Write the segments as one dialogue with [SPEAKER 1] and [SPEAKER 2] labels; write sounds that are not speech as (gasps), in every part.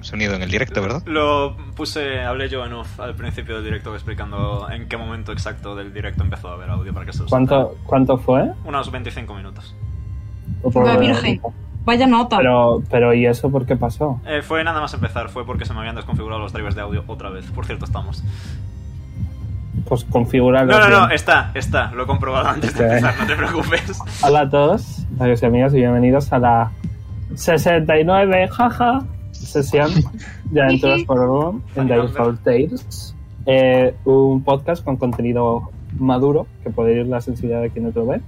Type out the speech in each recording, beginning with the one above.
[SPEAKER 1] sonido en el directo, ¿verdad?
[SPEAKER 2] Lo puse, hablé yo en off al principio del directo explicando en qué momento exacto del directo empezó a haber audio para que se
[SPEAKER 3] ¿Cuánto, cuánto fue?
[SPEAKER 2] Unos 25 minutos.
[SPEAKER 3] O por-
[SPEAKER 4] La virgen. Vaya nota.
[SPEAKER 3] Pero, pero ¿y eso por qué pasó?
[SPEAKER 2] Eh, fue nada más empezar, fue porque se me habían desconfigurado los drivers de audio otra vez. Por cierto, estamos.
[SPEAKER 3] Pues configurarlo.
[SPEAKER 2] No, no, no,
[SPEAKER 3] bien.
[SPEAKER 2] está, está. Lo he comprobado antes de
[SPEAKER 3] Ok.
[SPEAKER 2] empezar, no te preocupes.
[SPEAKER 3] Hola a todos, amigos y amigas, y bienvenidos a la 69, jaja, sesión de Aventuras por Orgon en The Fall Tales. Eh, un podcast con contenido maduro, que podéis ir la sensibilidad de quien otro ve.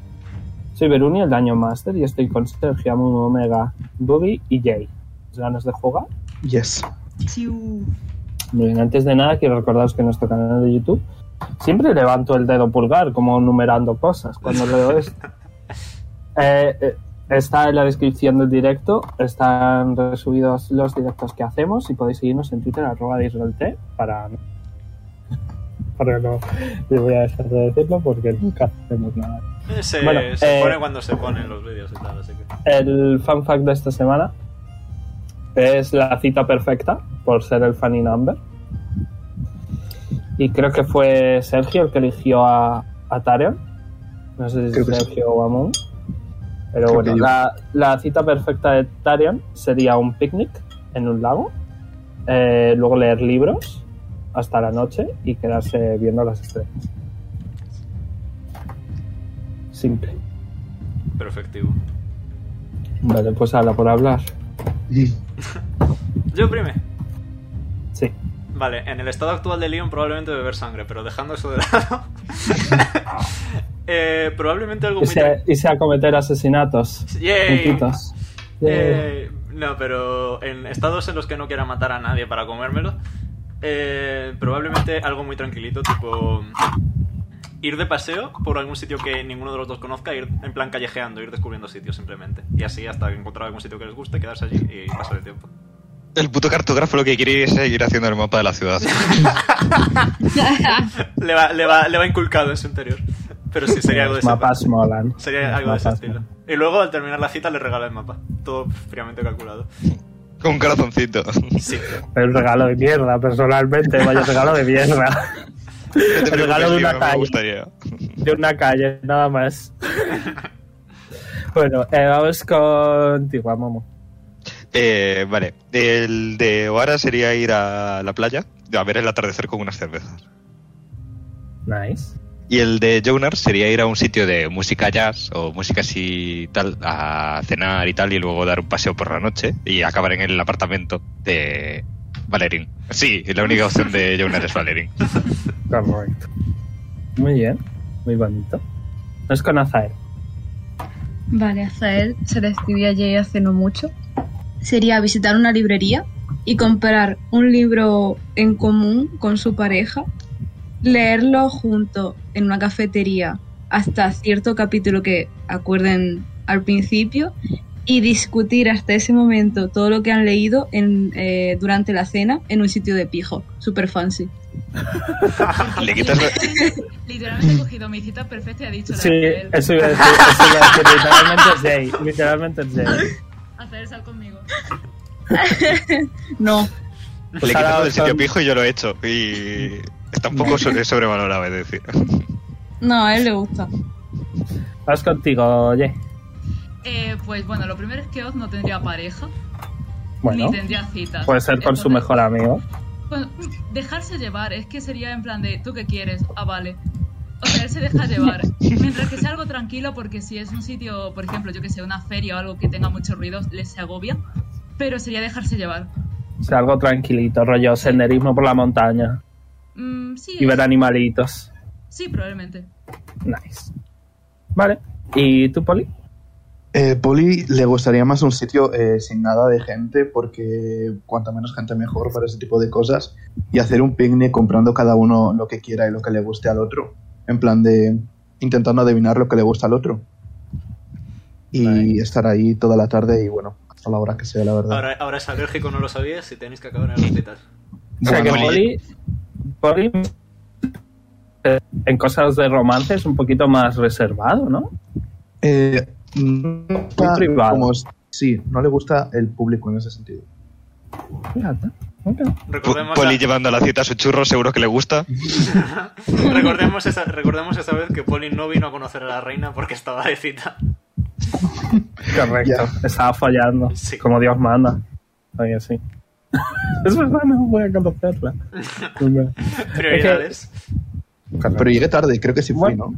[SPEAKER 3] Soy Beruni, el Daño Master, y estoy con Sergio Amun, Omega, Bobby y Jay. ¿Os ganas de jugar?
[SPEAKER 1] Yes.
[SPEAKER 4] Chiu.
[SPEAKER 3] Muy bien, antes de nada quiero recordaros que en nuestro canal de YouTube siempre levanto el dedo pulgar como numerando cosas cuando leo esto. Eh, eh, está en la descripción del directo, están resubidos los directos que hacemos y podéis seguirnos en Twitter arroba disrolt para... Para no, (laughs) yo voy a dejar de decirlo porque nunca hacemos nada.
[SPEAKER 2] Eh, Se,
[SPEAKER 3] Bueno,
[SPEAKER 2] se
[SPEAKER 3] eh,
[SPEAKER 2] pone cuando se ponen los vídeos y tal, así que.
[SPEAKER 3] El fan fact de esta semana es la cita perfecta por ser el funny number. Y creo que fue Sergio el que eligió a, a Tareon. No sé si
[SPEAKER 1] Creo que sí.
[SPEAKER 3] Sergio o Amun. Pero
[SPEAKER 1] Creo
[SPEAKER 3] bueno,
[SPEAKER 1] que yo.
[SPEAKER 3] la, la cita perfecta de Tareon sería un picnic en un lago, eh, luego leer libros hasta la noche y quedarse viendo las estrellas. Simple.
[SPEAKER 2] Perfectivo.
[SPEAKER 3] Vale, pues habla por hablar.
[SPEAKER 2] Yo, prime.
[SPEAKER 3] Sí.
[SPEAKER 2] Vale, en el estado actual de Leon probablemente beber sangre, pero dejando eso de lado. (laughs) eh, probablemente algo
[SPEAKER 3] y
[SPEAKER 2] muy.
[SPEAKER 3] se, y se acometer asesinatos.
[SPEAKER 2] Yay.
[SPEAKER 3] Puntitos.
[SPEAKER 2] Eh, no, pero en estados en los que no quiera matar a nadie para comérmelo, eh, probablemente algo muy tranquilito, tipo ir de paseo por algún sitio que ninguno de los dos conozca, ir en plan callejeando, ir descubriendo sitios simplemente. Y así hasta encontrar algún sitio que les guste, quedarse allí y pasar el tiempo.
[SPEAKER 1] El puto cartógrafo lo que quiere es seguir haciendo el mapa de la ciudad. (laughs)
[SPEAKER 2] Le va, le va, le va inculcado en su interior. Pero sí, sería algo de
[SPEAKER 3] Eh, Los
[SPEAKER 2] ese,
[SPEAKER 3] mapas molan.
[SPEAKER 2] sería
[SPEAKER 3] Los
[SPEAKER 2] algo de ese
[SPEAKER 3] mapas
[SPEAKER 2] estilo.
[SPEAKER 3] molan.
[SPEAKER 2] Y luego al terminar la cita le regala el mapa. Todo fríamente calculado.
[SPEAKER 1] Con un corazoncito. (laughs)
[SPEAKER 2] Sí.
[SPEAKER 3] Un regalo de mierda, personalmente. Vaya regalo de mierda.
[SPEAKER 1] No te
[SPEAKER 3] El
[SPEAKER 1] preocupes, tío,
[SPEAKER 3] regalo de
[SPEAKER 1] no
[SPEAKER 3] una
[SPEAKER 1] me
[SPEAKER 3] calle.
[SPEAKER 1] gustaría.
[SPEAKER 3] De una calle, nada más. Bueno, eh, vamos contigo, Momo.
[SPEAKER 1] Eh, vale. El de Oara sería ir a la playa a ver el atardecer con unas cervezas.
[SPEAKER 3] Nice.
[SPEAKER 1] Y el de Jonar sería ir a un sitio de música jazz o música así tal, a cenar y tal, y luego dar un paseo por la noche y acabar en el apartamento de Valerín. Sí, la única opción de Jonar es
[SPEAKER 3] (laughs)
[SPEAKER 1] Valerín.
[SPEAKER 3] Correcto. Muy bien. Muy bonito. Nos con Azael.
[SPEAKER 4] Vale, Azael se la escribí a Jay hace no mucho. Sería visitar una librería y comprar un libro en común con su pareja, leerlo junto en una cafetería hasta cierto capítulo que acuerden al principio y discutir hasta ese momento todo lo que han leído en, eh, durante la cena en un sitio de pijo, super fancy.
[SPEAKER 1] Le quitas la-
[SPEAKER 5] Literalmente he cogido mi cita perfecta y he dicho
[SPEAKER 3] Sí,
[SPEAKER 5] la de
[SPEAKER 3] eso iba a decir. Eso iba a decir. Literalmente es Jay. Literalmente es Jay.
[SPEAKER 5] hacer sal conmigo.
[SPEAKER 4] No,
[SPEAKER 1] Le
[SPEAKER 3] Pues
[SPEAKER 1] he quitado
[SPEAKER 3] ahora
[SPEAKER 1] del sitio
[SPEAKER 3] son-
[SPEAKER 1] pijo y yo lo he hecho. Y está un poco
[SPEAKER 3] (laughs)
[SPEAKER 1] sobre- sobrevalorado, es decir.
[SPEAKER 4] no, a él le gusta.
[SPEAKER 3] Vas contigo, Jay.
[SPEAKER 5] Eh, pues bueno, lo primero es que Oz no tendría pareja
[SPEAKER 3] Bueno,
[SPEAKER 5] ni tendría citas.
[SPEAKER 3] puede ser con su
[SPEAKER 5] Entonces,
[SPEAKER 3] mejor amigo.
[SPEAKER 5] con- dejarse llevar es que sería en plan de tú qué quieres, ah vale. O sea, él se deja llevar. Mientras que sea algo tranquilo, porque si es un sitio, por ejemplo, yo que sé, una feria o algo que tenga muchos ruidos, les se agobia. Pero sería dejarse llevar.
[SPEAKER 3] O sea, algo tranquilito, rollo senderismo por la montaña
[SPEAKER 5] Mm, sí,
[SPEAKER 3] y ver animalitos.
[SPEAKER 5] sí, probablemente.
[SPEAKER 3] Nice. Vale. ¿Y tú, Poli?
[SPEAKER 6] Eh, Poli le gustaría más un sitio eh, sin nada de gente porque cuanta menos gente mejor para ese tipo de cosas y hacer un picnic comprando cada uno lo que quiera y lo que le guste al otro. En plan de intentando adivinar lo que le gusta al otro. Y
[SPEAKER 3] Vale.
[SPEAKER 6] estar ahí toda la tarde y bueno, hasta la hora que sea, la verdad.
[SPEAKER 2] Ahora, ahora es alérgico, no lo sabías y tenéis que acabar en el hospital.
[SPEAKER 3] O sea, que
[SPEAKER 6] Bueno,
[SPEAKER 3] Poli. Poli. eh, En cosas de romance es un poquito más reservado, ¿no?
[SPEAKER 6] eh, no le gusta
[SPEAKER 3] privado.
[SPEAKER 6] como- sí, no le gusta el público en ese sentido.
[SPEAKER 3] Fíjate. mira.
[SPEAKER 7] P-
[SPEAKER 2] Recordemos,
[SPEAKER 7] Poli
[SPEAKER 2] la-
[SPEAKER 7] llevando a la cita a su churro, seguro que le gusta.
[SPEAKER 2] recordemos, esa, recordemos esa vez que Polly no vino a conocer a la reina porque estaba de cita.
[SPEAKER 3] (laughs) Correcto. Estaba fallando.
[SPEAKER 2] Sí.
[SPEAKER 3] Como Dios manda. Oye, sí. (laughs) es verdad, no voy a (laughs) conocerla. Hombre.
[SPEAKER 2] Prioridades.
[SPEAKER 3] Correcto.
[SPEAKER 6] Pero llegué tarde, creo que sí fui, ¿no?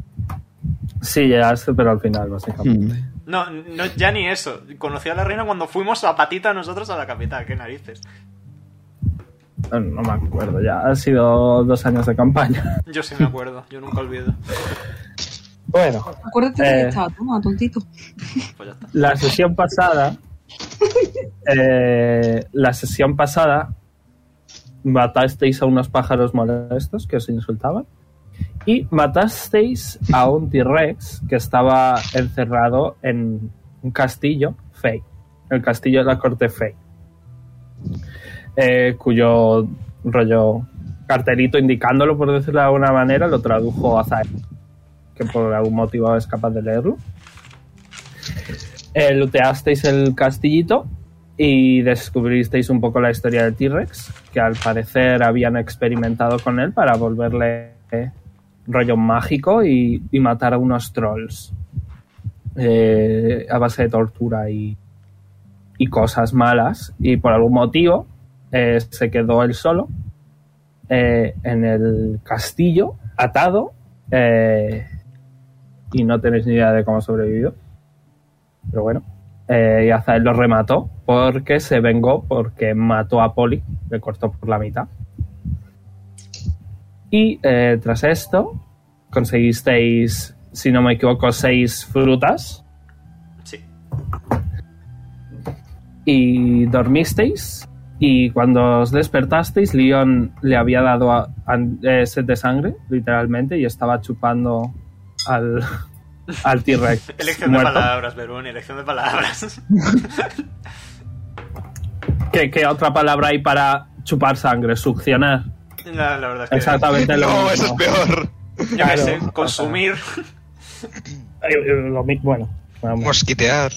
[SPEAKER 3] Sí, llegaste, pero al final, básicamente.
[SPEAKER 6] Hmm.
[SPEAKER 2] No, no, ya ni eso. Conocí a la reina cuando fuimos a patita nosotros a la capital. Qué narices.
[SPEAKER 3] No, no me acuerdo, ya han sido dos años de campaña.
[SPEAKER 2] Yo sí me acuerdo. Yo nunca olvido.
[SPEAKER 3] Bueno,
[SPEAKER 8] Acuérdate de
[SPEAKER 3] Eh.
[SPEAKER 8] que estaba, toma, tontito.
[SPEAKER 2] Pues ya está.
[SPEAKER 3] la sesión pasada. eh, la sesión pasada matasteis a unos pájaros molestos que os insultaban. Y matasteis a un T-Rex que estaba encerrado en un castillo fey. El castillo de la corte fey. Eh, cuyo rollo cartelito indicándolo, por decirlo de alguna manera, lo tradujo a Zael, que por algún motivo es capaz de leerlo. Eh, looteasteis el castillito y descubristeis un poco la historia del T-Rex, que al parecer habían experimentado con él para volverle eh, rollo mágico y, y matar a unos trolls eh, a base de tortura y, y cosas malas. Y por algún motivo eh, se quedó él solo eh, en el castillo, atado, eh, y no tenéis ni idea de cómo sobrevivió. Pero bueno. Eh, y Azael lo remató porque se vengó, porque mató a Poli, le cortó por la mitad. Y eh, tras esto, conseguisteis, si no me equivoco, seis frutas
[SPEAKER 2] Sí.
[SPEAKER 3] y dormisteis. Y cuando os despertasteis, Leon le había dado a- an- eh, sed de sangre, literalmente, y estaba chupando al,
[SPEAKER 2] (laughs)
[SPEAKER 3] al T-Rex.
[SPEAKER 2] Elección de
[SPEAKER 3] muerto.
[SPEAKER 2] palabras, Verón. Elección de palabras. (laughs)
[SPEAKER 3] ¿Qué, qué otra palabra hay para chupar sangre? Succionar.
[SPEAKER 2] La, la verdad es que.
[SPEAKER 3] Exactamente
[SPEAKER 7] (laughs)
[SPEAKER 3] lo
[SPEAKER 7] No,
[SPEAKER 3] mismo.
[SPEAKER 7] eso es peor.
[SPEAKER 2] Yo qué
[SPEAKER 3] Claro.
[SPEAKER 2] sé,
[SPEAKER 3] (laughs)
[SPEAKER 2] consumir.
[SPEAKER 3] Eh, eh, lo mi- Bueno, vamos.
[SPEAKER 7] Pues Mosquitear.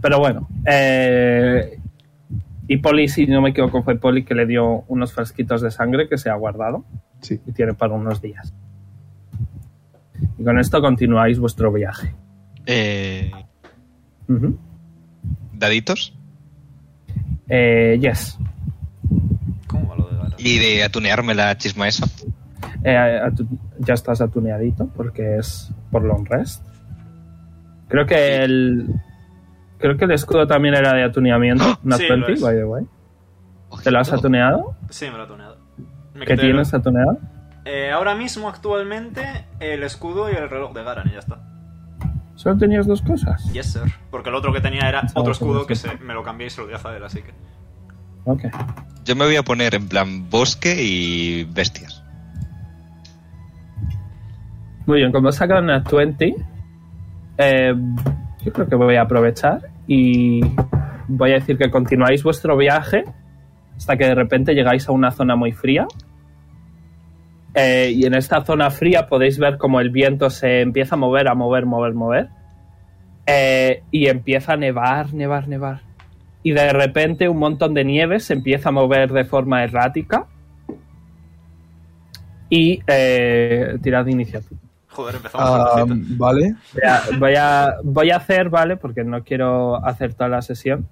[SPEAKER 3] Pero bueno. eh, y Poli, si no me equivoco, fue Poli que le dio unos frasquitos de sangre que se ha guardado
[SPEAKER 6] Sí.
[SPEAKER 3] y tiene para unos días. Y con esto continuáis vuestro viaje.
[SPEAKER 7] Eh,
[SPEAKER 3] Ujú.
[SPEAKER 7] daditos.
[SPEAKER 3] Eh, yes.
[SPEAKER 2] ¿Cómo va lo de Gala?
[SPEAKER 7] Y de atunearme la chisma esa.
[SPEAKER 3] Eh, atu- ya estás atuneadito porque es por long rest. Creo que el. Creo que el escudo también era
[SPEAKER 2] (gasps)
[SPEAKER 3] de atuneamiento. Una
[SPEAKER 2] Sí, lo
[SPEAKER 3] 20,
[SPEAKER 2] es.
[SPEAKER 3] by the way. ¿Te lo has
[SPEAKER 7] Ojito.
[SPEAKER 3] atuneado?
[SPEAKER 2] Sí, me lo he tuneado. Me quité
[SPEAKER 3] ¿Qué
[SPEAKER 2] el-
[SPEAKER 3] tienes atuneado?
[SPEAKER 2] Eh, ahora mismo, actualmente, el escudo y el reloj de Garan, y ya está.
[SPEAKER 3] Solo tenías dos cosas.
[SPEAKER 2] Yes, sir. Porque el otro que tenía era
[SPEAKER 3] Ah,
[SPEAKER 2] otro escudo
[SPEAKER 3] sí,
[SPEAKER 2] que
[SPEAKER 3] sí.
[SPEAKER 2] se, me lo cambié y se lo di a Zadel, así que.
[SPEAKER 3] Ok.
[SPEAKER 7] Yo me voy a poner en plan bosque y bestias.
[SPEAKER 3] Muy bien, como sacan una 20, eh, yo creo que voy a aprovechar y voy a decir que continuáis vuestro viaje hasta que de repente llegáis a una zona muy fría. Eh, y en esta zona fría podéis ver como el viento se empieza a mover, a mover, mover, mover. Eh, y empieza a nevar, nevar, nevar. Y de repente un montón de nieve se empieza a mover de forma errática. Y eh, tirad iniciativa.
[SPEAKER 2] Joder, empezamos
[SPEAKER 6] Ah,
[SPEAKER 2] con la cita.
[SPEAKER 6] vale.
[SPEAKER 3] Voy a, voy, a, voy a hacer, ¿vale? Porque no quiero hacer toda la sesión.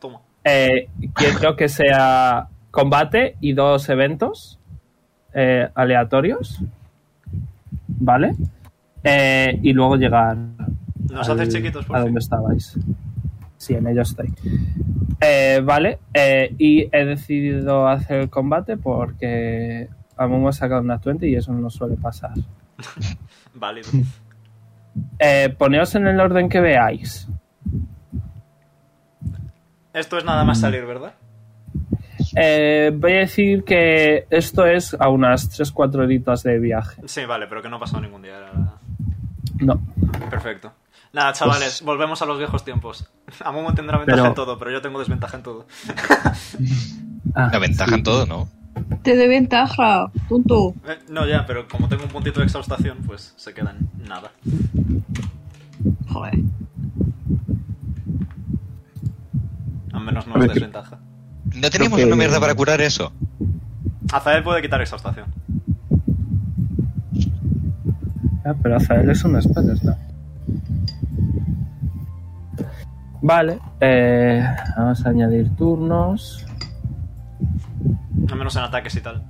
[SPEAKER 2] Toma.
[SPEAKER 3] Eh, quiero que sea combate y dos eventos eh, aleatorios. ¿Vale? Eh, y luego llegar.
[SPEAKER 2] Nos
[SPEAKER 3] al-
[SPEAKER 2] haces chiquitos, por
[SPEAKER 3] A
[SPEAKER 2] fin.
[SPEAKER 3] donde estabais. Sí, en ello estoy. Eh, vale, eh, y he decidido hacer el combate porque a Momo ha sacado una 20 y eso no suele pasar.
[SPEAKER 2] Válido. (laughs)
[SPEAKER 3] Eh, poneos en el orden que veáis.
[SPEAKER 2] Esto es nada
[SPEAKER 6] Mm.
[SPEAKER 2] más salir, ¿verdad?
[SPEAKER 3] Eh, voy a decir que esto es a unas 3-4 horitas de viaje.
[SPEAKER 2] Sí, vale, pero que no ha pasado ningún día. era nada.
[SPEAKER 3] No.
[SPEAKER 2] Perfecto. Nada,
[SPEAKER 6] Pues-
[SPEAKER 2] chavales, volvemos a los viejos tiempos. (laughs) Amumu tendrá ventaja
[SPEAKER 3] Pero-
[SPEAKER 2] en todo, pero yo tengo desventaja en todo.
[SPEAKER 3] Ah,
[SPEAKER 7] La ventaja en todo, ¿no?
[SPEAKER 8] Te doy ventaja, tonto.
[SPEAKER 2] Eh, no, ya, pero como tengo un puntito de exhaustación, pues se queda en nada.
[SPEAKER 8] Joder.
[SPEAKER 2] Al menos no
[SPEAKER 6] A
[SPEAKER 2] es
[SPEAKER 6] ver, que-
[SPEAKER 2] desventaja.
[SPEAKER 1] No teníamos
[SPEAKER 6] Creo que-
[SPEAKER 1] una mierda para curar eso.
[SPEAKER 2] Azael puede quitar exhaustación.
[SPEAKER 3] Ah, pero Azael es un espada, ¿no? Vale, eh, vamos a añadir turnos.
[SPEAKER 2] Al menos en ataques y tal.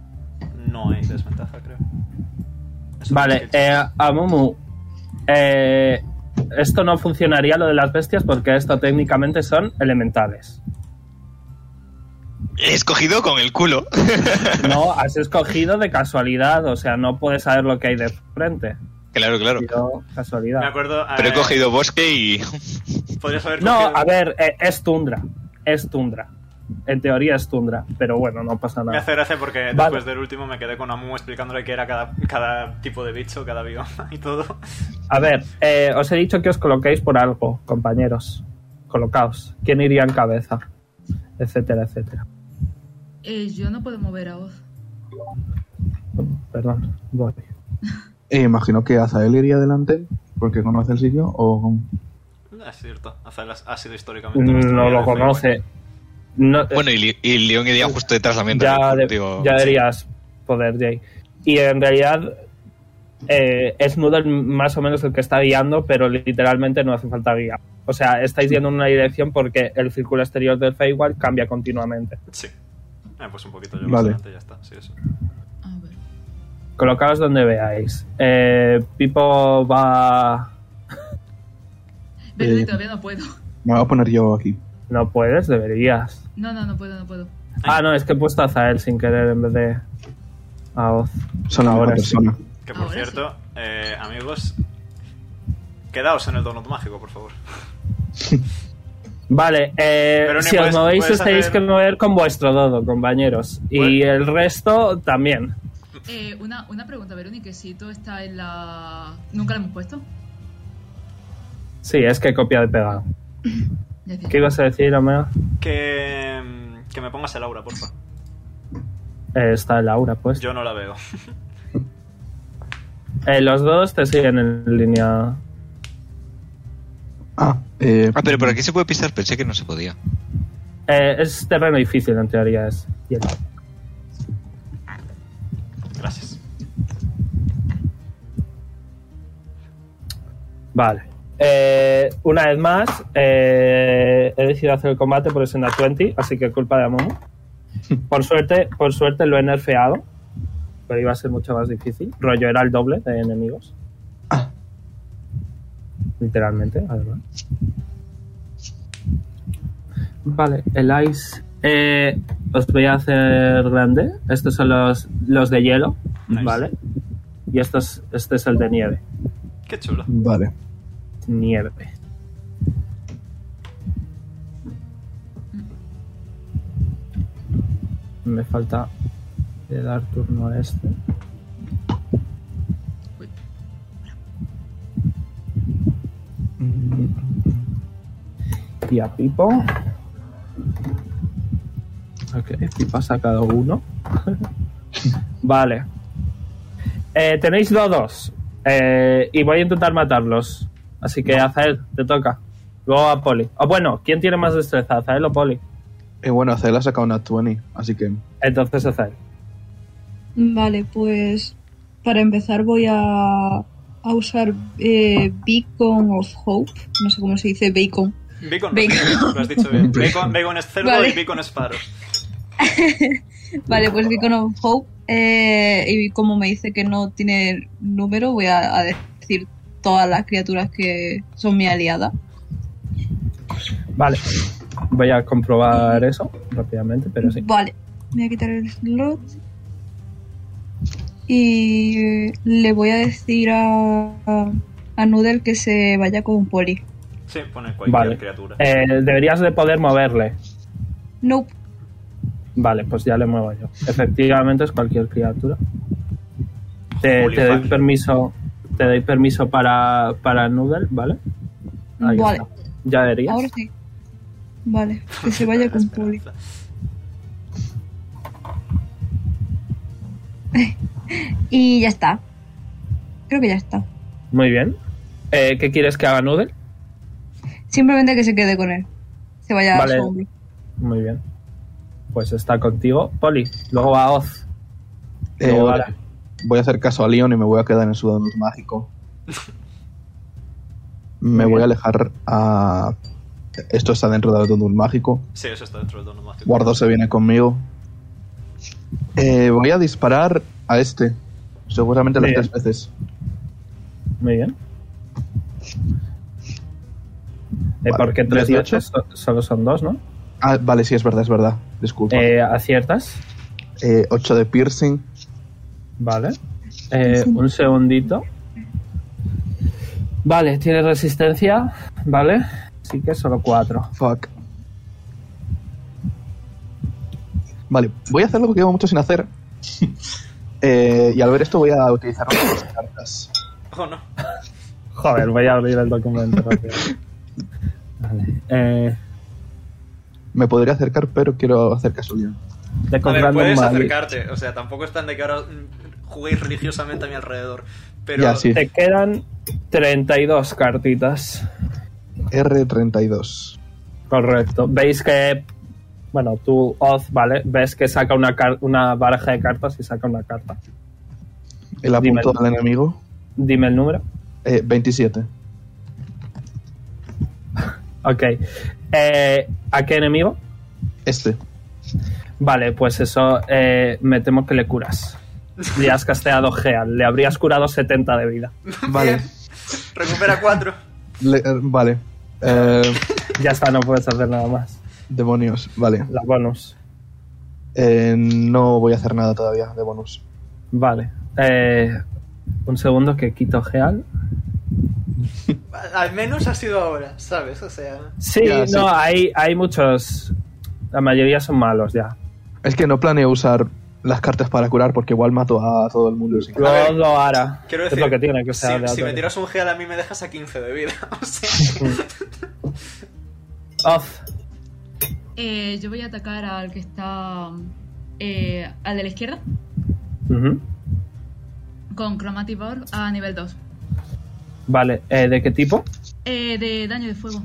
[SPEAKER 2] No hay desventaja, creo. Eso es
[SPEAKER 3] Vale,
[SPEAKER 2] que-
[SPEAKER 3] eh, a Mumu, eh, esto no funcionaría lo de las bestias porque esto técnicamente son elementales.
[SPEAKER 1] He escogido con el culo.
[SPEAKER 3] No, has escogido de casualidad, o sea, no puedes saber lo que hay de frente.
[SPEAKER 1] (laughs) claro, claro.
[SPEAKER 3] Yo, casualidad.
[SPEAKER 2] Me acuerdo.
[SPEAKER 1] Pero he
[SPEAKER 2] eh,
[SPEAKER 1] cogido bosque
[SPEAKER 3] (laughs)
[SPEAKER 1] y.
[SPEAKER 2] Podrías haber
[SPEAKER 3] No,
[SPEAKER 2] cogido-
[SPEAKER 3] a ver, eh, es tundra. Es tundra. En teoría es tundra, pero bueno, no pasa
[SPEAKER 2] Me
[SPEAKER 3] nada.
[SPEAKER 2] hace gracia porque
[SPEAKER 3] Vale.
[SPEAKER 2] después del último me quedé con Amu explicándole qué era cada, cada tipo de bicho, cada bioma y todo. (laughs)
[SPEAKER 3] A ver, eh, os he dicho que os coloquéis por algo, compañeros. Colocaos. ¿Quién iría en cabeza? Etcétera, etcétera.
[SPEAKER 5] Eh, yo no puedo mover a Oz.
[SPEAKER 3] Perdón, voy.
[SPEAKER 6] E imagino que Azael iría adelante porque conoce el sitio o...
[SPEAKER 2] No, Es cierto, Azael ha- ha sido históricamente. nuestro
[SPEAKER 3] Mm, No
[SPEAKER 2] líder
[SPEAKER 3] lo
[SPEAKER 2] de Feywild.
[SPEAKER 3] conoce. No, eh,
[SPEAKER 1] Bueno, y, Li- y León iría justo detrás también.
[SPEAKER 3] ya,
[SPEAKER 1] también,
[SPEAKER 3] de-
[SPEAKER 1] digo,
[SPEAKER 3] ya deberías poder, Jay. Y en realidad eh, es Noodle más o menos el que está guiando, pero literalmente no hace falta guía. O sea, estáis yendo en una dirección porque el círculo exterior del Feywild cambia continuamente.
[SPEAKER 2] Sí. Eh, pues un poquito yo
[SPEAKER 6] Vale.
[SPEAKER 2] adelante, ya está. Sí, eso.
[SPEAKER 5] A ver.
[SPEAKER 3] Eh, Colocaos donde veáis. Eh, Pipo va...
[SPEAKER 5] Pero
[SPEAKER 6] Eh.
[SPEAKER 5] todavía no puedo.
[SPEAKER 6] Me voy a poner yo aquí.
[SPEAKER 3] No puedes, deberías.
[SPEAKER 5] No, no, no puedo, no puedo.
[SPEAKER 3] Ah, no, es que he puesto a Zael sin querer en vez de a Oz.
[SPEAKER 6] Son la
[SPEAKER 3] Ahora
[SPEAKER 6] misma
[SPEAKER 3] sí.
[SPEAKER 6] persona.
[SPEAKER 2] Que por
[SPEAKER 5] Ahora
[SPEAKER 2] cierto, eh, amigos, quedaos en el donut mágico, por favor.
[SPEAKER 3] Vale, eh,
[SPEAKER 2] Pero, Ni,
[SPEAKER 3] si os
[SPEAKER 2] puedes-
[SPEAKER 3] movéis
[SPEAKER 2] puedes
[SPEAKER 3] os tenéis
[SPEAKER 2] hacer-
[SPEAKER 3] que mover con vuestro dodo, compañeros. Y
[SPEAKER 2] Bueno.
[SPEAKER 3] el resto también.
[SPEAKER 5] Eh, una, una pregunta, Verónica, si todo está en la... ¿Nunca la hemos puesto?
[SPEAKER 3] Sí, es que copia de pegado.
[SPEAKER 5] Ya que-
[SPEAKER 3] ¿Qué ibas a decir, Omega?
[SPEAKER 2] Que, mm, que me pongas el aura, porfa.
[SPEAKER 3] Eh, está el aura, pues.
[SPEAKER 2] Yo no la veo. (laughs)
[SPEAKER 3] Eh, los dos te siguen en línea.
[SPEAKER 6] Ah, eh,
[SPEAKER 1] Ah, pero por aquí se puede pisar. Pensé que no se podía.
[SPEAKER 3] Eh, es terreno difícil, en teoría. Es hielo.
[SPEAKER 2] Gracias.
[SPEAKER 3] Vale. Eh, una vez más, eh, he decidido hacer el combate por el a 20, así que culpa de Amumu. Por suerte, por suerte lo he nerfeado, pero iba a ser mucho más difícil. Rollo era el doble de enemigos. Literalmente, además. Vale, el ice. eh, os voy a hacer grande. Estos son los, los de hielo,
[SPEAKER 2] Nice.
[SPEAKER 3] ¿vale? Y estos, este es el de nieve
[SPEAKER 2] Qué chulo.
[SPEAKER 6] vale.
[SPEAKER 3] nieve. Me falta de dar turno a este. Y a Pipo. Ok, Pipo ha sacado uno. (laughs) vale. Eh, tenéis dodos. Eh, y voy a intentar matarlos. Así que, Azael, te toca. Luego a Poli. O bueno, ¿quién tiene más destreza, Azael o Poli?
[SPEAKER 6] Eh, bueno, Azael ha sacado una 20, así que...
[SPEAKER 3] Entonces, Azael.
[SPEAKER 4] Vale, pues para empezar voy a, a usar eh, Beacon of Hope. No sé cómo se dice Bacon.
[SPEAKER 2] Bacon,
[SPEAKER 4] Bacon.
[SPEAKER 2] lo has dicho
[SPEAKER 3] (laughs)
[SPEAKER 2] bien. Bacon, bacon es cerdo
[SPEAKER 4] Vale.
[SPEAKER 2] y bacon es faro.
[SPEAKER 4] Vale, pues Beacon of Hope. eh, y como me dice que no tiene número, voy a, a decir todas las criaturas que son mi aliada.
[SPEAKER 3] Vale. Voy a comprobar eso rápidamente, pero sí.
[SPEAKER 4] Vale, me voy a quitar el slot. Y eh, le voy a decir a, a, a Noodle que se vaya con Poli.
[SPEAKER 2] Sí, pone cualquier
[SPEAKER 3] Vale.
[SPEAKER 2] criatura.
[SPEAKER 3] Eh, deberías de poder moverle.
[SPEAKER 4] Nope.
[SPEAKER 3] Vale, pues ya le muevo yo. Efectivamente es cualquier criatura. Te, te doy
[SPEAKER 2] Polifagio.
[SPEAKER 3] permiso. Te doy permiso para, para Noodle, ¿vale? Ahí
[SPEAKER 4] Vale,
[SPEAKER 3] está. Ya deberías.
[SPEAKER 4] ahora sí. Vale,
[SPEAKER 3] (laughs)
[SPEAKER 4] que se vaya con Poli.
[SPEAKER 2] Esperanza.
[SPEAKER 4] Y ya está. Creo que ya está.
[SPEAKER 3] Muy bien. Eh, ¿Qué quieres que haga Noodle?
[SPEAKER 4] Simplemente que se quede con él. Se vaya
[SPEAKER 3] Vale.
[SPEAKER 4] a su hombro.
[SPEAKER 3] Muy bien. Pues está contigo, Poli. Luego va Oz.
[SPEAKER 6] Eh,
[SPEAKER 3] Luego va
[SPEAKER 6] vale. Voy a hacer caso a Leon y me voy a quedar en su donut
[SPEAKER 3] (laughs)
[SPEAKER 6] mágico. Me voy a alejar a. Esto está dentro del donut mágico.
[SPEAKER 2] Sí, eso está dentro del dono mágico.
[SPEAKER 6] Guardo se viene conmigo. Eh, voy a disparar a este. Seguramente las
[SPEAKER 3] Bien.
[SPEAKER 6] tres veces.
[SPEAKER 3] Muy bien. Eh,
[SPEAKER 6] Vale,
[SPEAKER 3] porque tres
[SPEAKER 6] 18.
[SPEAKER 3] veces so- solo son dos, ¿no?
[SPEAKER 6] Ah, vale, sí, es verdad, es verdad. Disculpa.
[SPEAKER 3] Eh, aciertas.
[SPEAKER 6] 8 Eh, de piercing.
[SPEAKER 3] Vale. Eh, un segundito. Vale, tiene resistencia. Vale. Así que solo cuatro.
[SPEAKER 6] Fuck. Vale, voy a hacer algo que llevo mucho sin hacer. Eh, y al ver esto voy a utilizar una de mis cartas.
[SPEAKER 2] Oh, no.
[SPEAKER 3] Joder, voy a abrir el documento (laughs) rápido. Vale. Eh,
[SPEAKER 6] Me podría acercar, pero quiero hacer casualidad.
[SPEAKER 3] de
[SPEAKER 2] A ver,
[SPEAKER 3] comprando un
[SPEAKER 2] puedes
[SPEAKER 3] mal.
[SPEAKER 2] acercarte. O sea, tampoco es tan de que ahora mm, juguéis religiosamente a mi alrededor. Pero eh,
[SPEAKER 6] Ya, sí.
[SPEAKER 3] Te quedan 32 cartitas.
[SPEAKER 6] R32.
[SPEAKER 3] Correcto. Veis que. Bueno, tú, Oz, ¿vale? Ves que saca una, car- una baraja de cartas y saca una carta.
[SPEAKER 6] El
[SPEAKER 3] Dime
[SPEAKER 6] apunto
[SPEAKER 3] el
[SPEAKER 6] del enemigo.
[SPEAKER 3] Dime el número.
[SPEAKER 6] eh, 27.
[SPEAKER 3] Ok. Eh, ¿A qué enemigo?
[SPEAKER 6] Este.
[SPEAKER 3] Vale, pues eso eh, me temo que le curas. Le has casteado Geal. Le habrías curado 70 de vida.
[SPEAKER 6] Vale.
[SPEAKER 2] recupera cuatro.
[SPEAKER 6] Le- eh, vale. Eh,
[SPEAKER 3] Ya está, no puedes hacer nada más.
[SPEAKER 6] demonios. Vale.
[SPEAKER 3] La bonus.
[SPEAKER 6] Eh, no voy a hacer nada todavía de bonus.
[SPEAKER 3] Vale. Eh, un segundo que quito Geal.
[SPEAKER 2] Al menos ha sido ahora, ¿sabes? O sea.
[SPEAKER 3] Sí,
[SPEAKER 6] Ya,
[SPEAKER 3] no,
[SPEAKER 6] sí.
[SPEAKER 3] Hay, hay muchos. La mayoría son malos ya.
[SPEAKER 6] Es que no planeo usar las cartas para curar porque igual mato a todo el mundo. sin-
[SPEAKER 3] Yo
[SPEAKER 2] ver,
[SPEAKER 3] lo hará.
[SPEAKER 2] Quiero
[SPEAKER 3] Es
[SPEAKER 2] decir,
[SPEAKER 3] lo que tiene que ser
[SPEAKER 2] si, si me
[SPEAKER 3] aleatorio.
[SPEAKER 2] tiras un gel a mí me dejas a 15 de vida. (laughs) O sea,
[SPEAKER 3] Off.
[SPEAKER 5] Eh, yo voy a atacar al que está. eh, al de la izquierda.
[SPEAKER 3] Ujú.
[SPEAKER 5] Con Chromatic Ball a nivel 2.
[SPEAKER 3] Vale, eh, ¿de qué tipo?
[SPEAKER 5] Eh, de daño de fuego.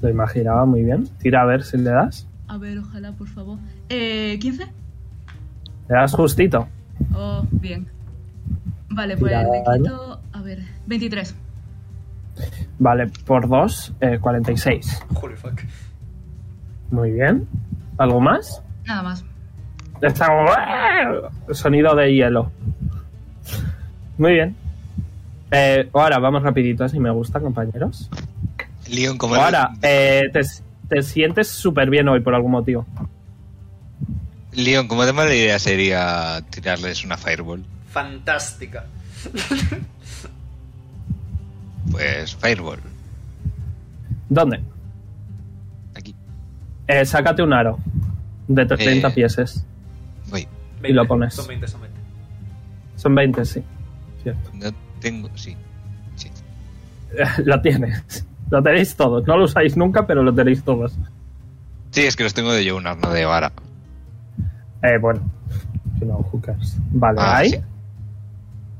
[SPEAKER 3] Lo imaginaba muy bien. Tira a ver si le das.
[SPEAKER 5] A ver, ojalá, por favor. Eh, ¿15?
[SPEAKER 3] Le das justito.
[SPEAKER 5] Oh, bien. Vale, pues
[SPEAKER 3] Tira
[SPEAKER 5] le
[SPEAKER 3] daño.
[SPEAKER 5] quito. A ver, 23.
[SPEAKER 3] Vale, por eh, 2, 46.
[SPEAKER 2] holy fuck.
[SPEAKER 3] Muy bien. ¿Algo más?
[SPEAKER 5] Nada más.
[SPEAKER 3] Está ¡ah! sonido de hielo. Muy bien. Eh, ahora vamos rapidito, si me gusta, compañeros.
[SPEAKER 1] Leon, como
[SPEAKER 3] Ahora, eh, te, te sientes súper bien hoy por algún motivo.
[SPEAKER 1] Leon, como de mala idea sería tirarles una fireball.
[SPEAKER 2] Fantástica.
[SPEAKER 1] Pues fireball.
[SPEAKER 3] ¿Dónde?
[SPEAKER 1] Aquí.
[SPEAKER 3] Eh, sácate un aro de 30
[SPEAKER 1] Eh.
[SPEAKER 3] pieses.
[SPEAKER 1] Voy.
[SPEAKER 2] 20,
[SPEAKER 3] Y lo pones.
[SPEAKER 2] Son 20, son 20.
[SPEAKER 3] Son 20, sí. Cierto.
[SPEAKER 1] No tengo. Sí. Sí.
[SPEAKER 3] (laughs) lo tienes. Lo tenéis todos. No lo usáis nunca, pero lo tenéis todos.
[SPEAKER 1] Sí, es que los tengo de yo un arno de vara.
[SPEAKER 3] Eh, bueno. Si no, hookers. Vale,
[SPEAKER 1] Ah,
[SPEAKER 3] ahí.
[SPEAKER 1] sí.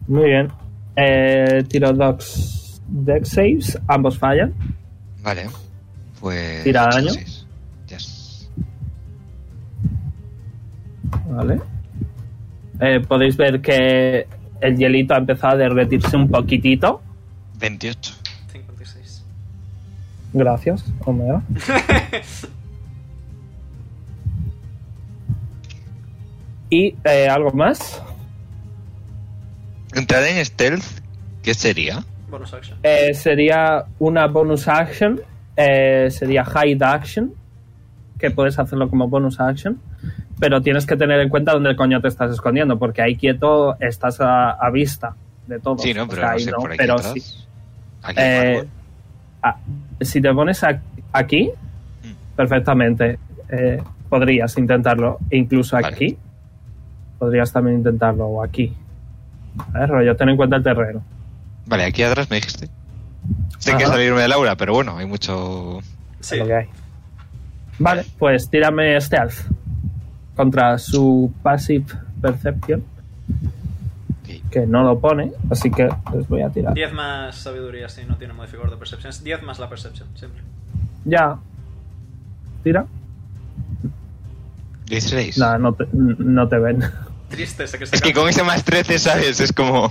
[SPEAKER 3] Muy bien. Eh, tiro Docs Deck saves. Ambos fallan.
[SPEAKER 1] Vale. Pues.
[SPEAKER 3] Tira daño.
[SPEAKER 1] seis. Yes.
[SPEAKER 3] Vale. Eh, Podéis ver que el hielito ha empezado a derretirse un poquitito.
[SPEAKER 1] 28.
[SPEAKER 2] 56.
[SPEAKER 3] Gracias, Omega. (laughs) ¿Y eh, algo más?
[SPEAKER 1] Entrar en stealth, ¿qué sería?
[SPEAKER 2] Bonus action.
[SPEAKER 3] Eh, sería una bonus action. eh, sería hide action. Que puedes hacerlo como bonus action. Pero tienes que tener en cuenta dónde coño te estás escondiendo. Porque ahí quieto estás a, a vista de todo.
[SPEAKER 1] Sí, no, pero no sé por aquí
[SPEAKER 3] Pues pero
[SPEAKER 1] atrás.
[SPEAKER 3] sí.
[SPEAKER 1] Aquí
[SPEAKER 3] Eh,
[SPEAKER 1] árbol.
[SPEAKER 3] ah, si te pones a- aquí,
[SPEAKER 1] Mm.
[SPEAKER 3] perfectamente. eh, podrías intentarlo. E incluso
[SPEAKER 1] Vale.
[SPEAKER 3] aquí. Podrías también intentarlo. O aquí. A ver, rollo, ten en cuenta el terreno.
[SPEAKER 1] Vale, aquí atrás me dijiste. Sé que
[SPEAKER 3] Ajá.
[SPEAKER 1] salirme de Laura, pero bueno, hay mucho.
[SPEAKER 2] Sí.
[SPEAKER 3] lo que hay. Vale, pues tírame stealth contra su passive perception,
[SPEAKER 1] Ok.
[SPEAKER 3] que no lo pone, así que les voy a tirar.
[SPEAKER 2] 10 más sabiduría si no tiene modificador de percepción. 10 más la percepción, siempre.
[SPEAKER 3] Ya. Tira.
[SPEAKER 1] ¿16?
[SPEAKER 3] No, no te, no te ven. (laughs)
[SPEAKER 2] Triste, sé que está
[SPEAKER 1] Es que con este ese más 13, ¿sabes? Es como...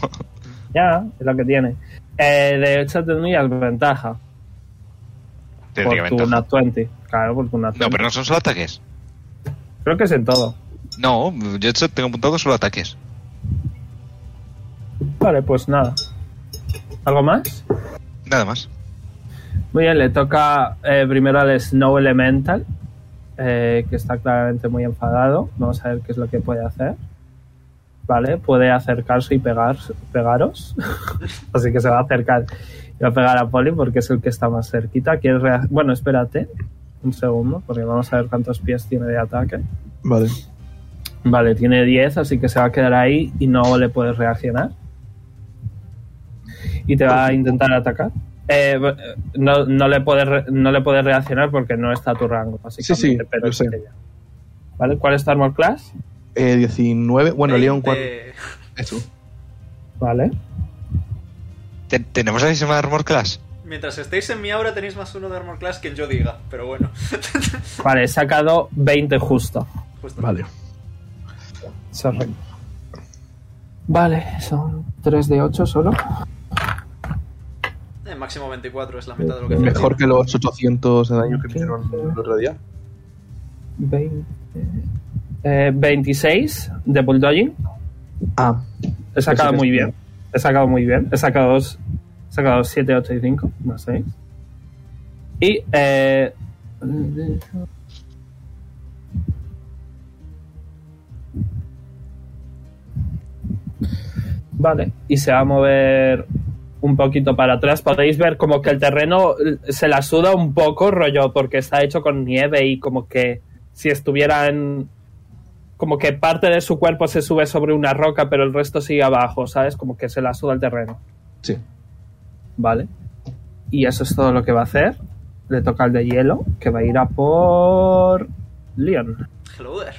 [SPEAKER 3] ya, es lo que tiene. Eh, de hecho, tenías ventaja.
[SPEAKER 1] Tendría
[SPEAKER 3] por tu
[SPEAKER 1] ventaja.
[SPEAKER 3] Nat 20. Claro, por tu Nat 20.
[SPEAKER 1] No, pero no son solo ataques.
[SPEAKER 3] Creo que es en todo.
[SPEAKER 1] No, yo de hecho tengo apuntado solo ataques.
[SPEAKER 3] Vale, pues nada. ¿Algo más?
[SPEAKER 1] Nada más.
[SPEAKER 3] Muy bien, le toca eh, primero al Snow Elemental, eh, que está claramente muy enfadado. Vamos a ver qué es lo que puede hacer. Vale, puede acercarse y pegar, pegaros. (laughs) Así que se va a acercar y va a pegar a Poli porque es el que está más cerquita. ¿Quieres rea- bueno, espérate un segundo, porque vamos a ver cuántos pies tiene de ataque.
[SPEAKER 6] Vale.
[SPEAKER 3] Vale, tiene 10, así que se va a quedar ahí y no le puedes reaccionar. Y te va a intentar atacar. Eh, b- eh, no, no le puedes re- no le puedes reaccionar porque no está a tu rango, básicamente.
[SPEAKER 6] Sí, sí,
[SPEAKER 3] pero
[SPEAKER 6] lo sé.
[SPEAKER 3] es que ya. ¿Vale? ¿Cuál es tu armor class?
[SPEAKER 6] Eh, 19. Bueno, Leon, ¿cuánto? Eso.
[SPEAKER 3] Vale.
[SPEAKER 1] Te- ¿Tenemos la misma armor class?
[SPEAKER 2] Mientras estéis en mi aura tenéis más uno de armor class que yo diga, pero bueno.
[SPEAKER 3] Vale, he sacado 20 justo.
[SPEAKER 2] Justo.
[SPEAKER 6] Vale.
[SPEAKER 3] Sorry. Vale, son 3 de 8 solo.
[SPEAKER 2] Eh, máximo 24 es la mitad de lo que hacía.
[SPEAKER 6] Mejor que los 800 de daño que me hicieron el otro día.
[SPEAKER 3] 20, eh, 26 de bulldogging.
[SPEAKER 6] Ah,
[SPEAKER 3] He sacado
[SPEAKER 6] Eso que
[SPEAKER 3] muy
[SPEAKER 6] es
[SPEAKER 3] bien. He sacado muy bien. He sacado dos. He sacado dos, siete, ocho y cinco. Más seis. Y. Eh, vale. Y se va a mover un poquito para atrás. Podéis ver como que el terreno eh, se la suda un poco, rollo, porque está hecho con nieve y como que si estuviera en, como que parte de su cuerpo se sube sobre una roca, pero el resto sigue abajo, ¿sabes? Como que se la suda el terreno.
[SPEAKER 6] sí.
[SPEAKER 3] Vale. Y eso es todo lo que va a hacer. Le toca al de hielo, que va a ir a por. Leon.
[SPEAKER 2] Hello there.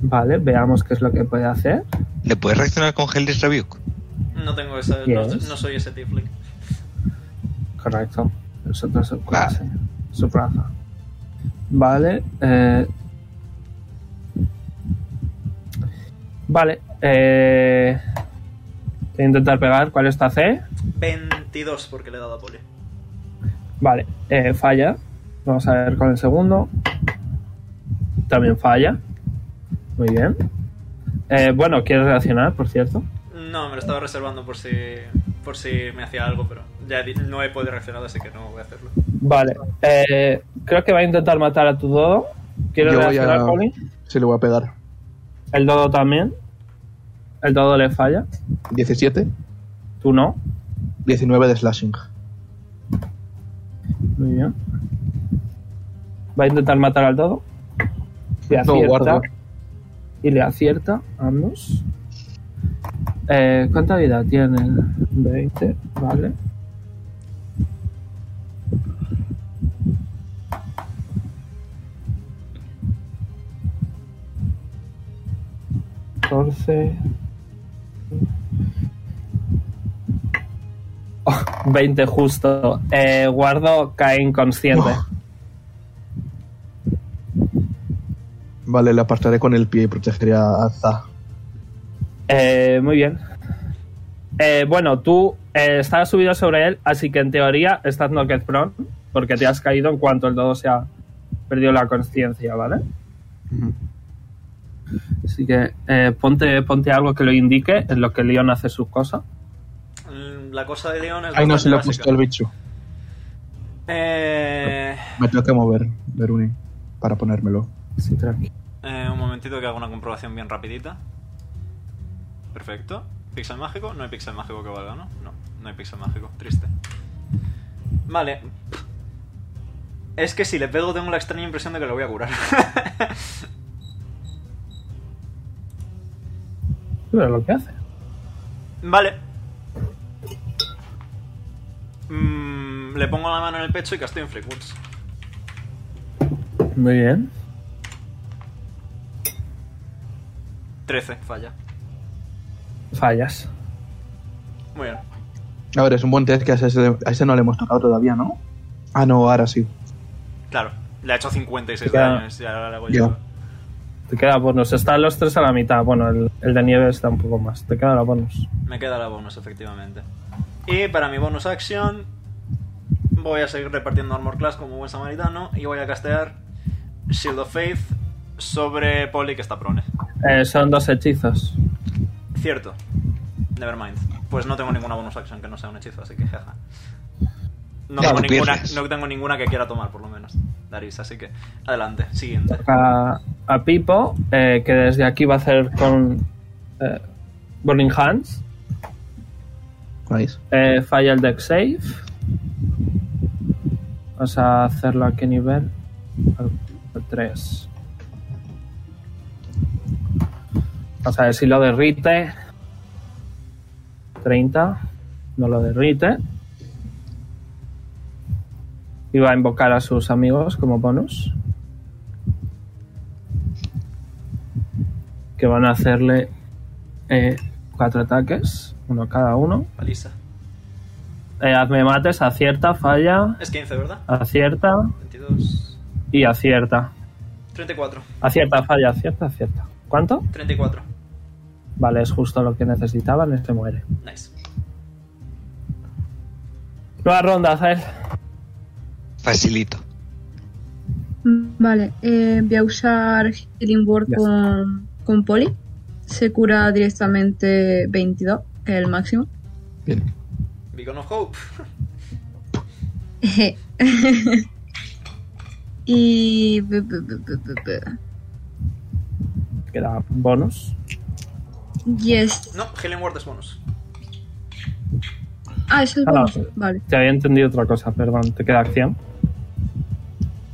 [SPEAKER 3] Vale, veamos qué es lo que puede hacer.
[SPEAKER 1] ¿Le puedes reaccionar con Hellish Rebuke?
[SPEAKER 2] No tengo esa. No,
[SPEAKER 3] Yes.
[SPEAKER 2] no soy ese tiefling.
[SPEAKER 3] Correcto. Nosotros su
[SPEAKER 1] Va.
[SPEAKER 3] clase, su plaza. Vale. eh. Vale. eh. Voy a intentar pegar. ¿Cuál es tu AC?
[SPEAKER 2] 22 porque le he dado a Poli.
[SPEAKER 3] Vale, eh, falla. Vamos a ver con el segundo. También falla. Muy bien. Eh, bueno, ¿quieres reaccionar, por cierto?
[SPEAKER 2] No, me lo estaba reservando por si. por si me hacía algo, pero ya he di- no he podido reaccionar, así que no voy a hacerlo.
[SPEAKER 3] Vale. eh, creo que va a intentar matar a tu dodo. ¿Quieres
[SPEAKER 6] Yo voy
[SPEAKER 3] reaccionar,
[SPEAKER 6] a-
[SPEAKER 3] Colin?
[SPEAKER 6] Sí, le voy a pegar.
[SPEAKER 3] El dodo también. El dodo le falla.
[SPEAKER 6] 17,
[SPEAKER 3] Tú no.
[SPEAKER 6] 19 de slashing.
[SPEAKER 3] Muy bien. Va a intentar matar al dodo. Le
[SPEAKER 6] No,
[SPEAKER 3] acierta.
[SPEAKER 6] guarda.
[SPEAKER 3] Y le acierta a ambos. Eh, ¿Cuánta vida tienen? 20, vale. Catorce. 20 Oh, justo. Eh, guardo cae inconsciente.
[SPEAKER 6] Vale, le apartaré con el pie y protegeré a Za.
[SPEAKER 3] Eh, muy bien. Eh, bueno, tú eh, estás subido sobre él, así que en teoría estás knocked prone, porque te has caído en cuanto el dodo se ha perdido la conciencia, ¿vale? Así que eh, ponte, ponte algo que lo indique en lo que Leon hace sus cosas.
[SPEAKER 2] Mm, La cosa de León es.
[SPEAKER 6] Ay, no,
[SPEAKER 2] bastante
[SPEAKER 6] se le ha
[SPEAKER 2] básica.
[SPEAKER 6] puesto el bicho.
[SPEAKER 2] Eh,
[SPEAKER 6] Me tengo que mover, Veruni, para ponérmelo.
[SPEAKER 3] Sí, tranquilo.
[SPEAKER 2] eh, un momentito que hago una comprobación bien rapidita. Perfecto. ¿Pixel mágico? No hay pixel mágico que valga, ¿no? No, no hay pixel mágico. Triste. Vale. Es que si le pego tengo la extraña impresión de que lo voy a curar. (laughs)
[SPEAKER 3] Pero lo que hace.
[SPEAKER 2] Vale. Mm, le pongo la mano en el pecho y casto Inflict Wounds.
[SPEAKER 3] Muy bien.
[SPEAKER 2] 13, falla.
[SPEAKER 3] Fallas.
[SPEAKER 2] Muy bien.
[SPEAKER 6] A ver, es un buen test que a ese, a ese no le hemos tocado todavía, ¿no? Ah, no, ahora sí.
[SPEAKER 2] Claro, le ha hecho 56
[SPEAKER 3] Queda-
[SPEAKER 2] daños y ahora le hago
[SPEAKER 6] Yo.
[SPEAKER 2] yo.
[SPEAKER 3] Te queda bonus. Están los tres a la mitad. Bueno, el, el de nieve está un poco más. Te queda la bonus.
[SPEAKER 2] Me queda la bonus, efectivamente. Y para mi bonus action, voy a seguir repartiendo Armor Class como buen samaritano y voy a castear Shield of Faith sobre Poli que está prone.
[SPEAKER 3] Eh, son dos hechizos.
[SPEAKER 2] Cierto. Nevermind. Pues no tengo ninguna bonus action que no sea un hechizo, así que jaja. No
[SPEAKER 1] Ya,
[SPEAKER 2] tengo,
[SPEAKER 1] lo
[SPEAKER 2] ninguna,
[SPEAKER 1] pierdes.
[SPEAKER 2] no tengo ninguna que quiera tomar, por lo menos. Daris, así que adelante. Siguiente.
[SPEAKER 3] A, a Pipo, eh, que desde aquí va a hacer con eh, Burning Hands.
[SPEAKER 6] ¿Veis?
[SPEAKER 3] Eh, falla el deck save. Vamos a hacerlo a qué nivel. Al 3. Vamos a ver si lo derrite. 30. No lo derrite. Y va a invocar a sus amigos como bonus. Que van a hacerle eh, cuatro ataques, uno cada uno.
[SPEAKER 2] Paliza.
[SPEAKER 3] Eh, hazme mates, acierta, falla,
[SPEAKER 2] Es 15, ¿verdad?
[SPEAKER 3] acierta
[SPEAKER 2] 22.
[SPEAKER 3] y acierta.
[SPEAKER 2] 34.
[SPEAKER 3] Acierta, falla, acierta, acierta. ¿Cuánto?
[SPEAKER 2] 34.
[SPEAKER 3] Vale, es justo lo que necesitaban, este muere.
[SPEAKER 2] Nice.
[SPEAKER 3] Nueva ronda, Zael.
[SPEAKER 1] Facilito.
[SPEAKER 9] Vale, eh, voy a usar Healing Word
[SPEAKER 3] Ya.
[SPEAKER 9] con, con Poli. Se cura directamente 22, que es el máximo. (laughs)
[SPEAKER 6] Bien.
[SPEAKER 2] Beacon of Hope.
[SPEAKER 9] Eje. y. bu- bu- bu- bu- bu- bu-
[SPEAKER 3] Queda bonus.
[SPEAKER 9] Yes.
[SPEAKER 2] No, Helen Ward es bonus.
[SPEAKER 9] Ah, es el
[SPEAKER 3] Ah,
[SPEAKER 9] bonus.
[SPEAKER 3] no.
[SPEAKER 9] Vale.
[SPEAKER 3] Te había entendido otra cosa, perdón. Te queda acción.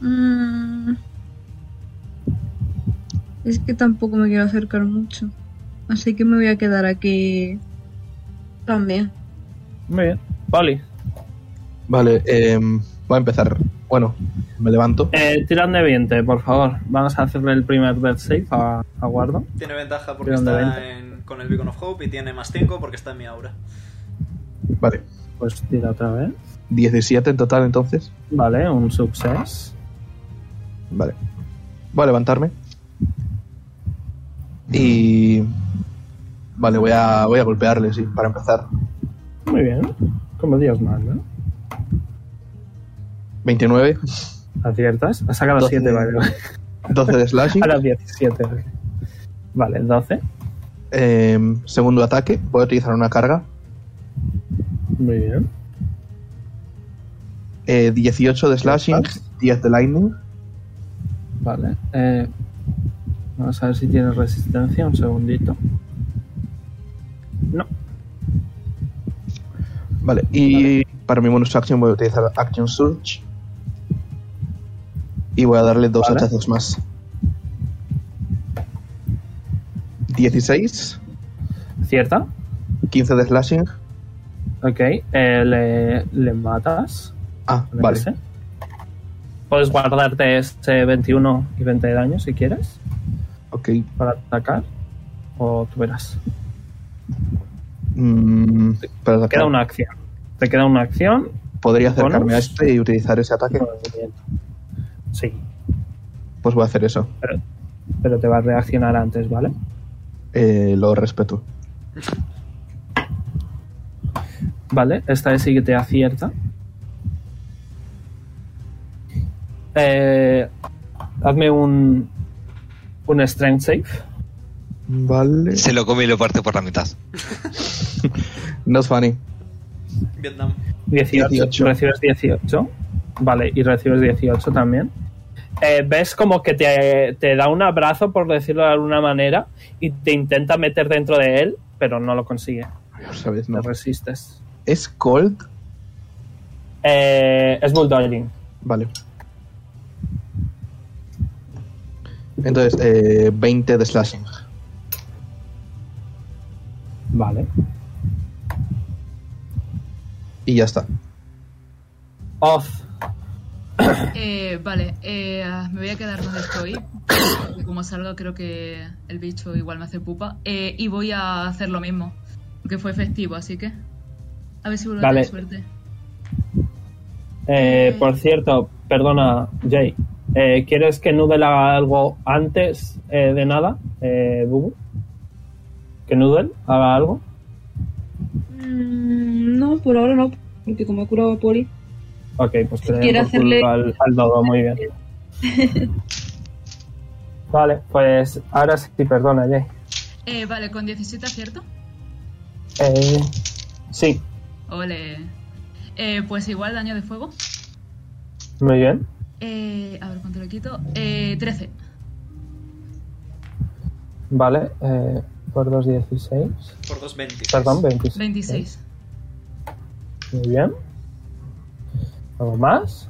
[SPEAKER 9] Mm. Es que tampoco me quiero acercar mucho. Así que me voy a quedar aquí. También.
[SPEAKER 3] Muy bien. Poli,
[SPEAKER 6] Vale, em, voy a empezar. Bueno, me levanto.
[SPEAKER 3] eh, tiran de 20, por favor. Vamos a hacerle el primer death save a, a Guardo.
[SPEAKER 2] Tiene ventaja porque
[SPEAKER 3] Beacon de
[SPEAKER 2] está
[SPEAKER 3] 20.
[SPEAKER 2] en- con el Beacon of Hope y tiene más 5 porque está en mi aura.
[SPEAKER 6] Vale,
[SPEAKER 3] Pues tira otra vez.
[SPEAKER 6] 17 en total entonces.
[SPEAKER 3] Vale, un success.
[SPEAKER 6] Vale. Voy a levantarme. Y. Vale, voy a, voy a golpearle, sí, para empezar.
[SPEAKER 3] Muy bien. Como Dios manda.
[SPEAKER 6] 29,
[SPEAKER 3] Aciertas. Ha sacado
[SPEAKER 6] Doce.
[SPEAKER 3] 7, vale.
[SPEAKER 6] 12 de slashing.
[SPEAKER 3] (laughs) A las 17. Vale, 12.
[SPEAKER 6] Em, segundo ataque, voy a utilizar una carga.
[SPEAKER 3] Muy bien.
[SPEAKER 6] Eh, 18 de slashing, 10 de lightning.
[SPEAKER 3] Vale. eh, vamos a ver si tiene resistencia. Un segundito. No.
[SPEAKER 6] Vale, y para mi bonus action voy a utilizar Action Surge. Y voy a darle dos
[SPEAKER 3] Vale.
[SPEAKER 6] hachazos más. 16,
[SPEAKER 3] ¿Cierta?
[SPEAKER 6] 15 de slashing.
[SPEAKER 3] Ok. eh, le, le matas.
[SPEAKER 6] Ah,
[SPEAKER 3] con
[SPEAKER 6] vale.
[SPEAKER 3] ese. Puedes guardarte este 21 y 20 de daño si quieres.
[SPEAKER 6] Ok.
[SPEAKER 3] Para atacar. O tú verás.
[SPEAKER 6] Mm, para
[SPEAKER 3] Te queda
[SPEAKER 6] atacar.
[SPEAKER 3] una acción. Te queda una acción.
[SPEAKER 6] Podría acercarme
[SPEAKER 3] bonus.
[SPEAKER 6] a este y utilizar ese ataque.
[SPEAKER 3] Movimiento. Sí.
[SPEAKER 6] Pues voy a hacer eso.
[SPEAKER 3] Pero, pero te va a reaccionar antes, ¿vale?
[SPEAKER 6] Eh, lo respeto.
[SPEAKER 3] Vale, esta vez sí que te acierta. Eh, hazme un. Un strength save.
[SPEAKER 6] Vale.
[SPEAKER 1] Se lo come y lo parte por la mitad.
[SPEAKER 6] No es funny.
[SPEAKER 2] Vietnam.
[SPEAKER 3] 18.
[SPEAKER 6] 18.
[SPEAKER 3] Recibes 18. Vale, y recibes 18 también. Eh, ves como que te, te da un abrazo, por decirlo de alguna manera, y te intenta meter dentro de él, pero no lo consigue.
[SPEAKER 6] ¿Sabes? No.
[SPEAKER 3] Te resistes.
[SPEAKER 6] ¿Es cold?
[SPEAKER 3] Eh, es bulldogging.
[SPEAKER 6] Vale. Entonces, eh, 20 de slashing.
[SPEAKER 3] Vale.
[SPEAKER 6] Y ya está.
[SPEAKER 3] Off.
[SPEAKER 5] Eh, vale, eh, me voy a quedar donde estoy. porque como salgo, creo que el bicho igual me hace pupa. Eh, y voy a hacer lo mismo. Porque fue festivo, así que. A ver si vuelvo a
[SPEAKER 3] Vale.
[SPEAKER 5] tener suerte.
[SPEAKER 3] Eh, por cierto, Perdona, Jay. Eh, ¿Quieres que Noodle haga algo antes eh, de nada, eh, Bubu? ¿Que Noodle haga algo?
[SPEAKER 8] Mm, no, por ahora no, porque como he curado a Poli.
[SPEAKER 3] Ok, pues te
[SPEAKER 8] Quiero
[SPEAKER 3] den por
[SPEAKER 8] hacerle-
[SPEAKER 3] culo al, al dodo, muy
[SPEAKER 8] (laughs)
[SPEAKER 3] bien. Vale, pues ahora sí, perdona, Jay.
[SPEAKER 5] Eh, vale, con 17 acierto.
[SPEAKER 3] Eh, sí,
[SPEAKER 5] Ole. Eh, pues igual daño de fuego.
[SPEAKER 3] muy bien.
[SPEAKER 5] Eh, a ver cuánto le quito. Eh, 13.
[SPEAKER 3] Vale, eh, por 2.16.
[SPEAKER 2] Por 2.20.
[SPEAKER 3] Perdón, 26.
[SPEAKER 5] 26.
[SPEAKER 3] Muy bien. ¿Algo más?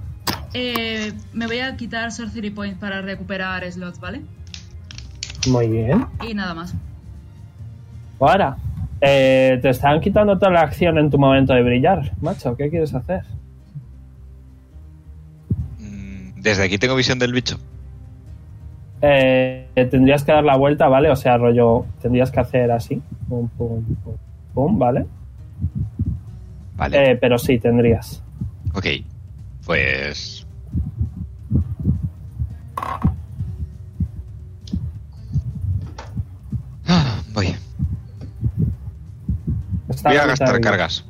[SPEAKER 5] Eh, me voy a quitar Sorcery Point para recuperar slots, ¿vale?
[SPEAKER 3] Muy bien.
[SPEAKER 5] Y nada más.
[SPEAKER 3] Ahora, eh, te están quitando toda la acción en tu momento de brillar, macho. ¿Qué quieres hacer?
[SPEAKER 1] Mm, Desde aquí tengo visión del bicho.
[SPEAKER 3] Eh, tendrías que dar la vuelta, ¿vale? O sea, rollo, tendrías que hacer así. Pum, pum, pum, pum, ¿vale?
[SPEAKER 1] Vale.
[SPEAKER 3] Eh, pero sí, tendrías.
[SPEAKER 1] Ok. Pues. Ah, voy.
[SPEAKER 3] Está
[SPEAKER 1] Voy
[SPEAKER 3] en
[SPEAKER 1] a
[SPEAKER 3] la mitad de
[SPEAKER 1] gastar
[SPEAKER 3] vida.
[SPEAKER 1] cargas.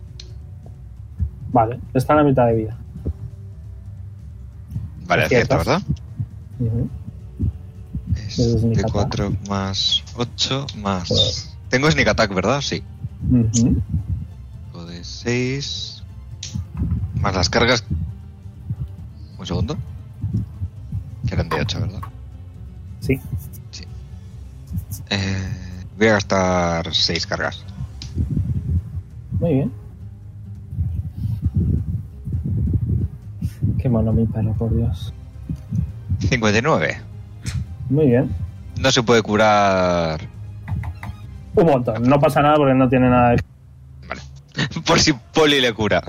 [SPEAKER 3] Vale, está en la mitad de vida.
[SPEAKER 1] Vale, acierta,
[SPEAKER 3] Aciertas.
[SPEAKER 1] ¿verdad?
[SPEAKER 3] Ujú.
[SPEAKER 1] Es
[SPEAKER 3] Es sneak
[SPEAKER 1] de
[SPEAKER 3] attack.
[SPEAKER 1] 4 más 8 más.
[SPEAKER 3] Pues-
[SPEAKER 1] Tengo sneak attack, ¿verdad? Sí.
[SPEAKER 3] Ujú.
[SPEAKER 1] O de 6. Más las cargas. Un segundo. Que eran de 8, ¿verdad?
[SPEAKER 3] Sí.
[SPEAKER 1] Eh, voy a gastar 6 cargas.
[SPEAKER 3] Muy bien. Qué mono mi perro, por Dios.
[SPEAKER 1] 59.
[SPEAKER 3] Muy bien.
[SPEAKER 1] No se puede curar. (laughs)
[SPEAKER 3] Un montón. No pasa nada porque no tiene nada de... (laughs)
[SPEAKER 1] Por si Poli le cura.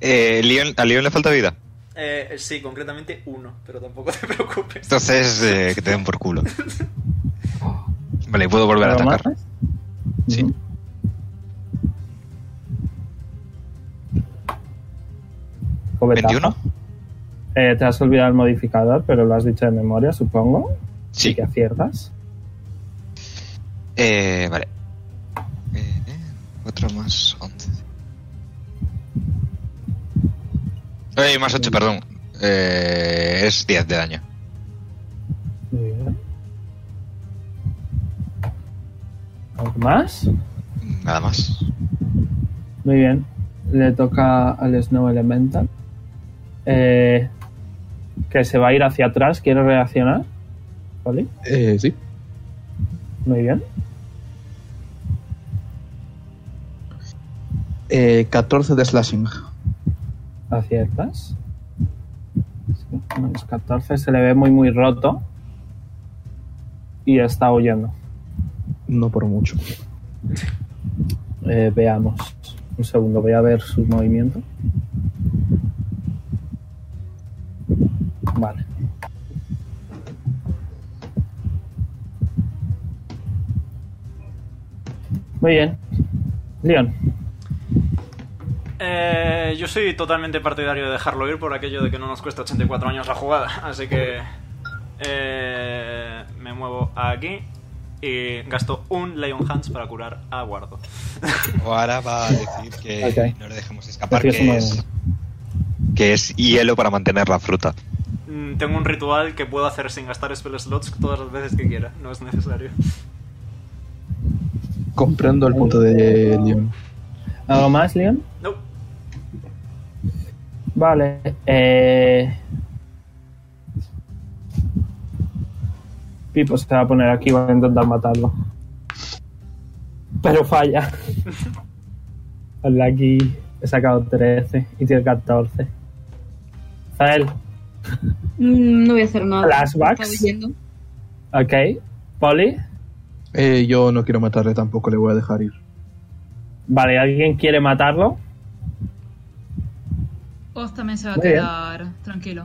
[SPEAKER 1] Eh, Leon- a Leon le falta vida.
[SPEAKER 2] Eh, sí, concretamente uno, pero tampoco te (laughs) preocupes.
[SPEAKER 1] Entonces, eh, que te den por culo. Vale, puedo volver a
[SPEAKER 3] ¿Algo
[SPEAKER 1] atacar.
[SPEAKER 3] más?
[SPEAKER 1] Sí.
[SPEAKER 3] Ujú. Cobetazo.
[SPEAKER 1] 21.
[SPEAKER 3] Eh, te has olvidado el modificador, pero lo has dicho de memoria, supongo.
[SPEAKER 1] Sí.
[SPEAKER 3] que aciertas.
[SPEAKER 1] Eh, vale.
[SPEAKER 7] Eh,
[SPEAKER 1] 4 más 11. Eh, más 8, perdón. Eh, es 10 de daño.
[SPEAKER 3] Muy bien. ¿Algo más?
[SPEAKER 1] Nada más.
[SPEAKER 3] Muy bien. Le toca al Snow Elemental. Eh, que se va a ir hacia atrás. ¿Quiere reaccionar? ¿Vale?
[SPEAKER 6] Eh, sí.
[SPEAKER 3] Muy bien.
[SPEAKER 6] Eh, 14 de slashing.
[SPEAKER 3] Aciertas. Sí, menos 14. Se le ve muy, muy roto. Y está huyendo.
[SPEAKER 6] No por mucho.
[SPEAKER 3] Eh, veamos. Un segundo, voy a ver su movimiento. Vale. Muy bien. Leon.
[SPEAKER 2] Eh, yo soy totalmente partidario de dejarlo ir por aquello de que no nos cuesta 84 años la jugada, así que eh, me muevo aquí y gasto un Lion Hands para curar a Guardo.
[SPEAKER 1] Ahora va a decir que
[SPEAKER 3] Ok.
[SPEAKER 1] no le dejemos escapar,
[SPEAKER 3] Gracias,
[SPEAKER 1] que
[SPEAKER 3] madre.
[SPEAKER 1] es, que es hielo para mantener la fruta.
[SPEAKER 2] Mm, Tengo un ritual que puedo hacer sin gastar spell slots todas las veces que quiera, no es necesario.
[SPEAKER 6] Comprando el punto de Leon.
[SPEAKER 3] ¿Algo más, Leon?
[SPEAKER 2] No,
[SPEAKER 3] Vale. eh. Pipo se va a poner aquí, va a intentar matarlo. Pero falla. aquí he sacado 13 y tiene 14. Zael,
[SPEAKER 8] Mm, no voy a hacer nada.
[SPEAKER 3] Flashbacks.
[SPEAKER 8] Estaba diciendo.
[SPEAKER 3] ok. Poli,
[SPEAKER 6] Eh, yo no quiero matarle tampoco, le voy a dejar ir.
[SPEAKER 3] vale, ¿alguien quiere matarlo?
[SPEAKER 5] Oz también se va a
[SPEAKER 3] Muy bien.
[SPEAKER 5] quedar tranquilo.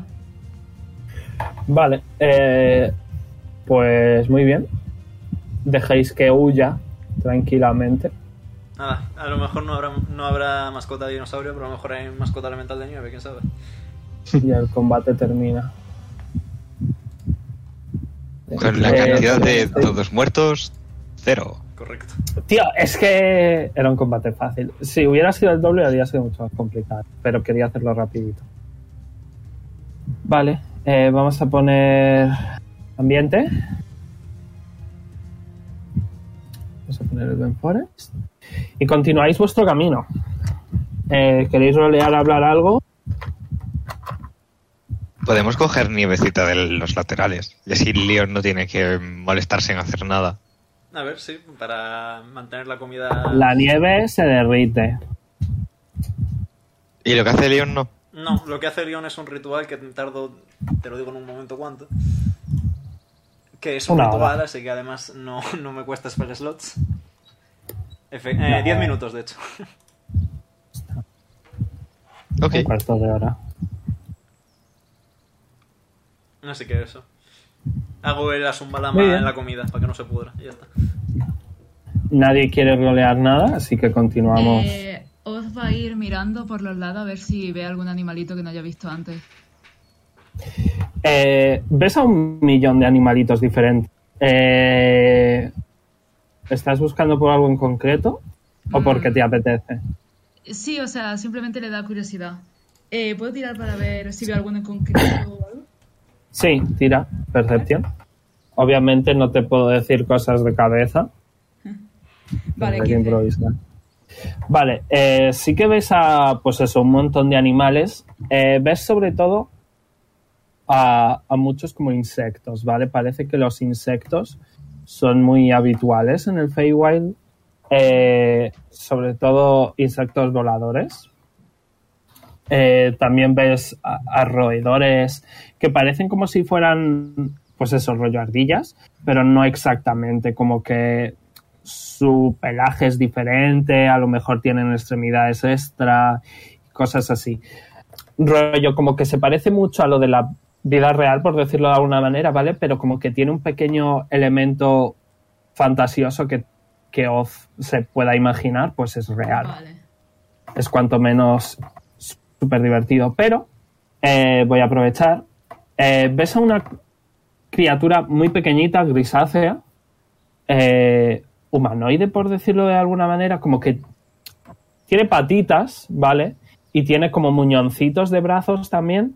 [SPEAKER 3] Vale, eh, pues muy bien. Dejéis que huya tranquilamente.
[SPEAKER 2] nada, a lo mejor no habrá, no habrá mascota de dinosaurio, pero a lo mejor hay mascota elemental de nieve, quién sabe.
[SPEAKER 3] y el combate termina.
[SPEAKER 7] Con la
[SPEAKER 3] Eh,
[SPEAKER 7] cantidad de todos muertos, cero.
[SPEAKER 2] Correcto.
[SPEAKER 3] Tío, es que era un combate fácil. Si hubiera sido el doble, habría sido mucho más complicado. Pero quería hacerlo rapidito. Vale, eh, vamos a poner ambiente. Vamos a poner el Ben Forest. Y continuáis vuestro camino. Eh, ¿Queréis rolear, hablar algo?
[SPEAKER 7] Podemos coger nievecita de los laterales. Y así Leon no tiene que molestarse en hacer nada.
[SPEAKER 2] A ver, sí, para mantener la comida.
[SPEAKER 3] La nieve se derrite.
[SPEAKER 7] Y lo que hace Leon no.
[SPEAKER 2] No, lo que hace Leon es un ritual que tardo, te lo digo en un momento cuánto. Que es un
[SPEAKER 3] Una
[SPEAKER 2] ritual,
[SPEAKER 3] hora.
[SPEAKER 2] así que además no, (laughs) no me cuesta spell slots. Efe-
[SPEAKER 3] Nada.
[SPEAKER 2] eh, 10 minutos, de hecho.
[SPEAKER 7] Ok.
[SPEAKER 3] Un cuarto de hora.
[SPEAKER 2] Así que eso. Hago el asumbalama
[SPEAKER 3] Muy bien.
[SPEAKER 2] en la comida para que no se pudra. Y ya está.
[SPEAKER 3] Nadie quiere rolear nada, así que continuamos.
[SPEAKER 5] Eh, Oz va a ir mirando por los lados a ver si ve algún animalito que no haya visto antes.
[SPEAKER 3] Eh, ves a un millón de animalitos diferentes. Eh, ¿Estás buscando por algo en concreto o porque te apetece?
[SPEAKER 5] Sí, o sea, simplemente le da curiosidad. Eh, ¿Puedo tirar para ver si veo alguno en concreto o algo?
[SPEAKER 3] Sí, tira, percepción. Obviamente no te puedo decir cosas de cabeza. tendré
[SPEAKER 5] Vale,
[SPEAKER 3] que
[SPEAKER 5] 15.
[SPEAKER 3] improvisar. Vale, eh, sí que ves a, pues eso, un montón de animales. Eh, ves sobre todo a, a muchos como insectos, ¿vale? Parece que los insectos son muy habituales en el Feywild. eh, sobre todo insectos voladores. Eh, también ves a, a roedores que parecen como si fueran, pues eso, rollo ardillas, pero no exactamente, como que su pelaje es diferente, a lo mejor tienen extremidades extra, cosas así. Rollo, como que se parece mucho a lo de la vida real, por decirlo de alguna manera, ¿vale? Pero como que tiene un pequeño elemento fantasioso que, que Oz se pueda imaginar, pues es real
[SPEAKER 5] Vale.
[SPEAKER 3] es cuanto menos súper divertido. Pero eh, voy a aprovechar. Eh, ves a una criatura muy pequeñita, grisácea, eh, humanoide, por decirlo de alguna manera, como que tiene patitas, ¿vale? Y tiene como muñoncitos de brazos también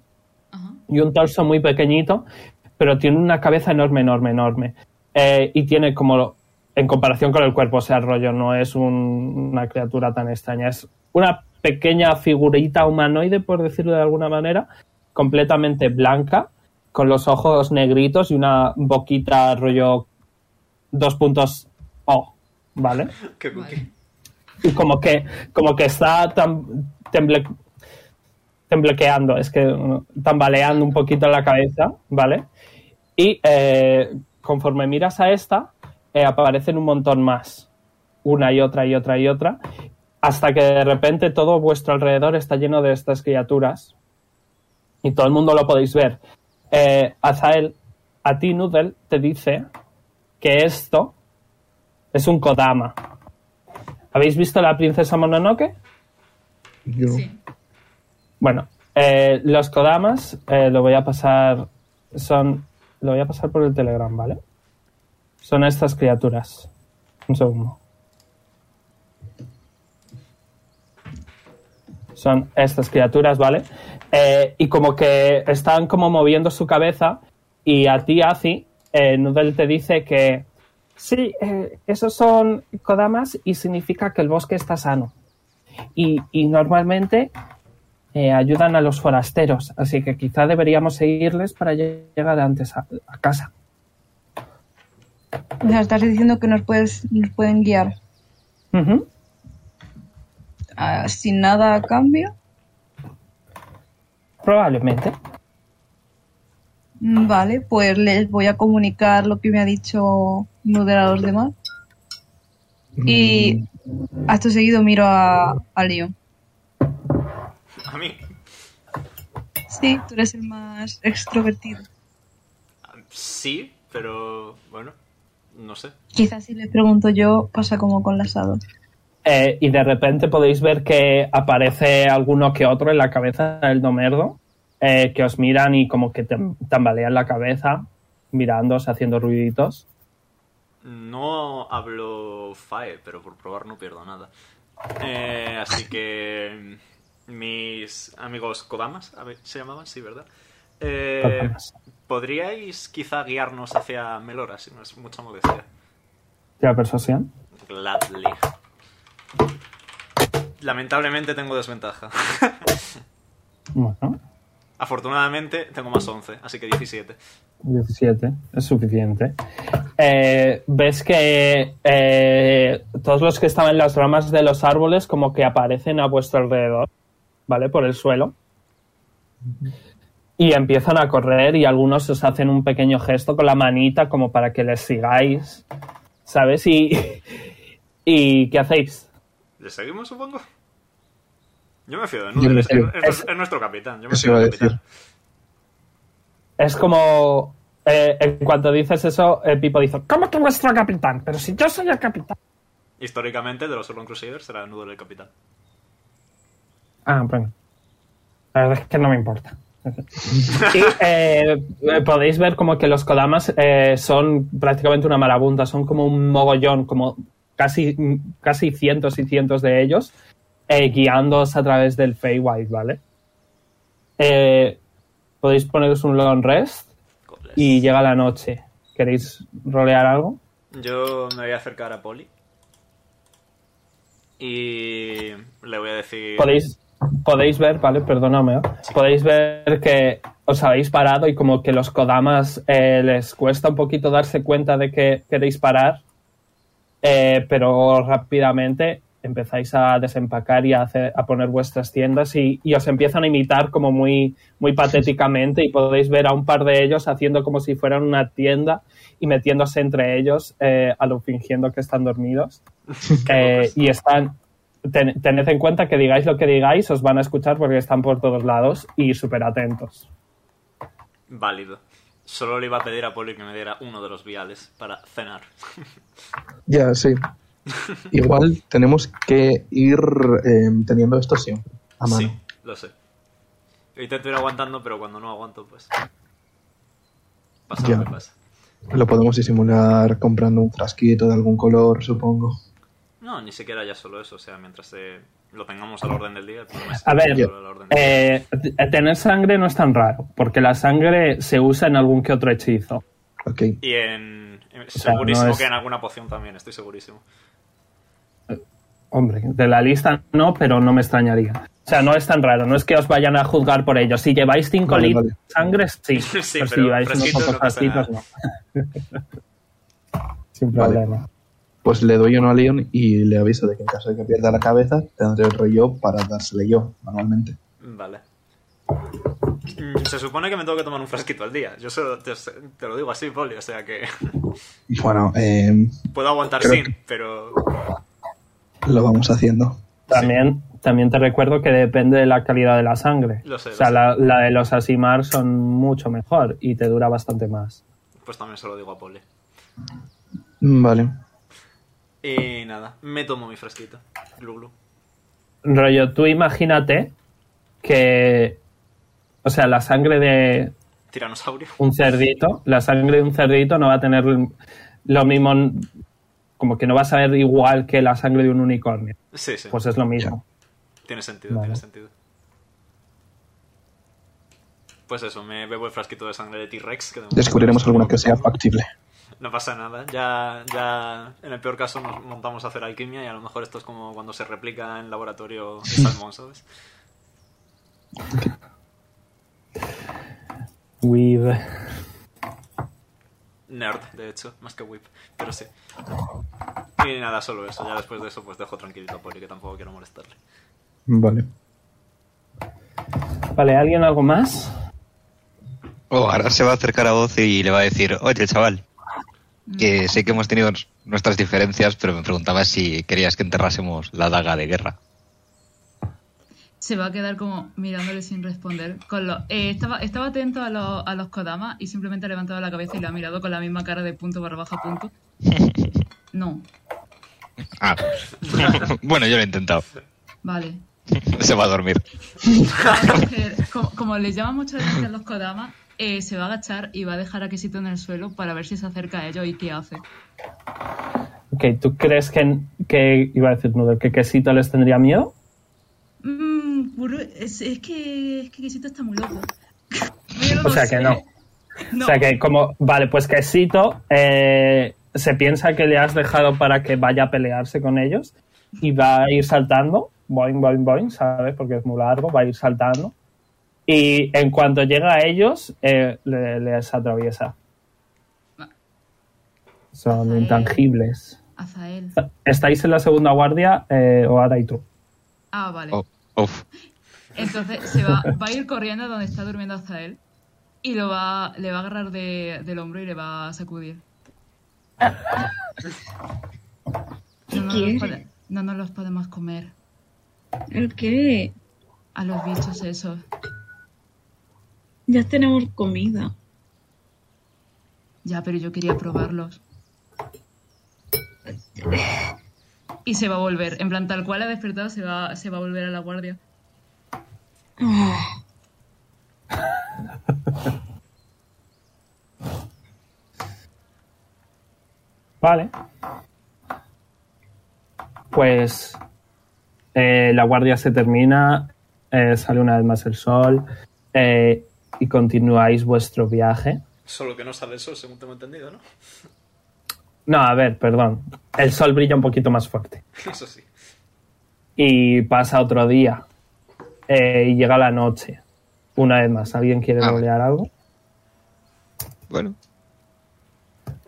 [SPEAKER 5] Ajá.
[SPEAKER 3] y un torso muy pequeñito, pero tiene una cabeza enorme, enorme, enorme. Eh, y tiene como, en comparación con el cuerpo, o sea, el rollo no es un- una criatura tan extraña, es una pequeña figurita humanoide, por decirlo de alguna manera, completamente blanca, con los ojos negritos y una boquita rollo dos puntos O, ¿vale?
[SPEAKER 2] Qué cookie.
[SPEAKER 5] Vale.
[SPEAKER 3] y como que como que está tam- temble- temblequeando es que uh, tambaleando un poquito la cabeza vale y eh, conforme miras a esta eh, aparecen un montón más una y otra y otra y otra hasta que de repente todo vuestro alrededor está lleno de estas criaturas y todo el mundo lo podéis ver eh, Azael a ti Noodle te dice que esto es un Kodama ¿Habéis visto la princesa Mononoke?
[SPEAKER 6] Yo.
[SPEAKER 5] Sí.
[SPEAKER 3] Bueno, eh, los Kodamas eh, lo voy a pasar. Son. Lo voy a pasar por el Telegram, ¿vale? Son estas criaturas. Un segundo. Son estas criaturas, ¿vale? Eh, y como que están como moviendo su cabeza. Y a ti, Azi, eh, Noodle te dice que. Sí, eh, esos son Kodamas y significa que el bosque está sano. Y, y normalmente eh, ayudan a los forasteros, así que quizá deberíamos seguirles para lle- llegar antes a, a casa.
[SPEAKER 8] O sea, estás diciendo que nos, puedes, nos pueden guiar
[SPEAKER 3] Ujú.
[SPEAKER 8] ah, sin nada a cambio.
[SPEAKER 3] Probablemente.
[SPEAKER 8] Mm, Vale, pues les voy a comunicar lo que me ha dicho Nuder a los demás.
[SPEAKER 6] Mm.
[SPEAKER 8] Y hasta seguido miro a, a Leon.
[SPEAKER 2] A mí.
[SPEAKER 8] Sí, tú eres el más extrovertido.
[SPEAKER 2] Sí, pero bueno. No sé.
[SPEAKER 8] Quizás si les pregunto yo, pasa como con las hadas.
[SPEAKER 3] Eh, y de repente podéis ver que aparece alguno que otro en la cabeza del domerdo, eh, que os miran y como que te tambalean la cabeza, mirándose, haciendo ruiditos.
[SPEAKER 2] No hablo FAE, pero por probar no pierdo nada. Eh, así que mis amigos Kodamas, a ver, se llamaban, sí, ¿verdad? Eh,
[SPEAKER 3] Kodamas.
[SPEAKER 2] ¿Podríais quizá guiarnos hacia Melora, si no es mucha modestia?
[SPEAKER 3] ¿Tira persuasión?
[SPEAKER 2] Gladly. Lamentablemente tengo desventaja.
[SPEAKER 3] Bueno,
[SPEAKER 2] Afortunadamente tengo más 11, así que 17.
[SPEAKER 3] 17, es suficiente. Eh, Ves que eh, todos los que estaban en las ramas de los árboles como que aparecen a vuestro alrededor, ¿vale? Por el suelo. Y empiezan a correr y algunos os hacen un pequeño gesto con la manita como para que les sigáis, ¿sabes? Y, (laughs) y ¿qué hacéis?
[SPEAKER 2] ¿Le seguimos, supongo? Yo me fío de
[SPEAKER 6] Yo
[SPEAKER 2] Nuder,
[SPEAKER 6] me
[SPEAKER 2] es,
[SPEAKER 6] fío.
[SPEAKER 2] es- es nuestro capitán. Yo me
[SPEAKER 6] Eso
[SPEAKER 2] fío
[SPEAKER 6] iba a
[SPEAKER 2] del
[SPEAKER 6] decir.
[SPEAKER 2] capitán.
[SPEAKER 3] Es como... eh, en cuanto dices eso, eh, Pipo dice, ¿cómo que vuestro capitán? Pero si yo soy el capitán.
[SPEAKER 2] Históricamente, de los Urban Crusaders será Nuder el capitán.
[SPEAKER 3] Ah, bueno. La verdad es que no me importa. (laughs) Y eh, eh, podéis ver como que los Kodamas eh, son prácticamente una marabunta, son como un mogollón, como casi, casi cientos y cientos de ellos, eh, guiándoos a través del Feywild, ¿vale? Eh, podéis poneros un long rest
[SPEAKER 2] Godless.
[SPEAKER 3] y llega la noche. ¿Queréis rolear algo?
[SPEAKER 2] Yo me voy a acercar a Poli. Y le voy a decir...
[SPEAKER 3] podéis podéis ver, vale, perdóname, ¿eh? podéis ver que os habéis parado y como que los Kodamas eh, les cuesta un poquito darse cuenta de que queréis parar, eh, pero rápidamente empezáis a desempacar y a, hacer- a poner vuestras tiendas y, y os empiezan a imitar como muy, muy patéticamente y podéis ver a un par de ellos haciendo como si fueran una tienda y metiéndose entre ellos eh, a lo fingiendo que están dormidos. Eh, y están. ten- tened en cuenta que digáis lo que digáis, os van a escuchar porque están por todos lados y súper atentos.
[SPEAKER 2] Válido. Solo le iba a pedir a Poli que me diera uno de los viales para cenar.
[SPEAKER 6] Ya, (laughs) sí. Igual tenemos que ir eh, teniendo esto siempre a mano.
[SPEAKER 2] Sí, lo sé. Yo intento ir aguantando, pero cuando no aguanto, pues... Pasa
[SPEAKER 6] Ya.
[SPEAKER 2] lo que pasa.
[SPEAKER 6] Lo podemos disimular comprando un frasquito de algún color, supongo.
[SPEAKER 2] No, ni siquiera ya solo eso. O sea, mientras eh, lo tengamos al orden del día... el problema es
[SPEAKER 3] A ver,
[SPEAKER 2] tenerlo al orden del día.
[SPEAKER 3] Eh, t- tener sangre no es tan raro, porque la sangre se usa en algún que otro hechizo.
[SPEAKER 6] Ok.
[SPEAKER 2] Y en... en-
[SPEAKER 3] sea, no
[SPEAKER 2] segurísimo
[SPEAKER 3] es-
[SPEAKER 2] que en alguna poción también, estoy segurísimo.
[SPEAKER 3] Hombre, de la lista no, pero no me extrañaría. O sea, no es tan raro, no es que os vayan a juzgar por ello. Si lleváis 5
[SPEAKER 6] Vale,
[SPEAKER 3] litros
[SPEAKER 6] vale.
[SPEAKER 3] de sangre, sí.
[SPEAKER 2] Sí,
[SPEAKER 3] pero si
[SPEAKER 2] pero
[SPEAKER 3] lleváis unos
[SPEAKER 2] fresquito
[SPEAKER 3] pocos
[SPEAKER 2] no pasa
[SPEAKER 3] frasquitos, no. (laughs) Sin
[SPEAKER 6] Vale.
[SPEAKER 3] problema.
[SPEAKER 6] Pues le doy uno a Leon y le aviso de que en caso de que pierda la cabeza, tendré otro yo para dársele yo, manualmente.
[SPEAKER 2] Vale. Mm, Se supone que me tengo que tomar un frasquito al día. Yo solo te, te lo digo así, Poli, o sea que (laughs)
[SPEAKER 6] Bueno, eh,
[SPEAKER 2] puedo aguantar
[SPEAKER 6] Creo
[SPEAKER 2] sin,
[SPEAKER 6] que-
[SPEAKER 2] pero
[SPEAKER 6] lo vamos haciendo.
[SPEAKER 3] También, también te recuerdo que depende de la calidad de la sangre.
[SPEAKER 2] Lo sé,
[SPEAKER 3] o sea,
[SPEAKER 2] lo
[SPEAKER 3] la, la de los Asimar son mucho mejor y te dura bastante más.
[SPEAKER 2] pues también se lo digo a Poli.
[SPEAKER 6] Mm, Vale.
[SPEAKER 2] Y nada, me tomo mi frasquito. Glu, glu.
[SPEAKER 3] Rollo, tú imagínate que. O sea, la sangre de
[SPEAKER 2] Tiranosaurio.
[SPEAKER 3] un cerdito, la sangre de un cerdito no va a tener lo mismo. Como que no va a saber igual que la sangre de un unicornio.
[SPEAKER 2] Sí, sí.
[SPEAKER 3] Pues es lo mismo.
[SPEAKER 2] Tiene sentido,
[SPEAKER 3] Vale.
[SPEAKER 2] tiene sentido. Pues eso, me bebo el frasquito de sangre de T-Rex. que de momento
[SPEAKER 6] Descubriremos
[SPEAKER 2] no sé
[SPEAKER 6] alguna que
[SPEAKER 2] cómo
[SPEAKER 6] sea
[SPEAKER 2] tomo.
[SPEAKER 6] factible.
[SPEAKER 2] No pasa nada, ya, ya en el peor caso nos montamos a hacer alquimia y a lo mejor esto es como cuando se replica en laboratorio el salmón, ¿sabes?
[SPEAKER 3] With-
[SPEAKER 2] Nerd, de hecho, más que whip, pero sí. Y nada, solo eso. Ya después de eso, pues dejo tranquilito a Poli, que tampoco quiero molestarle.
[SPEAKER 6] Vale.
[SPEAKER 3] Vale, ¿alguien algo más?
[SPEAKER 1] O Oh, ahora se va a acercar a voz y le va a decir, oye, chaval, que sé que hemos tenido n- nuestras diferencias, pero me preguntaba si querías que enterrásemos la daga de guerra.
[SPEAKER 5] Se va a quedar como mirándole sin responder. Con los, eh, estaba, estaba atento a, los- a los Kodama y simplemente ha levantado la cabeza y lo ha mirado con la misma cara de punto barra baja punto. No,
[SPEAKER 1] Ah, (laughs) bueno, yo lo he intentado.
[SPEAKER 5] vale.
[SPEAKER 1] Se va a dormir.
[SPEAKER 5] Va a coger- como, Eh, como les llama mucho la atención los Kodama, eh, se va a agachar y va a dejar a Quesito en el suelo para ver si se acerca a ello y qué hace.
[SPEAKER 3] Ok, ¿tú crees que, que iba a decir Noodle, que Quesito les tendría miedo?
[SPEAKER 5] Mm, Kuro- es, es que es que Quesito está muy loco. Yo
[SPEAKER 3] O sea
[SPEAKER 5] sé.
[SPEAKER 3] que no.
[SPEAKER 5] (laughs) No,
[SPEAKER 3] O sea que como, vale, pues Quesito eh, se piensa que le has dejado para que vaya a pelearse con ellos y va a ir saltando, boing, boing, boing, ¿sabes? Porque es muy largo, va a ir saltando. Y en cuanto llega a ellos, eh, le- les atraviesa. Son
[SPEAKER 5] Ay.
[SPEAKER 3] intangibles.
[SPEAKER 5] Azael.
[SPEAKER 3] ¿Estáis en la segunda guardia eh, o ahora y tú?
[SPEAKER 5] Ah, vale.
[SPEAKER 1] Oh, uf.
[SPEAKER 5] Entonces se va, va a ir corriendo a donde está durmiendo Azael y lo va, le va a agarrar de- del hombro y le va a sacudir. No nos, los
[SPEAKER 9] quiere?
[SPEAKER 5] pode- no nos los podemos comer
[SPEAKER 9] ¿El qué?
[SPEAKER 5] a los bichos esos.
[SPEAKER 9] Ya tenemos comida.
[SPEAKER 5] Ya, pero yo quería probarlos. Y se va a volver. En plan, tal cual ha despertado, se va, se va a volver a la guardia.
[SPEAKER 9] Ah,
[SPEAKER 3] Vale. Pues eh, la guardia se termina, eh, sale una vez más el sol eh, y continuáis vuestro viaje.
[SPEAKER 2] Solo que no sale el sol, según tengo entendido, ¿no?
[SPEAKER 3] No, a ver, perdón. El sol brilla un poquito más fuerte.
[SPEAKER 2] (laughs) Eso sí.
[SPEAKER 3] Y pasa otro día. Eh, y llega la noche. Una vez más, ¿alguien quiere
[SPEAKER 1] Ah.
[SPEAKER 3] rolear algo?
[SPEAKER 1] Bueno,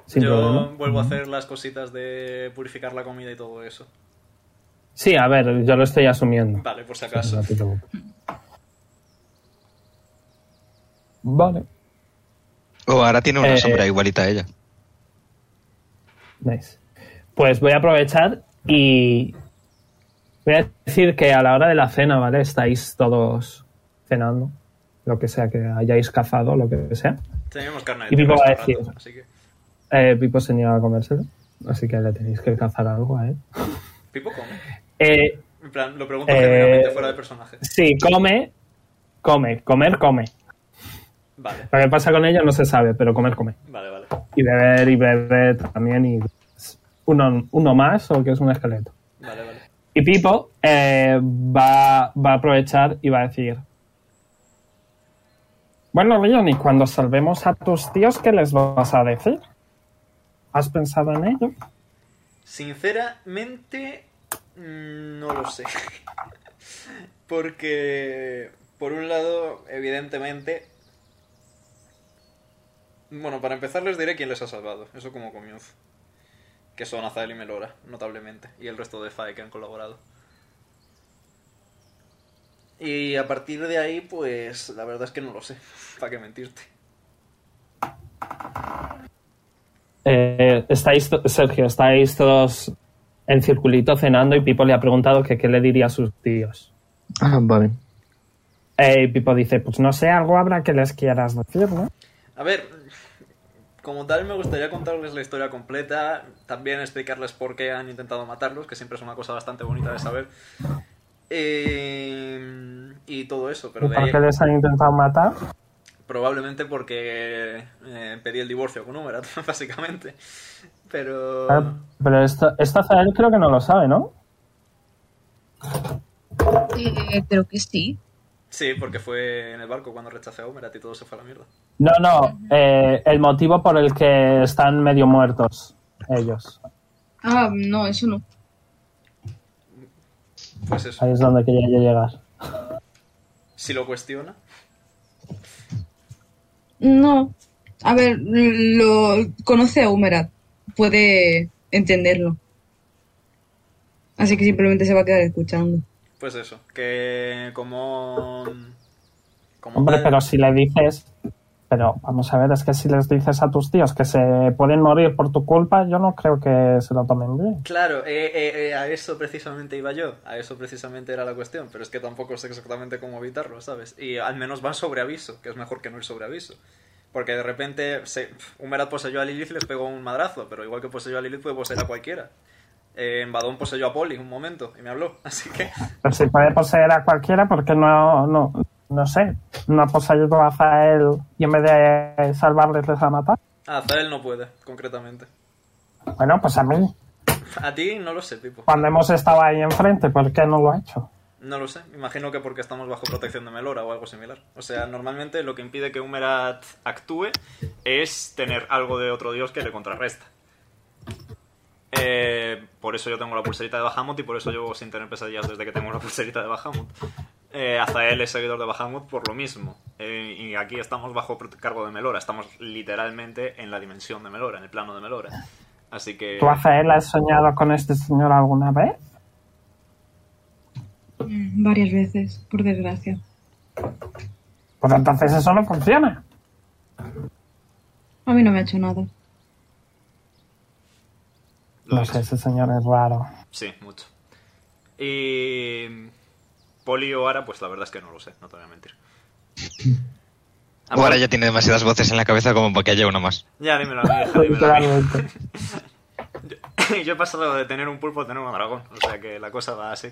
[SPEAKER 3] Sin
[SPEAKER 2] Yo
[SPEAKER 3] problema.
[SPEAKER 2] vuelvo a hacer las cositas de purificar la comida y todo eso.
[SPEAKER 3] Sí, a ver, yo lo estoy asumiendo.
[SPEAKER 2] Vale, por si acaso.
[SPEAKER 3] No te preocupes. Vale.
[SPEAKER 1] oh, ahora tiene una
[SPEAKER 3] Eh,
[SPEAKER 1] sombra igualita a ella.
[SPEAKER 3] Nice. Pues voy a aprovechar y voy a decir que a la hora de la cena, ¿vale? Estáis todos cenando, lo que sea que hayáis cazado, lo que sea.
[SPEAKER 2] Tenemos carne de
[SPEAKER 3] Y
[SPEAKER 2] tigre
[SPEAKER 3] Pipo va a
[SPEAKER 2] hace
[SPEAKER 3] decir-
[SPEAKER 2] así que...
[SPEAKER 3] Eh, Pipo se niega a comérselo, así que le tenéis que cazar algo a él.
[SPEAKER 2] ¿Pipo come?
[SPEAKER 3] Eh,
[SPEAKER 2] En plan, lo pregunto
[SPEAKER 3] Eh,
[SPEAKER 2] genuinamente fuera de personaje.
[SPEAKER 3] sí, come, come, comer, come.
[SPEAKER 2] Vale,
[SPEAKER 3] Lo que pasa con ella no se sabe, pero comer, come.
[SPEAKER 2] vale, vale.
[SPEAKER 3] Y beber y beber también y uno, uno más o que es un esqueleto.
[SPEAKER 2] Vale, vale.
[SPEAKER 3] Y Pipo eh, va, va a aprovechar y va a decir: Bueno, Leon, y cuando salvemos a tus tíos, ¿qué les vas a decir? ¿Has pensado en ello?
[SPEAKER 2] Sinceramente, mm, no lo sé. (laughs) Porque, por un lado, evidentemente... Bueno, para empezar les diré quién les ha salvado. Eso como comienzo. Que son Azael y Melora, notablemente. Y el resto de FAE que han colaborado. Y a partir de ahí, pues, la verdad es que no lo sé. (laughs) ¿Para qué mentirte?
[SPEAKER 3] Eh, estáis, to- Sergio, estáis todos en circulito cenando y Pipo le ha preguntado que qué le diría a sus tíos.
[SPEAKER 6] Ah, vale.
[SPEAKER 3] Eh, y Pipo dice: Pues no sé, algo habrá que les quieras decir, ¿no?
[SPEAKER 2] A ver, como tal me gustaría contarles la historia completa, también explicarles por qué han intentado matarlos, que siempre es una cosa bastante bonita de saber. Eh, y todo eso, pero
[SPEAKER 3] ¿Y
[SPEAKER 2] de
[SPEAKER 3] por
[SPEAKER 2] ahí,
[SPEAKER 3] qué les han intentado matar?
[SPEAKER 2] probablemente porque eh, pedí el divorcio con Humerat, (laughs) básicamente. Pero...
[SPEAKER 3] Ah, Pero esto, esto Azael creo que no lo sabe, ¿no?
[SPEAKER 9] eh, creo que sí.
[SPEAKER 2] Sí, porque fue en el barco cuando rechacé a Humerat y todo se fue a la mierda.
[SPEAKER 3] No, no, eh, el motivo por el que están medio muertos ellos.
[SPEAKER 8] Ah, no, eso no.
[SPEAKER 2] Pues eso,
[SPEAKER 3] Ahí es donde quería yo llegar.
[SPEAKER 2] si lo cuestiona.
[SPEAKER 8] No. A ver, lo conoce a Humerat. Puede entenderlo. Así que simplemente se va a quedar escuchando.
[SPEAKER 2] Pues eso, que como... como
[SPEAKER 3] Hombre,
[SPEAKER 2] tal-
[SPEAKER 3] pero si le dices... Pero vamos a ver, es que si les dices a tus tíos que se pueden morir por tu culpa, yo no creo que se lo tomen bien.
[SPEAKER 2] Claro, eh, eh, eh, a eso precisamente iba yo, a eso precisamente era la cuestión, pero es que tampoco sé exactamente cómo evitarlo, ¿sabes? Y al menos van sobre aviso, que es mejor que no ir sobre aviso. Porque de repente se, Humerat poseyó a Lilith y les pegó un madrazo, pero igual que poseyó a Lilith puede poseer a cualquiera. eh, en Badón poseyó a Poli un momento y me habló. (laughs) Así que,
[SPEAKER 3] Pero si puede poseer a cualquiera, porque no, no, no sé, no ha poseído a Zael y en vez de salvarles les ha matado.
[SPEAKER 2] ah, Zael no puede, concretamente.
[SPEAKER 3] Bueno, pues a mí,
[SPEAKER 2] A ti no lo sé, tipo.
[SPEAKER 3] cuando hemos estado ahí enfrente, ¿por qué no lo ha hecho?
[SPEAKER 2] No lo sé, me imagino que porque estamos bajo protección de Melora o algo similar. O sea, normalmente lo que impide que Humerat actúe es tener algo de otro dios que le contrarresta. Eh, por eso yo tengo la pulserita de Bahamut y por eso llevo sin tener pesadillas desde que tengo la pulserita de Bahamut. Eh, hasta él es seguidor de Bahamut por lo mismo. Eh, y aquí estamos bajo prot- cargo de Melora, estamos literalmente en la dimensión de Melora, en el plano de Melora. Así que...
[SPEAKER 3] ¿Tú a Zael has soñado con este señor alguna vez?
[SPEAKER 8] Mm, Varias veces, por desgracia.
[SPEAKER 3] Pues entonces eso no funciona.
[SPEAKER 8] A mí no me ha hecho nada.
[SPEAKER 2] lo
[SPEAKER 3] No sé, ese señor es raro.
[SPEAKER 2] Sí, mucho. Y. mm, Poli o Ara, pues la verdad es que no lo sé, no te voy a mentir. A
[SPEAKER 1] Ahora
[SPEAKER 2] Poli-
[SPEAKER 1] ya tiene demasiadas voces en la cabeza como para que haya una más.
[SPEAKER 2] Ya, dímelo a mí, hija, dímelo a mí.
[SPEAKER 3] Literalmente.
[SPEAKER 2] (laughs) Yo he pasado de tener un pulpo a tener un dragón, o sea que la cosa va así.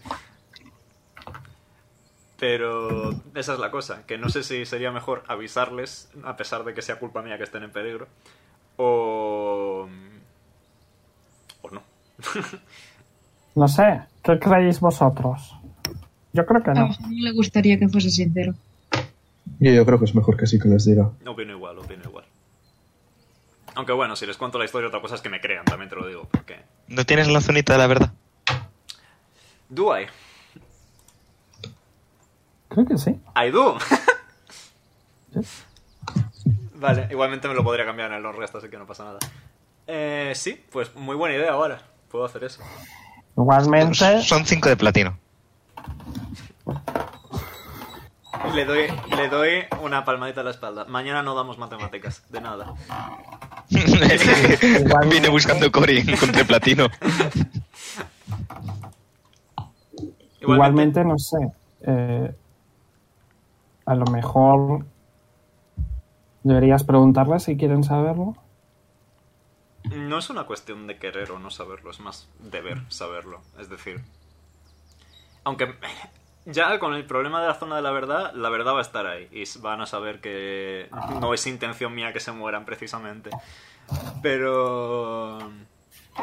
[SPEAKER 2] Pero esa es la cosa, que no sé si sería mejor avisarles, a pesar de que sea culpa mía que estén en peligro, o. mm, o no.
[SPEAKER 3] No sé, ¿qué creéis vosotros? Yo creo que
[SPEAKER 8] A
[SPEAKER 3] no.
[SPEAKER 8] mí le gustaría que fuese sincero.
[SPEAKER 6] Y yo creo que es mejor que sí que les diga.
[SPEAKER 2] Opino igual, opino igual. Aunque bueno, si les cuento la historia, otra cosa es que me crean, también te lo digo, porque...
[SPEAKER 1] ¿No tienes la zonita de la verdad?
[SPEAKER 2] Do I?
[SPEAKER 3] Creo que sí.
[SPEAKER 2] I do. (laughs) vale, igualmente me lo podría cambiar en el long rest, así que no pasa nada. Eh, sí, pues muy buena idea ahora. Puedo hacer eso.
[SPEAKER 3] Igualmente,
[SPEAKER 1] Son cinco de platino.
[SPEAKER 2] Le doy, le doy una palmadita a la espalda. Mañana no damos matemáticas, de nada.
[SPEAKER 1] (laughs) Viene buscando Cory encontré platino.
[SPEAKER 3] igualmente no sé. eh, a lo mejor deberías preguntarle si quieren saberlo.
[SPEAKER 2] No es una cuestión de querer o no saberlo, es más deber saberlo. Es decir, aunque ya con el problema de la zona de la verdad, la verdad va a estar ahí y s- van a saber que no es intención mía que se mueran precisamente. Pero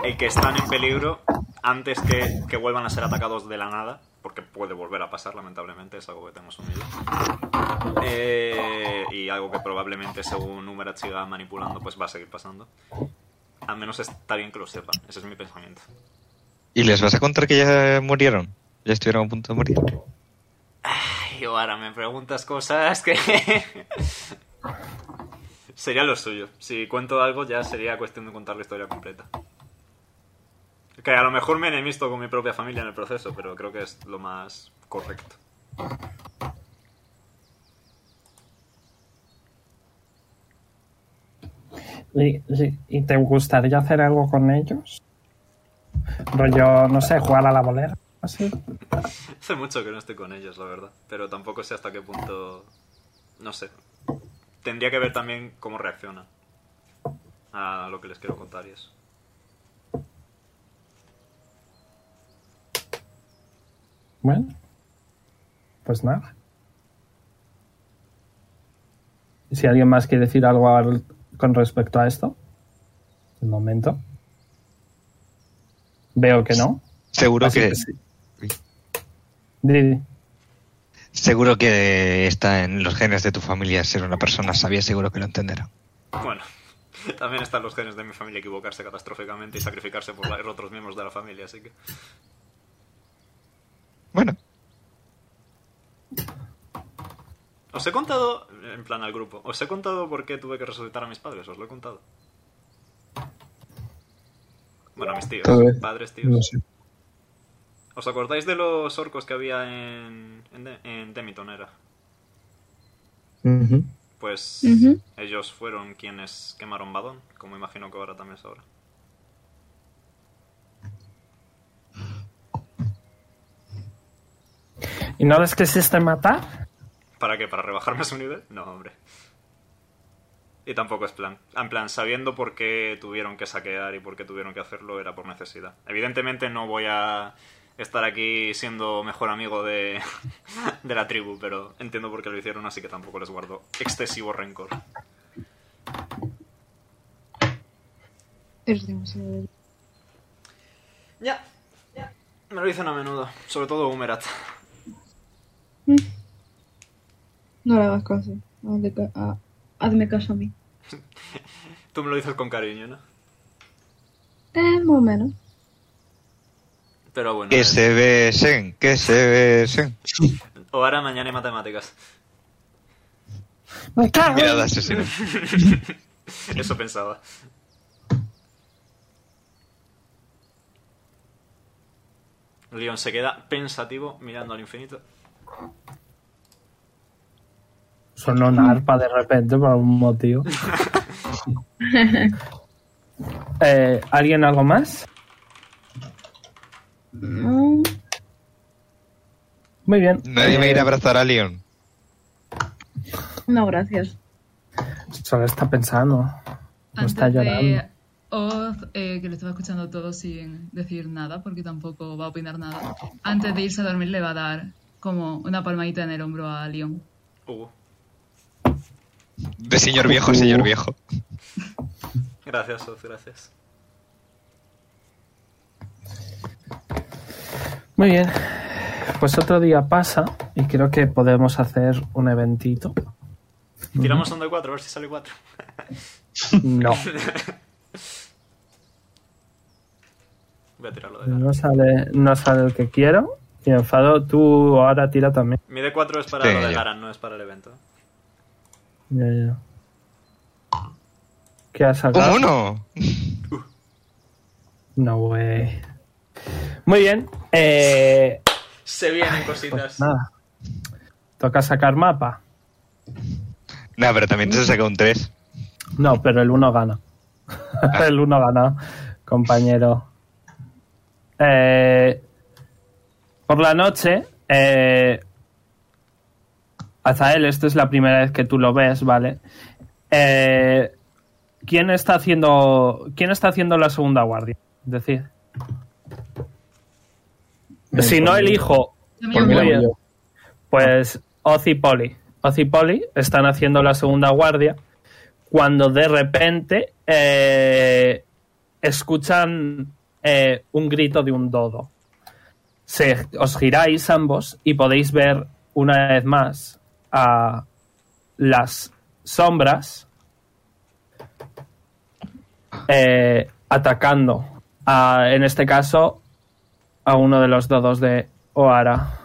[SPEAKER 2] el que están en peligro antes que, que vuelvan a ser atacados de la nada, porque puede volver a pasar, lamentablemente, es algo que tenemos unido. Eh, y algo que probablemente, según Humerat siga manipulando, pues va a seguir pasando. Al menos está bien que lo sepan. Ese es mi pensamiento.
[SPEAKER 1] ¿Y les vas a contar que ya murieron? ¿Ya estuvieron a punto de morir?
[SPEAKER 2] Ay, ahora me preguntas cosas que... (laughs) sería lo suyo. Si cuento algo ya sería cuestión de contar la historia completa. Que a lo mejor me enemisto con mi propia familia en el proceso, pero creo que es lo más correcto. (laughs)
[SPEAKER 3] ¿Y, y- y te gustaría hacer algo con ellos? Rollo, no sé, jugar a la bolera. Así.
[SPEAKER 2] Hace mucho que no estoy con ellos, la verdad. Pero tampoco sé hasta qué punto... No sé. Tendría que ver también cómo reaccionan a lo que les quiero contar y eso.
[SPEAKER 3] Bueno, pues nada. Si alguien más quiere decir algo al- con respecto a esto, el momento. Veo que no.
[SPEAKER 1] Seguro
[SPEAKER 3] Así
[SPEAKER 1] que,
[SPEAKER 3] que sí. Di-
[SPEAKER 1] seguro que está en los genes de tu familia ser una persona sabia, seguro que lo entenderá.
[SPEAKER 2] Bueno, (laughs) también están los genes de mi familia equivocarse catastróficamente y sacrificarse por los otros miembros de la familia, así que...
[SPEAKER 1] Bueno,
[SPEAKER 2] Os he contado, en plan al grupo, os he contado por qué tuve que resucitar a mis padres, os lo he contado. Bueno, a mis tíos,
[SPEAKER 6] Tal vez.
[SPEAKER 2] padres, tíos.
[SPEAKER 6] No sé.
[SPEAKER 2] ¿Os acordáis de los orcos que había en, en, De- en Demiton, era?
[SPEAKER 6] Ujú.
[SPEAKER 2] Pues
[SPEAKER 8] Ujú.
[SPEAKER 2] ellos fueron quienes quemaron Badón, como imagino que ahora también es ahora.
[SPEAKER 3] ¿Y no les quisiste matar?
[SPEAKER 2] ¿Para qué? ¿Para rebajarme su nivel? No, hombre. Y tampoco es plan. En plan, sabiendo por qué tuvieron que saquear y por qué tuvieron que hacerlo, era por necesidad. Evidentemente no voy a estar aquí siendo mejor amigo de, (laughs) de la tribu, pero entiendo por qué lo hicieron, así que tampoco les guardo excesivo rencor.
[SPEAKER 8] Es demasiado.
[SPEAKER 2] Ya. Me lo dicen a menudo, sobre todo Humerat.
[SPEAKER 8] No le hagas caso. Hazle ca- a- hazme caso a mí.
[SPEAKER 2] Tú me lo dices con cariño, ¿no?
[SPEAKER 8] Eh, más o menos.
[SPEAKER 2] Pero bueno.
[SPEAKER 1] Que
[SPEAKER 2] eh,
[SPEAKER 1] se besen, que se besen.
[SPEAKER 2] O ahora mañana en matemáticas.
[SPEAKER 3] Me cago.
[SPEAKER 1] Mirada asesina.
[SPEAKER 2] (laughs) Eso pensaba. Leon se queda pensativo mirando al infinito.
[SPEAKER 3] Sonó una arpa de repente por algún (laughs) motivo. Eh, ¿Alguien algo más?
[SPEAKER 8] No.
[SPEAKER 3] Muy bien.
[SPEAKER 1] Nadie me
[SPEAKER 3] Eh,
[SPEAKER 1] irá a abrazar a Leon.
[SPEAKER 8] No, gracias.
[SPEAKER 3] Solo está pensando. No está llorando.
[SPEAKER 5] de Oz, eh, que lo estaba escuchando todo sin decir nada, porque tampoco va a opinar nada, antes de irse a dormir le va a dar como una palmadita en el hombro a Leon.
[SPEAKER 2] Uh,
[SPEAKER 1] De señor viejo, señor viejo.
[SPEAKER 2] gracias, Oz, gracias.
[SPEAKER 3] Muy bien. Pues otro día pasa y creo que podemos hacer un eventito.
[SPEAKER 2] Tiramos un de 4, a ver si sale 4.
[SPEAKER 3] No,
[SPEAKER 2] (laughs) Voy a tirarlo de
[SPEAKER 3] no sale, no sale el que quiero. Y enfado, tú ahora tira también.
[SPEAKER 2] Mi de 4 es para
[SPEAKER 1] Sí,
[SPEAKER 2] lo de
[SPEAKER 1] ya.
[SPEAKER 2] Garan, no es para el evento.
[SPEAKER 3] Ya, ya. ¿Qué has sacado?
[SPEAKER 1] ¿Cómo no?
[SPEAKER 3] No, güey. Muy bien. Eh,
[SPEAKER 2] Se vienen
[SPEAKER 3] pues
[SPEAKER 2] cositas.
[SPEAKER 3] nada. Toca sacar mapa.
[SPEAKER 1] Nah, pero también se saca un 3.
[SPEAKER 3] No, pero el 1 gana. (laughs) el 1 gana, compañero. Eh, por la noche, eh, Azael, esto es la primera vez que tú lo ves, ¿vale? Eh, ¿quién, está haciendo, ¿Quién está haciendo la segunda guardia? Decir.
[SPEAKER 6] Eh,
[SPEAKER 3] Si no
[SPEAKER 6] por-
[SPEAKER 3] elijo,
[SPEAKER 6] Por mí la
[SPEAKER 3] Muy
[SPEAKER 6] hago
[SPEAKER 3] bien.
[SPEAKER 6] yo.
[SPEAKER 3] pues Oz y Polly. Oz y Polly están haciendo la segunda guardia cuando de repente eh, escuchan eh, un grito de un dodo. Se- os giráis ambos y podéis ver una vez más a las sombras eh, atacando a, en este caso a uno de los dodos de Oara.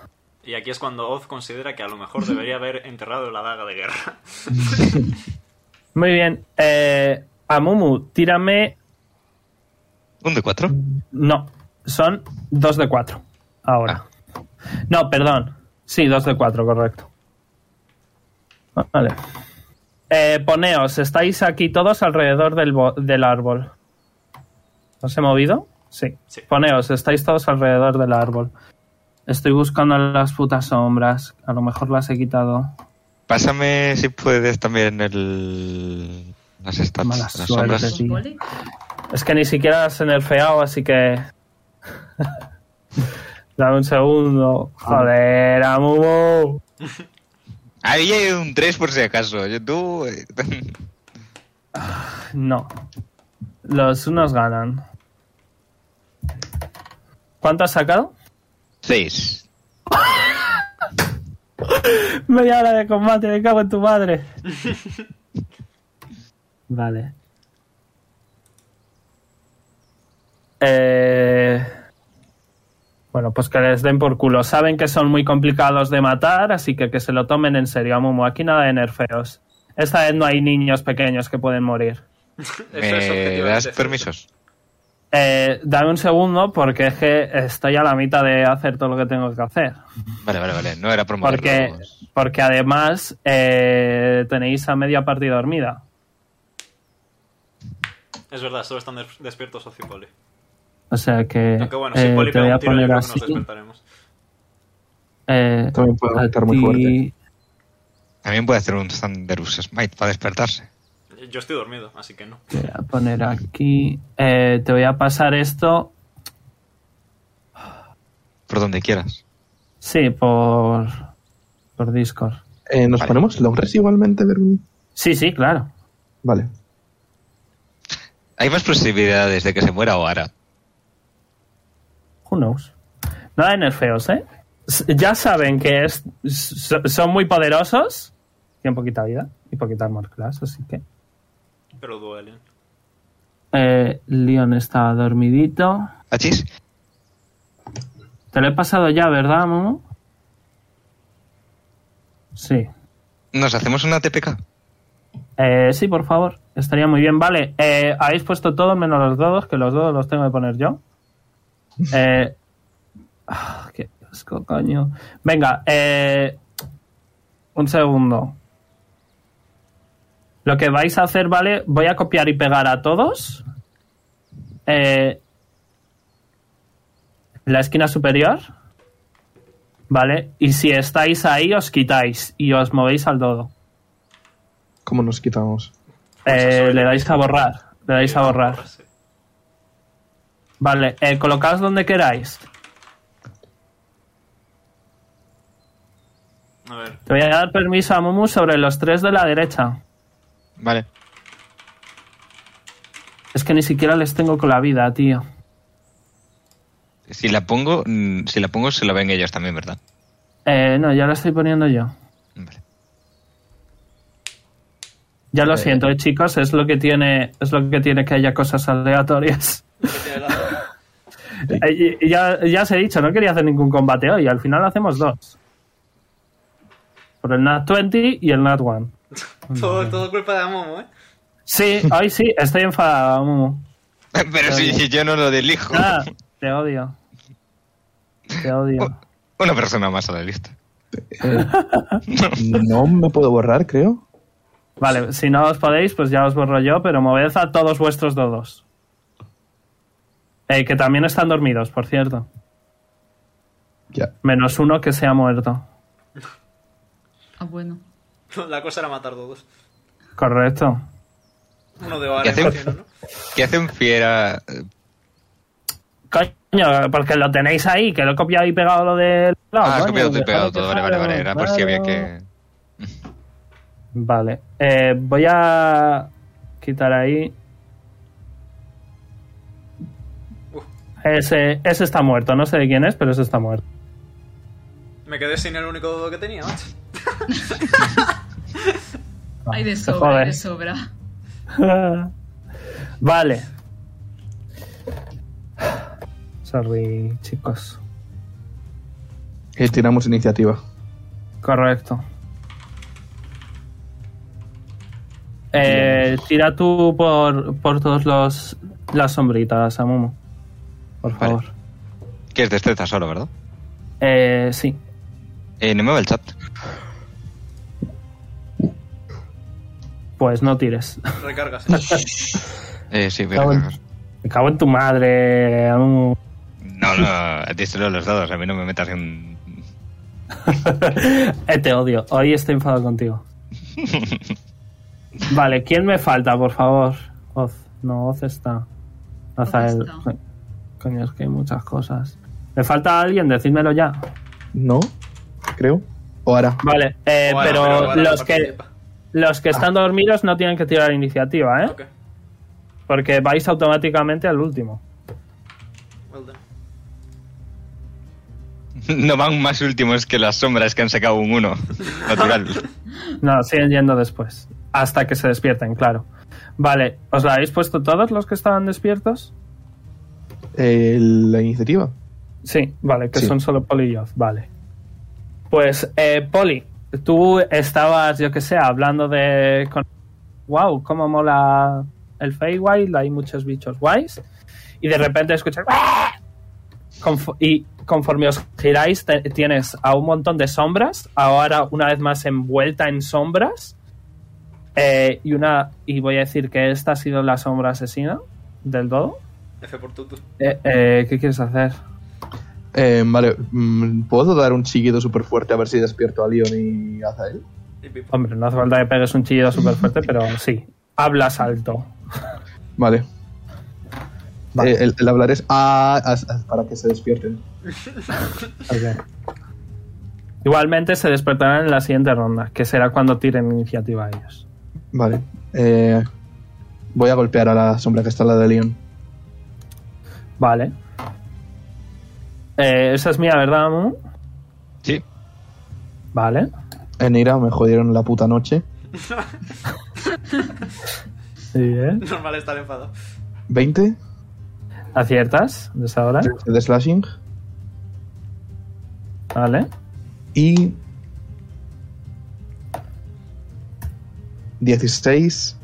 [SPEAKER 2] Y aquí es cuando Oz considera que a lo mejor debería haber enterrado la daga de guerra. (laughs)
[SPEAKER 3] Muy bien. Eh, Amumu, tírame.
[SPEAKER 1] ¿Un de 4?
[SPEAKER 3] No, son 2 de 4. Ahora. No, perdón. Sí, 2 de 4, correcto. Vale. Eh, poneos, estáis aquí todos alrededor del, bo- del árbol. ¿Os he movido? Sí.
[SPEAKER 2] Sí.
[SPEAKER 3] Poneos, estáis todos alrededor del árbol. Estoy buscando las putas sombras. A lo mejor las he quitado.
[SPEAKER 1] Pásame si puedes también el. Las stats,
[SPEAKER 3] Mala
[SPEAKER 1] las
[SPEAKER 3] suerte.
[SPEAKER 1] sombras.
[SPEAKER 3] Sí.
[SPEAKER 5] ¿Con Polly?
[SPEAKER 3] Es que ni siquiera las he nerfeado, así que. (laughs) Dame un segundo. Joder, Amumu.
[SPEAKER 1] Ahí hay un 3 por si acaso. Yo, tú. eh, (laughs)
[SPEAKER 3] No. Los unos ganan. ¿Cuánto has sacado?
[SPEAKER 1] 6.
[SPEAKER 3] Media hora de combate, me cago en tu madre. vale. Eh, Bueno, pues que les den por culo. Saben que son muy complicados de matar, así que que se lo tomen en serio, Amumu. Aquí nada de nerfeos. Esta vez no hay niños pequeños que pueden morir.
[SPEAKER 2] Eso es
[SPEAKER 1] ¿Me
[SPEAKER 2] objetivamente
[SPEAKER 1] das
[SPEAKER 2] cierto.
[SPEAKER 1] permisos?
[SPEAKER 3] Eh, dame un segundo porque es que estoy a la mitad de hacer todo lo que tengo que hacer.
[SPEAKER 1] Vale, vale, vale. No era promover.
[SPEAKER 3] Porque, porque además eh, tenéis a media partida dormida.
[SPEAKER 2] Es verdad, solo están des- despiertos Oz y Poli.
[SPEAKER 3] O sea que.
[SPEAKER 2] Aunque bueno, si
[SPEAKER 3] eh,
[SPEAKER 2] Poli
[SPEAKER 3] te
[SPEAKER 2] pega
[SPEAKER 3] voy a
[SPEAKER 2] un tiro, yo
[SPEAKER 3] poner
[SPEAKER 2] creo que nos
[SPEAKER 3] así.
[SPEAKER 2] despertaremos.
[SPEAKER 3] eh,
[SPEAKER 6] También puedo
[SPEAKER 3] a
[SPEAKER 6] estar muy
[SPEAKER 3] ti-
[SPEAKER 6] fuerte.
[SPEAKER 1] También puede hacer un Thunderous Smite para despertarse.
[SPEAKER 2] Yo estoy dormido, así que no.
[SPEAKER 3] Voy a poner aquí. Eh, te voy a pasar esto.
[SPEAKER 1] Por donde quieras.
[SPEAKER 3] Sí, por. Por Discord.
[SPEAKER 6] Eh, ¿Nos
[SPEAKER 1] Vale.
[SPEAKER 6] ponemos long rest igualmente, Beruni?
[SPEAKER 3] Sí, sí, claro.
[SPEAKER 6] Vale.
[SPEAKER 1] ¿Hay más posibilidades de que se muera o Ara?
[SPEAKER 3] Who knows. Nada de nerfeos, ¿eh? S- Ya saben que es, s- son muy poderosos. Tienen poquita vida y poquita armor class, así que.
[SPEAKER 2] Pero duelen.
[SPEAKER 3] Eh, Leon está dormidito.
[SPEAKER 1] ¿Achis?
[SPEAKER 3] Te lo he pasado ya, ¿verdad, Momo? Sí.
[SPEAKER 1] ¿Nos hacemos una TPK?
[SPEAKER 3] Eh, sí, por favor. Estaría muy bien. Vale, eh, habéis puesto todos menos los dados, que los dados los tengo que poner yo. Eh, ah, qué asco, coño. Venga, eh, un segundo. Lo que vais a hacer, ¿vale? Voy a copiar y pegar a todos. Eh, la esquina superior. ¿Vale? Y si estáis ahí, os quitáis y os movéis al dodo.
[SPEAKER 6] ¿Cómo nos quitamos?
[SPEAKER 3] Eh, le dais a borrar. Le dais a borrar.
[SPEAKER 2] Borrarse.
[SPEAKER 3] Vale, eh, colocaos donde queráis.
[SPEAKER 2] A ver,
[SPEAKER 3] Te voy a dar permiso a Mumu sobre los tres de la derecha.
[SPEAKER 1] Vale.
[SPEAKER 3] Es que ni siquiera les tengo con la vida, tío.
[SPEAKER 1] Si la pongo, mm, si la pongo se la ven ellos también, ¿verdad?
[SPEAKER 3] Eh, no, ya la estoy poniendo yo.
[SPEAKER 1] Vale. (laughs)
[SPEAKER 3] Ya lo siento, eh, chicos, es lo que tiene, es lo que tiene que haya cosas aleatorias. (laughs) Eh, y- y ya, ya os he dicho, no quería hacer ningún combate hoy, al final hacemos dos. Por el Nat 20 y el Nat 1.
[SPEAKER 2] todo, todo culpa de Amomo, ¿eh? (laughs)
[SPEAKER 3] Sí, hoy sí, estoy enfadado, Mumu.
[SPEAKER 1] Pero si yo no lo elijo. (laughs)
[SPEAKER 3] Ah, te odio. Te odio.
[SPEAKER 1] Una persona más a la lista.
[SPEAKER 6] Eh, (laughs) No me puedo borrar, creo.
[SPEAKER 3] Vale, si no os podéis, pues ya os borro yo, pero moved a todos vuestros dodos. Eh, que también están dormidos, por cierto.
[SPEAKER 6] Ya.
[SPEAKER 3] Menos uno que se ha muerto.
[SPEAKER 5] Ah, bueno.
[SPEAKER 2] La cosa era matar todos.
[SPEAKER 3] Correcto.
[SPEAKER 2] Uno de Oara,
[SPEAKER 1] ¿Qué hacemos?
[SPEAKER 2] imagino, ¿no?
[SPEAKER 1] ¿Qué hacen fiera? eh,
[SPEAKER 3] Coño, porque lo tenéis ahí, que lo he copiado y pegado lo del lado.
[SPEAKER 1] Ah, has copiado
[SPEAKER 3] coño,
[SPEAKER 1] todo y
[SPEAKER 3] dejadlo
[SPEAKER 1] pegado
[SPEAKER 3] que
[SPEAKER 1] todo. Vale, vale,
[SPEAKER 3] salga,
[SPEAKER 1] vale. Era por si había
[SPEAKER 3] claro.
[SPEAKER 1] que.
[SPEAKER 3] Vale, eh, voy a quitar ahí. Ese, ese está muerto, no sé de quién es, pero ese está muerto.
[SPEAKER 2] Me quedé sin el único dodo que tenía, macho.
[SPEAKER 6] Ah,
[SPEAKER 5] Hay de
[SPEAKER 3] Se
[SPEAKER 5] sobra, hay
[SPEAKER 3] jode.
[SPEAKER 5] de sobra.
[SPEAKER 3] (laughs) vale. Sorry, chicos.
[SPEAKER 6] Eh, tiramos iniciativa.
[SPEAKER 3] Correcto. Eh, tira tú por, por todos los las sombritas, Amumu. Por
[SPEAKER 1] Vale.
[SPEAKER 3] favor.
[SPEAKER 1] Que es de este tesoro, ¿verdad?
[SPEAKER 3] Eh, sí.
[SPEAKER 1] Eh, no me va el chat.
[SPEAKER 3] Pues no tires. (laughs)
[SPEAKER 2] Recargas.
[SPEAKER 1] Eh, sí, voy a
[SPEAKER 3] Cago en-
[SPEAKER 1] recargar.
[SPEAKER 3] Me cago en tu madre, (laughs) Amumu.
[SPEAKER 1] (laughs) No, no, díselo a los dados. A mí no me metas en.
[SPEAKER 3] Eh, te odio. Hoy estoy enfadado contigo. Vale, ¿quién me falta, por favor? Oz. No, Oz está. Azael.
[SPEAKER 5] está.
[SPEAKER 3] Coño, es que hay muchas cosas. ¿Me falta alguien? Decídmelo ya.
[SPEAKER 6] No, creo. O ahora.
[SPEAKER 3] Vale, eh,
[SPEAKER 2] Oara,
[SPEAKER 3] pero,
[SPEAKER 2] Oara no
[SPEAKER 3] los, que,
[SPEAKER 2] participa.
[SPEAKER 3] los que están dormidos no tienen que tirar iniciativa, ¿eh?
[SPEAKER 2] Ok,
[SPEAKER 3] Porque vais automáticamente al último.
[SPEAKER 2] well done.
[SPEAKER 1] No van más últimos que las sombras que han sacado un 1. Natural.
[SPEAKER 3] (laughs) No, siguen yendo después. Hasta que se despierten, claro. Vale, ¿os la habéis puesto todos los que estaban despiertos?
[SPEAKER 6] Eh, la iniciativa.
[SPEAKER 3] Sí, vale, que
[SPEAKER 6] Sí.
[SPEAKER 3] son solo Poli y Oz, vale. Pues, eh, Poli, tú estabas, yo que sé, hablando de... Con... ¡Wow! ¿Cómo mola el Feywild? Hay muchos bichos guays. Y de repente escuchas... ¡Ah! Confo- y conforme os giráis, te- tienes a un montón de sombras, ahora una vez más envuelta en sombras. Eh, y una y voy a decir que esta ha sido la sombra asesina del todo.
[SPEAKER 2] F por tutu.
[SPEAKER 3] Eh, eh, ¿Qué quieres hacer?
[SPEAKER 6] Eh, vale, mm, ¿puedo dar un chillido súper fuerte a ver si despierto a Leon y a Zael?
[SPEAKER 2] Y pipa.
[SPEAKER 3] Hombre, no hace falta que pegues un chillido súper fuerte, pero sí. hablas alto.
[SPEAKER 6] Vale. Eh, el, el hablar es "Ah", as- as- para que se despierten.
[SPEAKER 3] Igualmente se despertarán en la siguiente ronda, que será cuando tiren iniciativa ellos.
[SPEAKER 6] Vale. Eh, voy a golpear a la sombra que está al lado de Leon.
[SPEAKER 3] Vale. Eh, esa es mía, ¿verdad, Amu?
[SPEAKER 7] Sí.
[SPEAKER 3] Vale.
[SPEAKER 6] En ira me jodieron la puta noche.
[SPEAKER 3] Sí, ¿eh?
[SPEAKER 2] (laughs) Normal estar enfadado.
[SPEAKER 6] 20
[SPEAKER 3] ¿Aciertas desde ahora?
[SPEAKER 6] de slashing.
[SPEAKER 3] Vale.
[SPEAKER 6] Y. 16.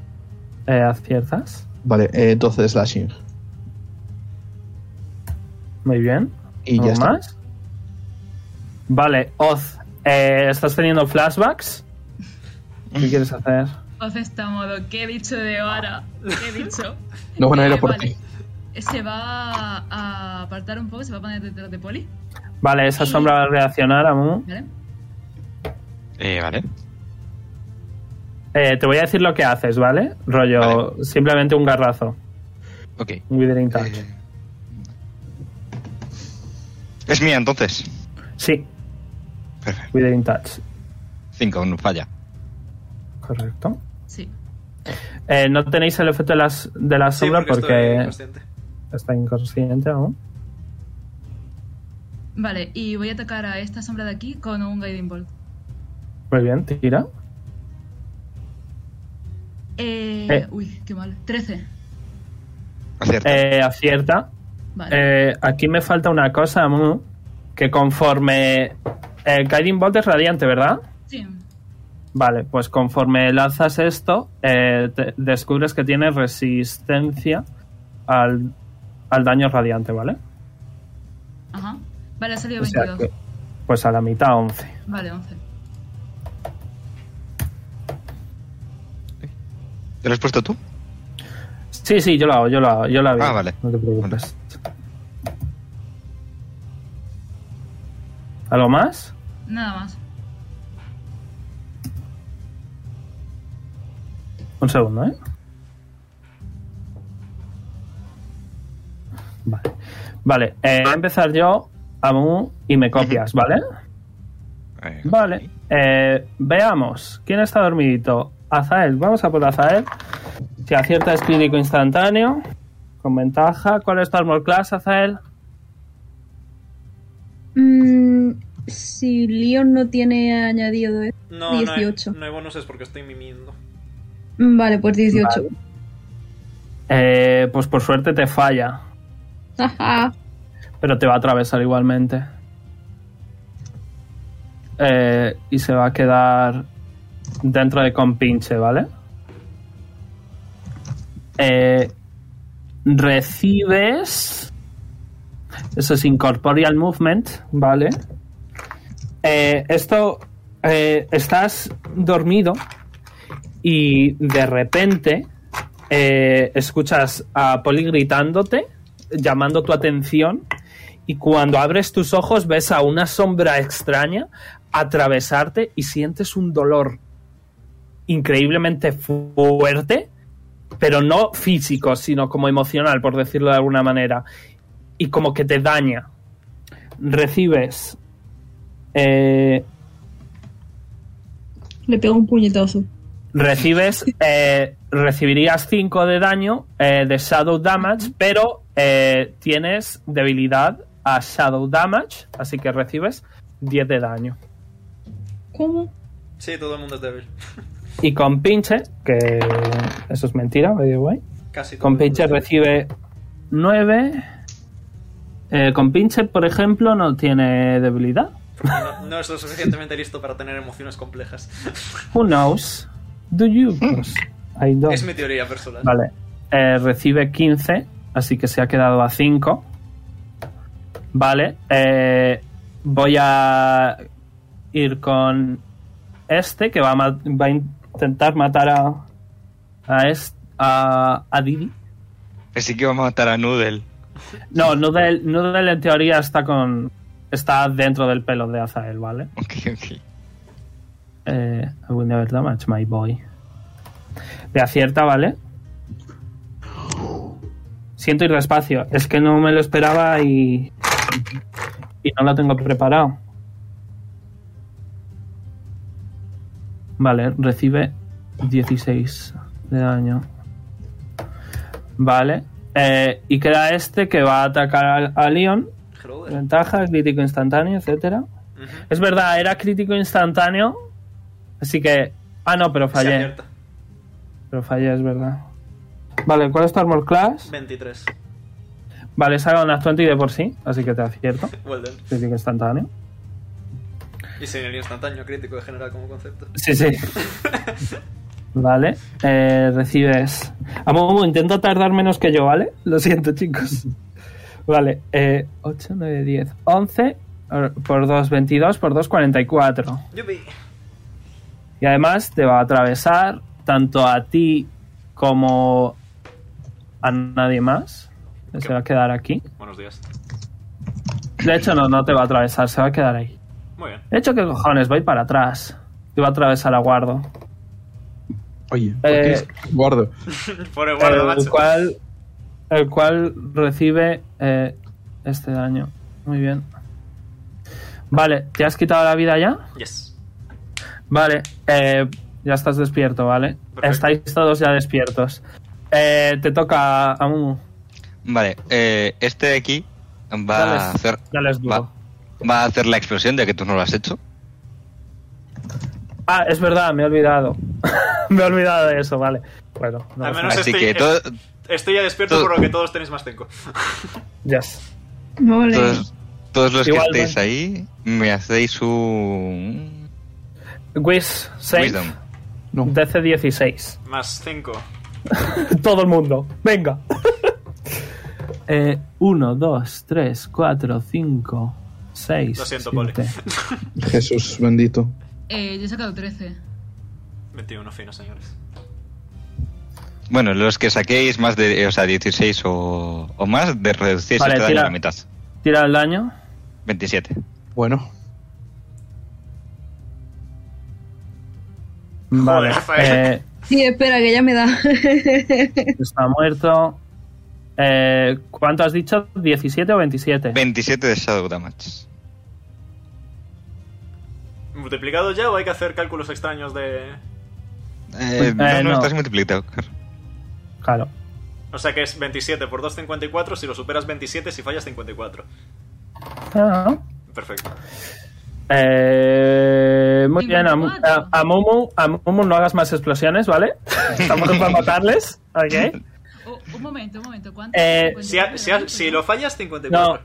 [SPEAKER 3] Eh, ¿Aciertas?
[SPEAKER 6] Vale, eh, 12 de slashing.
[SPEAKER 3] Muy bien.
[SPEAKER 6] Y
[SPEAKER 3] ¿Algo
[SPEAKER 6] ya está.
[SPEAKER 3] más? Vale, Oz, eh, ¿estás teniendo flashbacks?
[SPEAKER 6] Mm.
[SPEAKER 3] ¿Qué quieres hacer?
[SPEAKER 5] Oz está modo, ¿qué he dicho de ahora? ¿Qué he dicho?
[SPEAKER 6] No van a ir
[SPEAKER 5] Eh,
[SPEAKER 6] a por
[SPEAKER 5] vale.
[SPEAKER 6] ti.
[SPEAKER 5] Se va a apartar un poco, se va a poner detrás de Poli,
[SPEAKER 3] Vale, esa
[SPEAKER 5] Sí.
[SPEAKER 3] sombra va a reaccionar, Amu.
[SPEAKER 5] ¿vale?
[SPEAKER 7] Eh, vale.
[SPEAKER 3] Eh, te voy a decir lo que haces, ¿vale? Rollo,
[SPEAKER 7] Vale.
[SPEAKER 3] simplemente un garrazo,
[SPEAKER 7] Ok.
[SPEAKER 3] un withering touch.
[SPEAKER 7] Eh, Es mía entonces.
[SPEAKER 3] Sí,
[SPEAKER 7] Perfecto.
[SPEAKER 3] withering touch,
[SPEAKER 7] Cinco, no falla.
[SPEAKER 3] correcto.
[SPEAKER 5] Sí.
[SPEAKER 3] Eh, no tenéis el efecto de, las, de la
[SPEAKER 2] Sí,
[SPEAKER 3] sombra
[SPEAKER 2] porque, estoy
[SPEAKER 3] porque,
[SPEAKER 2] inconsciente.
[SPEAKER 3] está inconsciente aún.
[SPEAKER 5] Vale, y voy a atacar a esta sombra de aquí con un Guiding Bolt.
[SPEAKER 3] Muy bien, tira.
[SPEAKER 5] Eh,
[SPEAKER 3] Eh.
[SPEAKER 5] Uy, qué mal. 13.
[SPEAKER 7] Acierta.
[SPEAKER 3] Eh, acierta.
[SPEAKER 5] Vale.
[SPEAKER 3] Eh, aquí me falta una cosa, Amu, que conforme... Eh, Guiding Bolt es radiante, ¿verdad?
[SPEAKER 5] Sí.
[SPEAKER 3] Vale, pues conforme lanzas esto, eh, te- descubres que tiene resistencia al, al daño radiante, ¿vale?
[SPEAKER 5] Ajá. Vale, ha salido
[SPEAKER 3] O sea
[SPEAKER 5] 22.
[SPEAKER 3] que, pues a la mitad 11.
[SPEAKER 5] Vale, 11.
[SPEAKER 7] ¿Te lo has puesto tú?
[SPEAKER 3] Sí, sí, yo lo hago, yo lo hago, yo lo hago.
[SPEAKER 7] Ah, vale.
[SPEAKER 3] No te preocupes. ¿Algo más?
[SPEAKER 5] Nada más.
[SPEAKER 3] Un segundo, ¿eh? Vale. Vale, eh, voy a empezar yo, Amu, y me copias, ¿vale?
[SPEAKER 7] Eh,
[SPEAKER 3] Vale, eh, veamos. ¿Quién está dormidito? Azael, vamos a por Azael. Si acierta es crítico instantáneo, con ventaja. ¿Cuál es tu armor class, Azael?
[SPEAKER 9] Mm, si Leon no tiene añadido esto.
[SPEAKER 2] No, no hay-
[SPEAKER 9] 18.
[SPEAKER 2] No, hay, bonuses porque estoy mimiendo.
[SPEAKER 9] Vale, pues 18.
[SPEAKER 3] Vale. Eh, pues por suerte te falla,
[SPEAKER 9] Ajá.
[SPEAKER 3] pero te va a atravesar igualmente. Eh, y se va a quedar dentro de compinche, ¿vale? Eh, recibes. Eso es Incorporeal Movement, ¿vale? Eh, esto. eh, estás dormido y de repente eh, escuchas a Poli gritándote, llamando tu atención, y cuando abres tus ojos ves a una sombra extraña atravesarte y sientes un dolor increíblemente fu- fuerte, pero no físico, sino como emocional, por decirlo de alguna manera, y como que te daña. Recibes eh,
[SPEAKER 8] Le pego un puñetazo.
[SPEAKER 3] Recibes, eh, recibirías 5 de daño eh, de Shadow Damage, pero eh, tienes debilidad a Shadow Damage, así que recibes 10 de daño.
[SPEAKER 8] ¿Cómo?
[SPEAKER 2] Sí, todo el mundo es débil.
[SPEAKER 3] Y con pinche, que eso es mentira, by the way,
[SPEAKER 2] Casi todo
[SPEAKER 3] con
[SPEAKER 2] el mundo
[SPEAKER 3] pinche
[SPEAKER 2] es débil.
[SPEAKER 3] recibe 9. con pinche, por ejemplo, no tiene debilidad.
[SPEAKER 2] No, no es lo suficientemente listo para tener emociones complejas.
[SPEAKER 3] Who knows? Do you? Pues, I don't.
[SPEAKER 2] Es mi teoría personal.
[SPEAKER 3] Vale. Eh, recibe 15, así que se ha quedado a 5. Vale. eh, voy a ir con este, que va a, ma- va a intentar matar a, a, est- a, a Didi.
[SPEAKER 1] Así que vamos a matar a Noodle.
[SPEAKER 3] No, Noodle, Noodle en teoría está con está dentro del pelo de Azael, ¿vale?
[SPEAKER 1] Ok, ok.
[SPEAKER 3] Eh, I will never damage my boy. Le acierta, ¿vale? Siento ir despacio. Es que no me lo esperaba y. Y no lo tengo preparado. Vale, recibe 16 de daño. Vale. eh, y queda este que va a atacar al- a, Leon.
[SPEAKER 2] Hello there.
[SPEAKER 3] Ventaja, crítico instantáneo, etcétera.
[SPEAKER 2] Ujú.
[SPEAKER 3] Es verdad, era crítico instantáneo. Así que. Ah, no, pero
[SPEAKER 2] Se
[SPEAKER 3] fallé.
[SPEAKER 2] acierta.
[SPEAKER 3] Pero fallé, es verdad. Vale, ¿cuál es tu armor class?
[SPEAKER 2] 23.
[SPEAKER 3] Vale, saca una 20 de por sí, así que te acierto.
[SPEAKER 2] Well done.
[SPEAKER 3] Crítico instantáneo.
[SPEAKER 2] Y sin el instantáneo crítico de general como concepto.
[SPEAKER 3] Sí,
[SPEAKER 2] (laughs)
[SPEAKER 3] sí. Vale, eh, recibes. Ah, A modo, intento tardar menos que yo, ¿vale? Lo siento, chicos. Vale, eh, 8, 9, 10, 11 or- por 2, 22 por 2, 44.
[SPEAKER 2] Yupi.
[SPEAKER 3] Y además te va a atravesar tanto a ti como a nadie más. Se va a quedar aquí.
[SPEAKER 2] Buenos días.
[SPEAKER 3] De hecho, no, no te va a atravesar, se va a quedar ahí.
[SPEAKER 2] Muy bien.
[SPEAKER 3] De hecho, que cojones, voy para atrás. Te va a atravesar a guardo.
[SPEAKER 6] Oye, ¿por qué
[SPEAKER 3] Eh,
[SPEAKER 6] es guardo?
[SPEAKER 2] Por el guarda,
[SPEAKER 3] el
[SPEAKER 2] macho.
[SPEAKER 3] cual el cual recibe eh, este daño muy bien vale te has quitado la vida ya
[SPEAKER 2] Yes.
[SPEAKER 3] vale eh, ya estás despierto vale
[SPEAKER 2] Perfecto.
[SPEAKER 3] estáis todos ya despiertos Eh, te toca a Mumu
[SPEAKER 1] Vale, eh, este de aquí va
[SPEAKER 3] Dale,
[SPEAKER 1] a hacer.
[SPEAKER 3] dale es duro.
[SPEAKER 1] Va, va a hacer la explosión ya que tú no lo has hecho.
[SPEAKER 3] ah es verdad me he olvidado (laughs) me he olvidado de eso vale bueno no
[SPEAKER 2] Al
[SPEAKER 3] pasa
[SPEAKER 2] menos
[SPEAKER 3] nada.
[SPEAKER 1] Así
[SPEAKER 2] estoy-
[SPEAKER 1] que
[SPEAKER 2] eh,
[SPEAKER 1] todo-
[SPEAKER 2] Estoy ya despierto
[SPEAKER 1] Todo-
[SPEAKER 2] por lo que todos tenéis más 5.
[SPEAKER 3] Yes.
[SPEAKER 9] Ole.
[SPEAKER 1] todos, todos los
[SPEAKER 3] Igual,
[SPEAKER 1] que estéis
[SPEAKER 3] ¿no?
[SPEAKER 1] ahí me hacéis un.
[SPEAKER 3] Whis, save,
[SPEAKER 1] Wisdom.
[SPEAKER 6] No.
[SPEAKER 3] DC 16
[SPEAKER 2] Más 5.
[SPEAKER 3] (laughs) Todo el mundo, venga. (laughs) Eh, 1, 2, 3, 4, 5, 6.
[SPEAKER 2] Lo siento, Poli. (laughs)
[SPEAKER 6] Jesús bendito.
[SPEAKER 5] Eh, yo he sacado 13.
[SPEAKER 2] 21 fino, señores.
[SPEAKER 1] Bueno, los que saquéis más de. O sea, 16 o, o más, de reducir
[SPEAKER 3] Vale,
[SPEAKER 1] este daño
[SPEAKER 3] tira.
[SPEAKER 1] a la mitad.
[SPEAKER 3] Tira el daño.
[SPEAKER 1] 27.
[SPEAKER 6] Bueno,
[SPEAKER 2] (laughs)
[SPEAKER 3] Vale.
[SPEAKER 2] Rafael.
[SPEAKER 3] eh,
[SPEAKER 8] Sí, espera, que ya me da.
[SPEAKER 3] está muerto. Eh, ¿Cuánto has dicho? ¿17 o 27?
[SPEAKER 1] 27 de Shadow Damage.
[SPEAKER 2] ¿Multiplicado ya o hay que hacer cálculos extraños de.?
[SPEAKER 1] Eh, no, no,
[SPEAKER 3] no.
[SPEAKER 1] estás multiplicado. claro.
[SPEAKER 3] Claro.
[SPEAKER 2] O sea que es 27 por 2, 54. Si lo superas 27, si fallas 54.
[SPEAKER 3] Ah.
[SPEAKER 2] Perfecto.
[SPEAKER 3] Eh, muy bien, a, Mu-
[SPEAKER 5] 54.
[SPEAKER 3] a- a Mumu, a Mumu no hagas más explosiones,
[SPEAKER 1] (laughs)
[SPEAKER 3] ¿vale? Estamos para matarles, ¿ok?
[SPEAKER 5] Oh, un momento, un momento. ¿Cuánto?
[SPEAKER 3] Eh,
[SPEAKER 2] Si, ha- si, ha- si lo fallas,
[SPEAKER 3] No.
[SPEAKER 2] 54.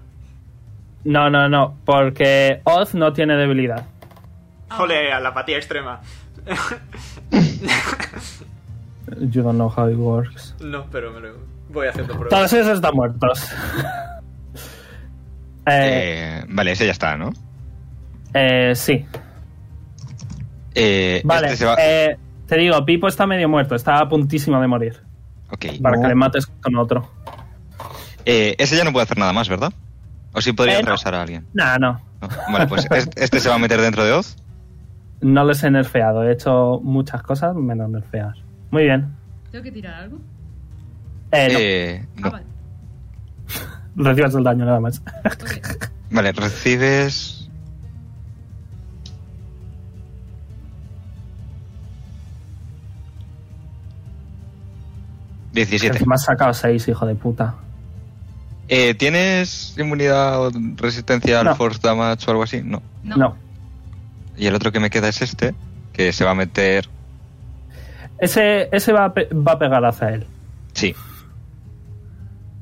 [SPEAKER 3] No, no, no, porque Oz no tiene debilidad.
[SPEAKER 2] Jole, a la apatía extrema.
[SPEAKER 3] You don't know how it works.
[SPEAKER 2] (laughs) No, pero me lo voy haciendo pruebas.
[SPEAKER 3] Todos esos están muertos. eh,
[SPEAKER 1] Eh, vale, ese ya está, ¿no?
[SPEAKER 3] eh, sí,
[SPEAKER 1] Eh,
[SPEAKER 3] vale.
[SPEAKER 1] este se va-
[SPEAKER 3] eh, te digo, Pipo está medio muerto, está a puntísimo de morir.
[SPEAKER 1] ok.
[SPEAKER 3] Para
[SPEAKER 6] No.
[SPEAKER 3] que le mates con otro.
[SPEAKER 1] Eh, ese ya no puede hacer nada más, ¿verdad? O sí podría
[SPEAKER 3] Eh, no.
[SPEAKER 1] atravesar a alguien.
[SPEAKER 3] Nah, no.
[SPEAKER 1] No. Vale, pues
[SPEAKER 3] (laughs)
[SPEAKER 1] es- este se va a meter dentro de Oz.
[SPEAKER 3] No les he nerfeado. He hecho muchas cosas menos nerfear. Muy bien.
[SPEAKER 5] ¿Tengo que tirar algo?
[SPEAKER 3] Eh, no,
[SPEAKER 1] Eh,
[SPEAKER 5] Ah,
[SPEAKER 1] no.
[SPEAKER 5] vale.
[SPEAKER 1] Eh.
[SPEAKER 3] recibas el daño nada más.
[SPEAKER 5] Ok.
[SPEAKER 1] Vale, recibes. Diecisiete.
[SPEAKER 3] Encima has sacado 6, hijo de puta.
[SPEAKER 1] Eh, ¿Tienes inmunidad o resistencia al
[SPEAKER 3] No.
[SPEAKER 1] force damage o algo así? No.
[SPEAKER 5] No.
[SPEAKER 1] Y el otro que me queda es este, que se va a meter.
[SPEAKER 3] Ese, ese va, a pe- va a pegar hacia él.
[SPEAKER 1] Sí.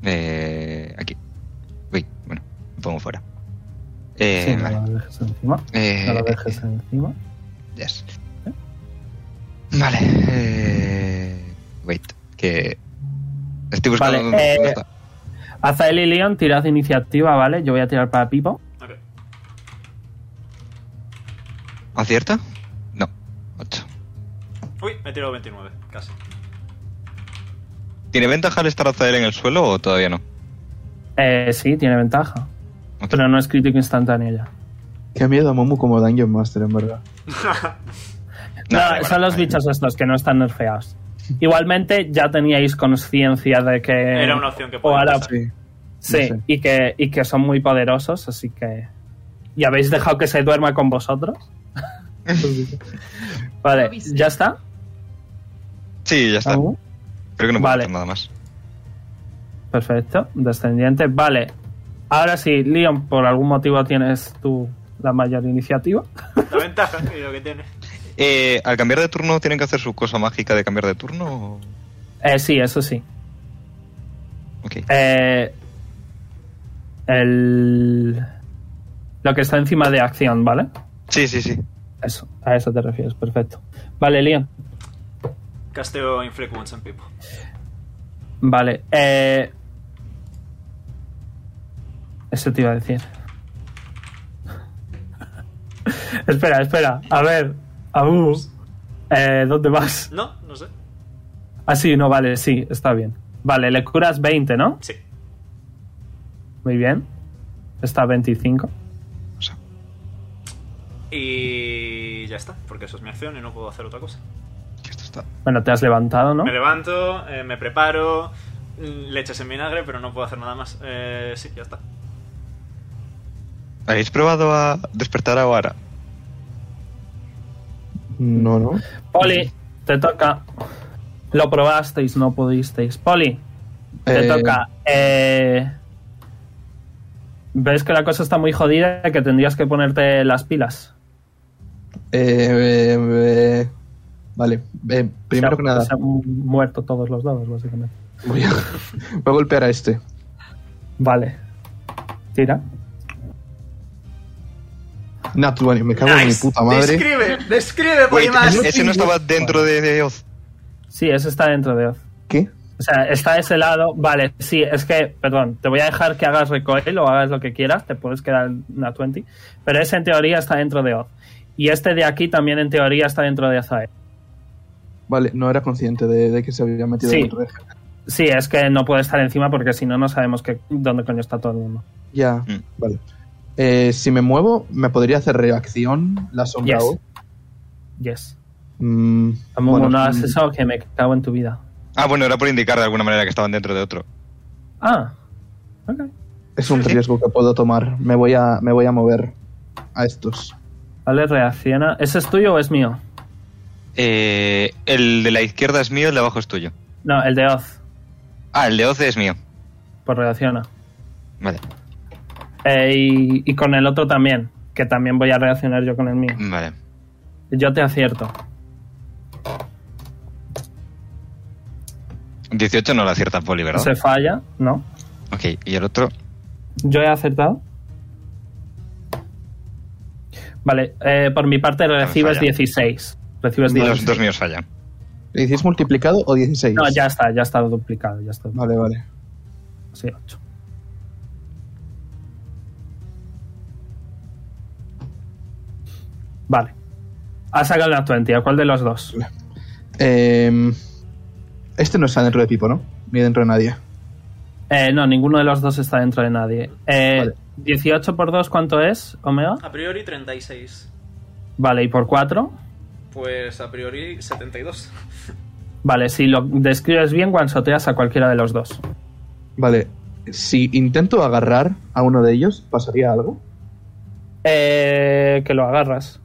[SPEAKER 1] Eh, aquí. Uy, bueno, lo pongo fuera. Eh,
[SPEAKER 3] sí,
[SPEAKER 1] vale.
[SPEAKER 3] no lo dejes encima.
[SPEAKER 1] Eh,
[SPEAKER 3] No lo dejes encima.
[SPEAKER 1] Yes. Vale. eh, wait, que. Estoy buscando.
[SPEAKER 3] Vale,
[SPEAKER 1] dónde
[SPEAKER 3] eh,
[SPEAKER 1] está.
[SPEAKER 3] Azael y Leon, tirad iniciativa, ¿vale? Yo voy a tirar para Pipo.
[SPEAKER 2] Ok.
[SPEAKER 1] ¿Acierta? No. 8.
[SPEAKER 2] Uy, me he tirado 29, casi.
[SPEAKER 1] ¿Tiene ventaja al estar Azael en el suelo o todavía no?
[SPEAKER 3] Eh, sí, tiene ventaja.
[SPEAKER 1] Ok.
[SPEAKER 3] Pero no es crítico instantáneo ya.
[SPEAKER 6] qué miedo a Momo como Dungeon Master, en verdad.
[SPEAKER 3] No,
[SPEAKER 1] da igual,
[SPEAKER 3] son los
[SPEAKER 1] vale.
[SPEAKER 3] bichos estos que no están nerfeados. Igualmente ya teníais conciencia de que...
[SPEAKER 2] Era una opción que podía
[SPEAKER 3] ahora-
[SPEAKER 2] pasar.
[SPEAKER 6] Sí.
[SPEAKER 3] Eh, Sí,
[SPEAKER 6] No sé.
[SPEAKER 3] y, que, y que son muy poderosos, así que... ¿Y habéis dejado que se duerma con vosotros? vale, ¿ya está?
[SPEAKER 1] Sí, ya está.
[SPEAKER 3] ¿Algo?
[SPEAKER 1] Creo que no puedo
[SPEAKER 3] Vale.
[SPEAKER 1] hacer nada más.
[SPEAKER 3] Perfecto, descendiente. Vale, ahora sí, Leon, por algún motivo tienes tú la mayor iniciativa.
[SPEAKER 2] La ventaja que lo que tiene.
[SPEAKER 1] Eh, ¿Al cambiar de turno tienen que hacer su cosa mágica de cambiar de turno? o-
[SPEAKER 3] Eh, sí, eso sí.
[SPEAKER 1] Ok.
[SPEAKER 3] Eh, el... Lo que está encima de acción, ¿vale?
[SPEAKER 1] Sí, sí, sí.
[SPEAKER 3] Eso, a eso te refieres, perfecto. Vale, Leon.
[SPEAKER 2] Casteo Inflict Wounds on People.
[SPEAKER 3] Vale. Eh... Eso te iba a decir. (laughs) espera, espera. A ver. Abu. Eh, ¿Dónde vas?
[SPEAKER 2] No, no sé.
[SPEAKER 3] Ah, sí, no, vale, sí, está bien. Vale, le curas 20, ¿no?
[SPEAKER 2] Sí.
[SPEAKER 3] Muy bien. Está a 25.
[SPEAKER 2] Y ya está, porque eso es mi acción y no puedo hacer otra cosa.
[SPEAKER 1] Que Esto está.
[SPEAKER 3] Bueno, te has levantado, ¿no?
[SPEAKER 2] Me levanto, eh, me preparo, mm, leches en vinagre, pero no puedo hacer nada más. Eh, sí, ya está.
[SPEAKER 1] ¿Habéis probado a despertar a Oara?
[SPEAKER 6] No, no.
[SPEAKER 3] Poli, te toca. Lo probasteis, no pudisteis. Poli, te
[SPEAKER 6] Eh,
[SPEAKER 3] toca. Eh, Ves que la cosa está muy jodida que tendrías que ponerte las pilas.
[SPEAKER 6] Eh, eh, eh, vale, eh, primero
[SPEAKER 3] Se ha-
[SPEAKER 6] que nada,
[SPEAKER 3] Se han muerto todos los dados, básicamente.
[SPEAKER 6] voy a, (laughs) voy a golpear a este.
[SPEAKER 3] Vale. Tira.
[SPEAKER 6] Nat 20, me cago en mi puta madre.
[SPEAKER 2] Describe, describe,
[SPEAKER 1] Wait,
[SPEAKER 2] Polimás.
[SPEAKER 1] ¿Ese no estaba dentro de, de Oz?
[SPEAKER 3] Sí, ese está dentro de Oz.
[SPEAKER 6] ¿Qué?
[SPEAKER 3] O sea, está ese lado. Vale, sí, es que, perdón, te voy a dejar que hagas recoil o hagas lo que quieras, te puedes quedar una 20. Pero ese en teoría está dentro de Oz. Y este de aquí también en teoría está dentro de Azael.
[SPEAKER 6] Vale, no era consciente de, de que se había metido
[SPEAKER 3] Sí.
[SPEAKER 6] dentro de gente.
[SPEAKER 3] Sí, es que no puede estar encima porque si no, no sabemos que, dónde coño está todo el mundo.
[SPEAKER 6] Ya,
[SPEAKER 1] Mm.
[SPEAKER 6] vale. Eh, si me muevo, ¿me podría hacer reacción la sombra
[SPEAKER 3] Yes.
[SPEAKER 6] O?
[SPEAKER 3] Yes.
[SPEAKER 6] Mm,
[SPEAKER 3] Amumu,
[SPEAKER 6] bueno,
[SPEAKER 3] no hagas
[SPEAKER 6] mm,
[SPEAKER 3] eso que me cago en tu vida.
[SPEAKER 1] Ah, bueno, era por indicar de alguna manera que estaban dentro de otro.
[SPEAKER 3] Ah, ok.
[SPEAKER 6] Es un riesgo que puedo tomar. Me voy a, me voy a mover a estos.
[SPEAKER 3] Vale, reacciona. ¿Ese es tuyo o es mío?
[SPEAKER 1] Eh, el de la izquierda es mío, el de abajo es tuyo.
[SPEAKER 3] No, el de Oz.
[SPEAKER 1] Ah, el de Oz es mío.
[SPEAKER 3] Pues reacciona.
[SPEAKER 1] Vale,
[SPEAKER 3] Eh, y, y con el otro también, que también voy a reaccionar yo con el mío.
[SPEAKER 1] vale.
[SPEAKER 3] Yo te acierto.
[SPEAKER 1] 18 no lo acierta Poli, ¿verdad?
[SPEAKER 3] Se falla, ¿no?
[SPEAKER 1] Ok, y el otro.
[SPEAKER 3] Yo he acertado. Vale, eh, por mi parte recibes
[SPEAKER 1] falla.
[SPEAKER 3] 16. Recibes
[SPEAKER 1] Los
[SPEAKER 3] 16.
[SPEAKER 1] dos míos fallan.
[SPEAKER 6] ¿Le dices multiplicado o 16?
[SPEAKER 3] No, ya está, ya está duplicado. Ya está.
[SPEAKER 6] Vale, vale.
[SPEAKER 3] Sí, 8. Vale. Ha sacado la 20. ¿A cuál de los dos?
[SPEAKER 6] Eh, este no está dentro de Pipo, ¿no? Ni dentro de nadie.
[SPEAKER 3] Eh, no, ninguno de los dos está dentro de nadie. Eh,
[SPEAKER 6] Vale.
[SPEAKER 3] 18 por 2, ¿cuánto es, Omega?
[SPEAKER 2] A priori 36.
[SPEAKER 3] Vale, y por 4.
[SPEAKER 2] Pues a priori 72.
[SPEAKER 3] Vale, si lo describes bien, guansoteas a cualquiera de los dos.
[SPEAKER 6] Vale. Si intento agarrar a uno de ellos, ¿pasaría algo?
[SPEAKER 3] Eh, que lo agarras.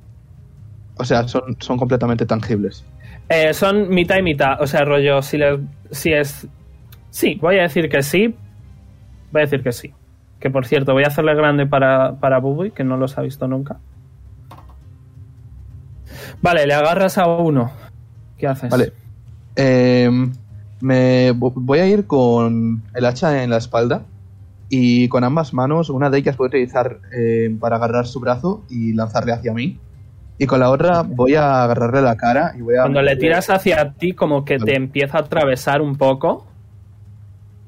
[SPEAKER 6] O sea, son, son completamente tangibles.
[SPEAKER 3] Eh, son mitad y mitad. O sea, rollo, si, les, si es... Sí, voy a decir que sí. Voy a decir que sí. Que por cierto, voy a hacerle grande para, para Bubi, que no los ha visto nunca. Vale, le agarras a uno. ¿Qué haces?
[SPEAKER 6] Vale. Eh, me vo- voy a ir con el hacha en la espalda y con ambas manos, una de ellas voy a utilizar eh, para agarrar su brazo y lanzarle hacia mí. Y con la otra voy a agarrarle la cara y voy a...
[SPEAKER 3] Cuando le tiras hacia ti, como que
[SPEAKER 6] Vale.
[SPEAKER 3] te empieza a atravesar un poco.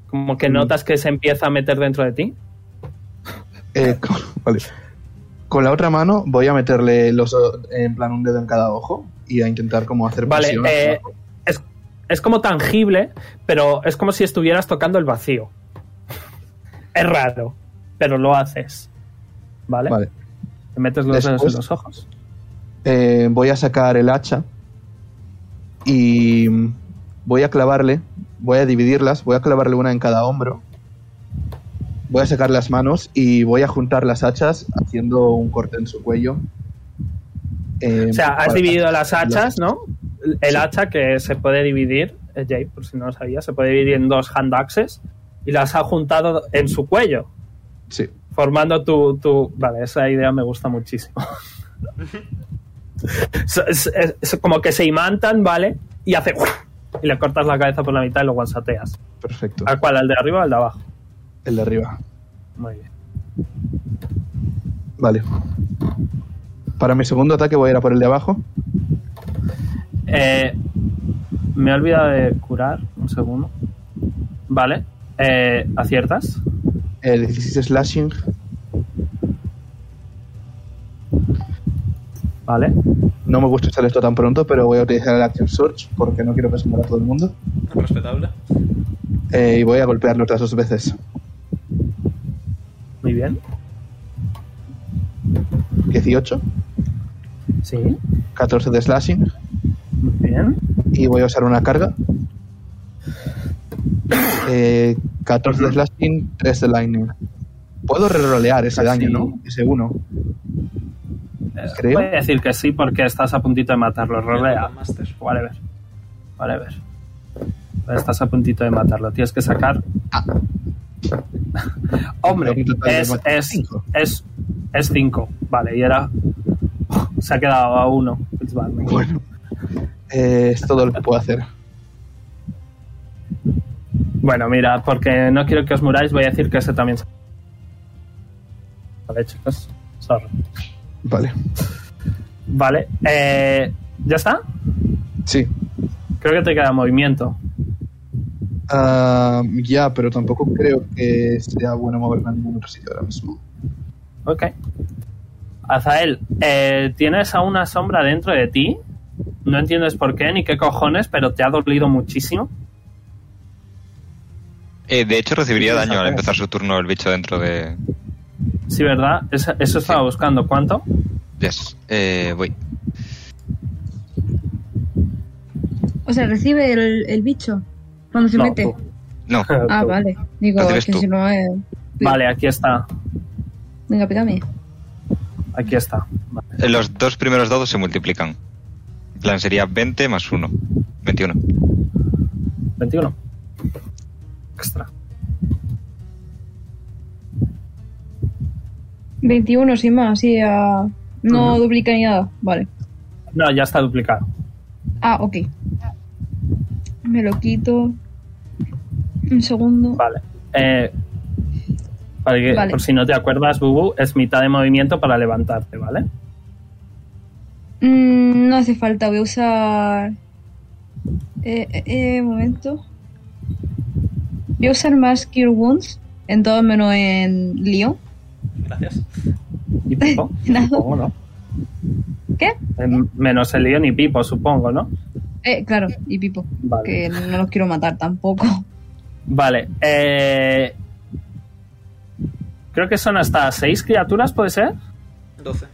[SPEAKER 3] Como
[SPEAKER 6] Mm.
[SPEAKER 3] que notas que se empieza a meter dentro de ti.
[SPEAKER 6] Eh, con, vale. Con la otra mano voy a meterle los o- en plan un dedo en cada ojo y a intentar como hacer
[SPEAKER 3] Vale,
[SPEAKER 6] presión.
[SPEAKER 3] eh, es, es como tangible, pero es como si estuvieras tocando el vacío. (laughs) es raro, pero lo haces. ¿Vale?
[SPEAKER 6] Vale.
[SPEAKER 3] Te metes los dedos
[SPEAKER 6] Después-
[SPEAKER 3] en los ojos.
[SPEAKER 6] Eh, voy a sacar el hacha y mm, voy a clavarle, voy a dividirlas, voy a clavarle una en cada hombro. Voy a sacar las manos y voy a juntar las hachas haciendo un corte en su cuello. Eh,
[SPEAKER 3] O sea, has
[SPEAKER 6] para-
[SPEAKER 3] dividido las hachas, ¿no? El hacha que se puede dividir, eh, Jay, por si no lo sabía, se puede dividir en dos hand axes y las ha juntado en su cuello,
[SPEAKER 6] Sí.
[SPEAKER 3] formando tu... tu... Vale, esa idea me gusta muchísimo. es, es- es- es como que se imantan, ¿vale? Y hace... Y le cortas la cabeza por la mitad y lo guansateas.
[SPEAKER 6] Perfecto.
[SPEAKER 3] ¿Al cual? ¿Al de arriba o al de abajo?
[SPEAKER 6] El de arriba.
[SPEAKER 3] Muy bien.
[SPEAKER 6] Vale. Para mi segundo ataque voy a ir a por el de abajo.
[SPEAKER 3] Eh, me he olvidado de curar. Un segundo. Vale. Eh, ¿Aciertas?
[SPEAKER 6] El 16 slashing.
[SPEAKER 3] Vale.
[SPEAKER 6] No me gusta usar esto tan pronto, pero voy a utilizar el Action Search porque no quiero que se muera todo el mundo.
[SPEAKER 2] Respetable.
[SPEAKER 6] Eh, y voy a golpearlo otras dos veces.
[SPEAKER 3] Muy bien.
[SPEAKER 6] 18,
[SPEAKER 3] Sí.
[SPEAKER 6] 14 de slashing.
[SPEAKER 3] Muy bien.
[SPEAKER 6] Y voy a usar una carga. Eh, 14 de slashing, 3 de lightning. Puedo rerolear ese
[SPEAKER 3] Casi.
[SPEAKER 6] daño, ¿no? Ese 1.
[SPEAKER 3] Eh,
[SPEAKER 6] Creo.
[SPEAKER 3] Voy a decir que sí porque estás a puntito de matarlo. Rolea.
[SPEAKER 2] Dungeon Master.
[SPEAKER 3] Vale, ver. Vale, ver. Estás a puntito de matarlo. Tienes que sacar. (laughs) Hombre,
[SPEAKER 6] Creo que total
[SPEAKER 3] es
[SPEAKER 6] Ah. de
[SPEAKER 3] 5.
[SPEAKER 6] matar
[SPEAKER 3] Es,
[SPEAKER 6] cinco.
[SPEAKER 3] es, es cinco. Vale, y era. (laughs) Se ha quedado a uno. Pues Fitzbarman.
[SPEAKER 6] Bueno. Eh, es todo lo que puedo hacer.
[SPEAKER 3] Bueno, mira, porque no quiero que os muráis, voy a decir que ese también. se- Vale, chicos. Sorry.
[SPEAKER 6] Vale.
[SPEAKER 3] Vale. eh, ¿Ya está?
[SPEAKER 6] Sí.
[SPEAKER 3] Creo que te queda movimiento.
[SPEAKER 6] Ah, ya, pero tampoco creo que sea bueno moverme a ningún otro sitio ahora mismo.
[SPEAKER 3] Ok. Azael, eh, tienes a una sombra dentro de ti. No entiendes por qué ni qué cojones, pero te ha dolido muchísimo.
[SPEAKER 1] Eh, de hecho, recibiría
[SPEAKER 6] Sí,
[SPEAKER 1] daño al
[SPEAKER 6] saca.
[SPEAKER 1] empezar su turno el bicho dentro de.
[SPEAKER 3] Sí, ¿verdad? Esa- eso estaba buscando. ¿Cuánto?
[SPEAKER 1] Yes. Eh, voy.
[SPEAKER 9] (laughs) O sea, recibe el, el bicho cuando se
[SPEAKER 3] No,
[SPEAKER 9] mete.
[SPEAKER 3] tú. (laughs)
[SPEAKER 1] No.
[SPEAKER 9] (laughs) Ah,
[SPEAKER 3] Tú.
[SPEAKER 9] vale. Digo,
[SPEAKER 1] Recibes
[SPEAKER 9] es que
[SPEAKER 1] tú.
[SPEAKER 9] si no es.
[SPEAKER 3] Vale, aquí está.
[SPEAKER 9] Venga, pégame.
[SPEAKER 3] Aquí está. Vale.
[SPEAKER 1] Eh, Los dos primeros dados se multiplican. En plan, sería 20 más 1. 21.
[SPEAKER 3] 21. Extra.
[SPEAKER 8] 21 sin más, sí, a... no
[SPEAKER 3] Ujú.
[SPEAKER 8] duplica ni nada. Vale.
[SPEAKER 3] No, ya está duplicado.
[SPEAKER 8] Ah, ok. Me lo quito. Un segundo.
[SPEAKER 3] Vale. Eh, para que-
[SPEAKER 8] Vale.
[SPEAKER 3] Por si no te acuerdas, Bubu, es mitad de movimiento para levantarte, ¿vale?
[SPEAKER 8] Mm, no hace falta, voy a usar. Eh, eh, eh, momento. Voy a usar más Cure Wounds, en todo menos en Leon.
[SPEAKER 2] Gracias.
[SPEAKER 8] (laughs)
[SPEAKER 3] Y Pipo,
[SPEAKER 8] Nada.
[SPEAKER 3] supongo, ¿no?
[SPEAKER 8] ¿Qué?
[SPEAKER 3] Eh, menos el león y Pipo, supongo, ¿no?
[SPEAKER 8] Eh, claro, y Pipo,
[SPEAKER 3] Vale.
[SPEAKER 8] que no los quiero matar tampoco.
[SPEAKER 3] Vale. eh, creo que son hasta seis criaturas, ¿puede ser?
[SPEAKER 2] 12.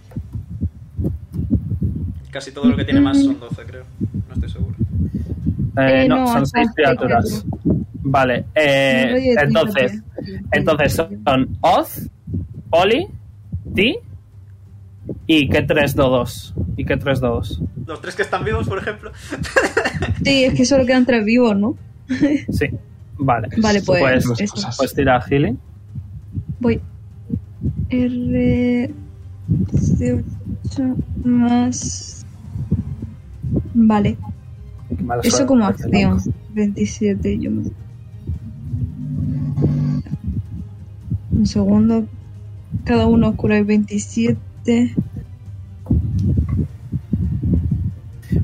[SPEAKER 2] Casi todo lo que tiene más son 12, creo. No estoy seguro.
[SPEAKER 3] Eh,
[SPEAKER 8] Eh,
[SPEAKER 3] no,
[SPEAKER 8] no,
[SPEAKER 3] son
[SPEAKER 8] hasta
[SPEAKER 3] seis
[SPEAKER 8] seis
[SPEAKER 3] criaturas. Vale. eh,
[SPEAKER 8] Me río de ti,
[SPEAKER 3] entonces,
[SPEAKER 8] Katia.
[SPEAKER 3] entonces son Oz, Oli, Ti y que tres dodos. Y que tres dodos.
[SPEAKER 2] Los tres que están vivos, por ejemplo.
[SPEAKER 8] Sí, es que solo quedan tres vivos, ¿no?
[SPEAKER 3] Sí. Vale.
[SPEAKER 8] Vale, pues,
[SPEAKER 6] Las
[SPEAKER 8] eso.
[SPEAKER 6] cosas.
[SPEAKER 3] Pues tira healing.
[SPEAKER 8] Voy. R. C8 más. Vale.
[SPEAKER 3] Qué mala
[SPEAKER 8] Eso
[SPEAKER 3] suerte,
[SPEAKER 8] como
[SPEAKER 3] porque no.
[SPEAKER 8] acción. 27, yo me... Un segundo. Cada uno os curáis 27.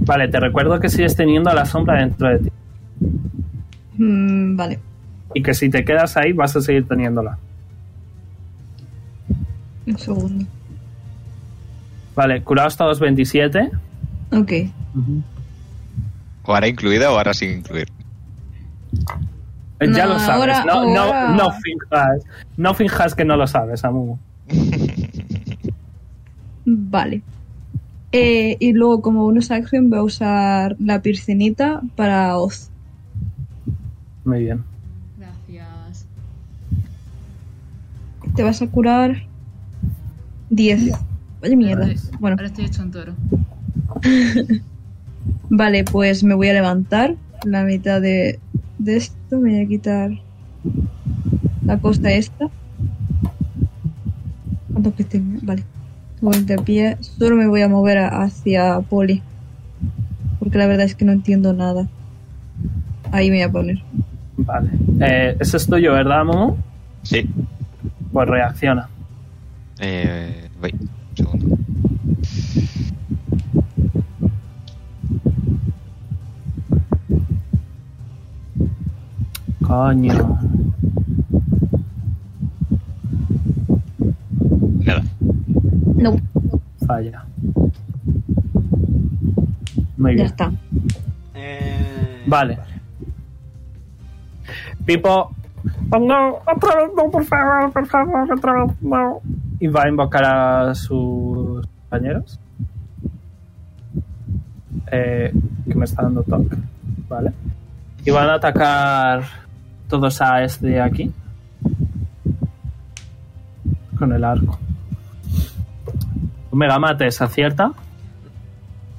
[SPEAKER 3] Vale, te recuerdo que sigues teniendo a la sombra dentro de ti.
[SPEAKER 8] Mm, vale.
[SPEAKER 3] Y que si te quedas ahí vas a seguir teniéndola.
[SPEAKER 8] Un segundo.
[SPEAKER 3] Vale, curados todos 27.
[SPEAKER 8] Ok.
[SPEAKER 1] ¿O ahora incluida o ahora sin incluir?
[SPEAKER 3] Eh, ya
[SPEAKER 8] No,
[SPEAKER 3] lo sabes.
[SPEAKER 8] ahora-
[SPEAKER 3] no, no-
[SPEAKER 8] ahora.
[SPEAKER 3] No, finjas, no finjas que no lo sabes, Amu.
[SPEAKER 8] Vale. Eh, y luego, como bonus action, voy a usar la pircinita para Oz.
[SPEAKER 3] Muy bien.
[SPEAKER 5] Gracias.
[SPEAKER 8] Te vas a curar 10. Vaya mierda.
[SPEAKER 5] Ahora estoy-
[SPEAKER 8] Bueno,
[SPEAKER 5] Ahora estoy hecho un toro.
[SPEAKER 8] vale, pues me voy a levantar. La mitad de, de esto me voy a quitar la costa esta. ¿Cuánto que tengo? Vale. Vuelta a pie. Solo me voy a mover a- hacia Poli. Porque la verdad es que no entiendo nada. Ahí me voy a poner.
[SPEAKER 3] Vale. Eh, ese es tuyo, ¿verdad, Momo?
[SPEAKER 7] Sí.
[SPEAKER 3] Pues reacciona.
[SPEAKER 7] Eh, voy. Un segundo.
[SPEAKER 3] Coño.
[SPEAKER 7] Nada.
[SPEAKER 8] No,
[SPEAKER 3] Falla. Muy
[SPEAKER 8] ya
[SPEAKER 3] bien.
[SPEAKER 8] está.
[SPEAKER 2] Eh,
[SPEAKER 3] Vale. Pipo. "Oh, no, otra vez no, por favor, por favor, otra vez no. Y va a invocar a sus compañeros. Eh, que me está dando toque. Vale. Y van a atacar todos a este de aquí. Con el arco. Omega Mates, acierta.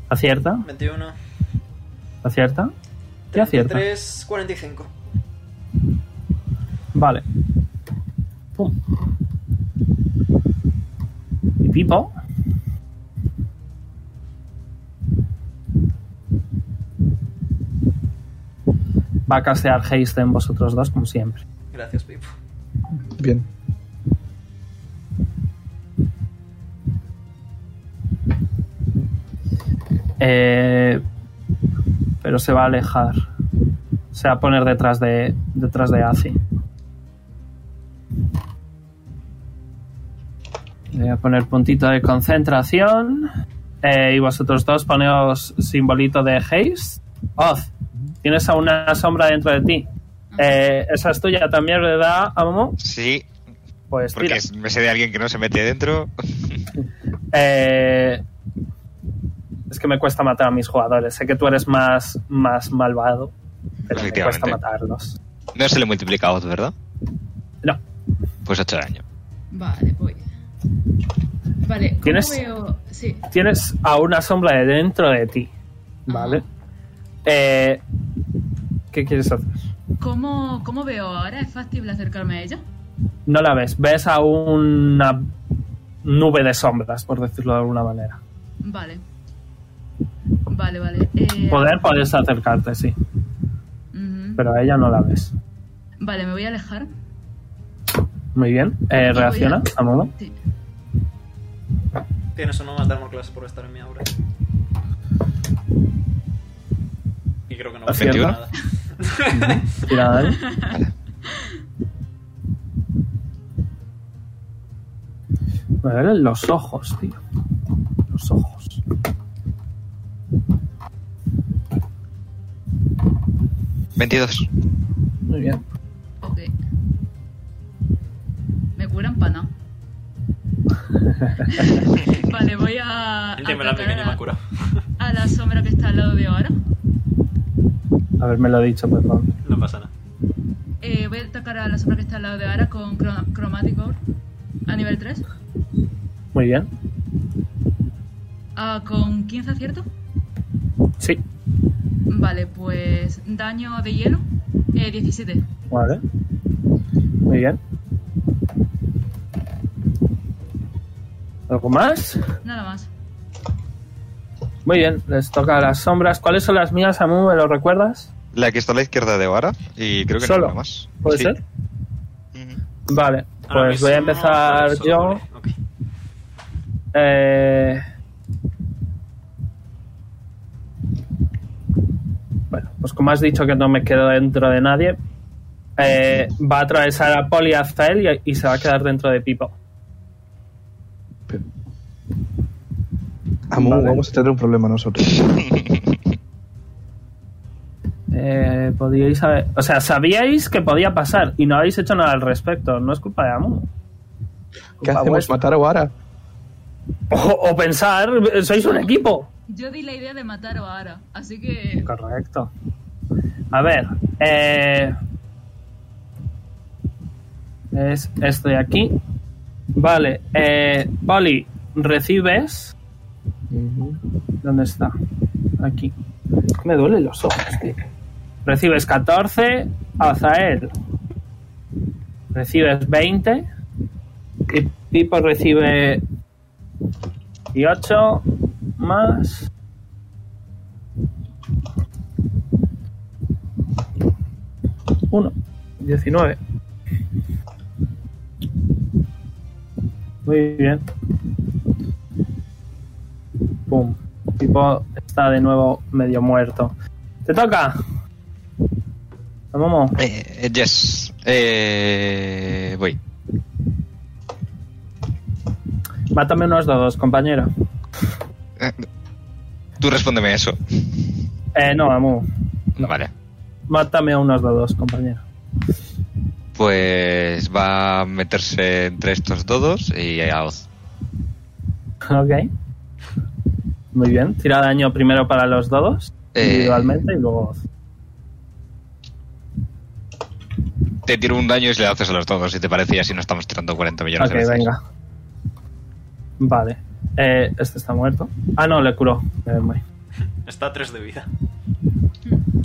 [SPEAKER 3] Acierta,
[SPEAKER 2] 21.
[SPEAKER 3] acierta. Y acierta.
[SPEAKER 2] 33, 45.
[SPEAKER 3] Vale. Pum. ¿Y Pipo? Va a castear Haste en vosotros dos, como siempre.
[SPEAKER 2] Gracias, Pipo.
[SPEAKER 6] Bien.
[SPEAKER 3] Eh, pero se va a alejar. Se va a poner detrás de, detrás de Azi. Le voy a poner puntito de concentración. Eh, y vosotros dos poneos simbolito de haste. Oz, tienes a una sombra dentro de ti. Eh, esa es tuya también, ¿verdad, Amomo?
[SPEAKER 1] Sí,
[SPEAKER 3] Pues tira.
[SPEAKER 1] porque me sé de alguien que no se mete dentro.
[SPEAKER 3] Eh, es que me cuesta matar a mis jugadores. Sé que tú eres más, más malvado, pero me
[SPEAKER 1] Efectivamente.
[SPEAKER 3] cuesta matarlos.
[SPEAKER 1] No se le multiplica a Oz, ¿verdad?
[SPEAKER 3] No.
[SPEAKER 1] Pues 8 daño.
[SPEAKER 5] Vale, voy. Vale, ¿cómo
[SPEAKER 3] ¿Tienes-
[SPEAKER 5] veo...? Sí,
[SPEAKER 3] Tienes a una sombra de dentro de ti. Vale. Eh, ¿Qué quieres hacer?
[SPEAKER 5] ¿cómo, ¿cómo veo ahora? ¿Es factible acercarme a ella?
[SPEAKER 3] No la ves. Ves a una nube de sombras, por decirlo de alguna manera.
[SPEAKER 5] Vale. Vale, vale. Eh,
[SPEAKER 3] Poder puedes acercarte, sí.
[SPEAKER 5] ujú.
[SPEAKER 3] Pero a ella no la ves.
[SPEAKER 5] Vale, me voy a alejar.
[SPEAKER 3] Muy bien. Eh, reacciona, a modo.
[SPEAKER 5] Sí.
[SPEAKER 2] Tienes uno más de armor class por estar en mi aura. Y creo que no va a hacer
[SPEAKER 3] ¿Acierta?
[SPEAKER 2] nada.
[SPEAKER 3] Tira (laughs) daño. Me duelen los ojos, tío. Los ojos.
[SPEAKER 1] ¿22?
[SPEAKER 3] Muy bien.
[SPEAKER 5] Ok. Me curan
[SPEAKER 2] (laughs)
[SPEAKER 5] para nada. vale, voy a.
[SPEAKER 2] Dímela,
[SPEAKER 5] atacar
[SPEAKER 2] pequeña
[SPEAKER 5] a, la,
[SPEAKER 2] Makura.
[SPEAKER 5] a la sombra que está al lado de ahora.
[SPEAKER 3] Haberme lo dicho, pues, perdón.
[SPEAKER 2] No pasa nada.
[SPEAKER 5] Eh, voy a atacar a la sombra que está al lado de ahora con cro- Chromatic Orb a nivel 3.
[SPEAKER 3] Muy bien.
[SPEAKER 5] Ah, con 15 acierto.
[SPEAKER 3] Sí.
[SPEAKER 5] Vale, pues daño de hielo. Eh, 17.
[SPEAKER 3] Vale. Muy bien. ¿Algo más?
[SPEAKER 5] Nada más.
[SPEAKER 3] Muy bien, les toca a las sombras. ¿Cuáles son las mías, Amu? ¿Me lo recuerdas?
[SPEAKER 1] La que está a la izquierda de Vara y creo que
[SPEAKER 3] Solo.
[SPEAKER 1] ninguna más.
[SPEAKER 3] ¿Puede
[SPEAKER 1] Sí.
[SPEAKER 3] ser?
[SPEAKER 1] Ujú.
[SPEAKER 3] Vale,
[SPEAKER 2] Ahora
[SPEAKER 3] pues voy a
[SPEAKER 2] mismo,
[SPEAKER 3] empezar
[SPEAKER 2] solo,
[SPEAKER 3] yo.
[SPEAKER 2] vale, ok.
[SPEAKER 3] Eh... Bueno, pues como has dicho que no me quedo dentro de nadie, eh, va a atravesar a Poli hasta él y, y se va a quedar dentro de Pipo.
[SPEAKER 6] Amu,
[SPEAKER 3] Vale.
[SPEAKER 6] vamos a tener un problema nosotros.
[SPEAKER 3] Eh, podíais saber, o sea, sabíais que podía pasar y no habéis hecho nada al respecto. No es culpa de Amu.
[SPEAKER 6] ¿Qué
[SPEAKER 3] Culpa
[SPEAKER 6] hacemos?
[SPEAKER 3] vuestra.
[SPEAKER 6] ¿Matar a Wara?
[SPEAKER 3] O, o pensar, eh, sois un equipo.
[SPEAKER 5] Yo di la idea de matar a Ara, así que.
[SPEAKER 3] Correcto. A ver, eh, Es esto de aquí. Vale, eh, Poli, recibes. ¿Dónde está? Aquí. Me duelen los ojos, tío. Recibes 14, Azael. Recibes 20. Y Pipo recibe 18 más. Uno. 19. Muy bien. Pum. Pipo está de nuevo medio muerto. ¡Te toca! Vamos.
[SPEAKER 1] Eh, eh, yes. Eh, voy.
[SPEAKER 3] Mátame unos dados, compañero.
[SPEAKER 1] Eh, Tú respóndeme eso.
[SPEAKER 3] Eh, no, Amu.
[SPEAKER 1] Vale.
[SPEAKER 3] Mátame unos dados, compañero.
[SPEAKER 1] Pues va a meterse entre estos dos y a Oz.
[SPEAKER 3] Ok. Muy bien. Tira daño primero para los dados,
[SPEAKER 1] Eh.
[SPEAKER 3] individualmente, y luego.
[SPEAKER 1] Te tiro un daño y se le haces a los todos, si te parece, y así no estamos tirando 40 millones
[SPEAKER 3] Ok,
[SPEAKER 1] de veces.
[SPEAKER 3] venga. Vale. Eh, este está muerto. Ah, no, le curó. Nevermind.
[SPEAKER 2] Está a 3 de vida.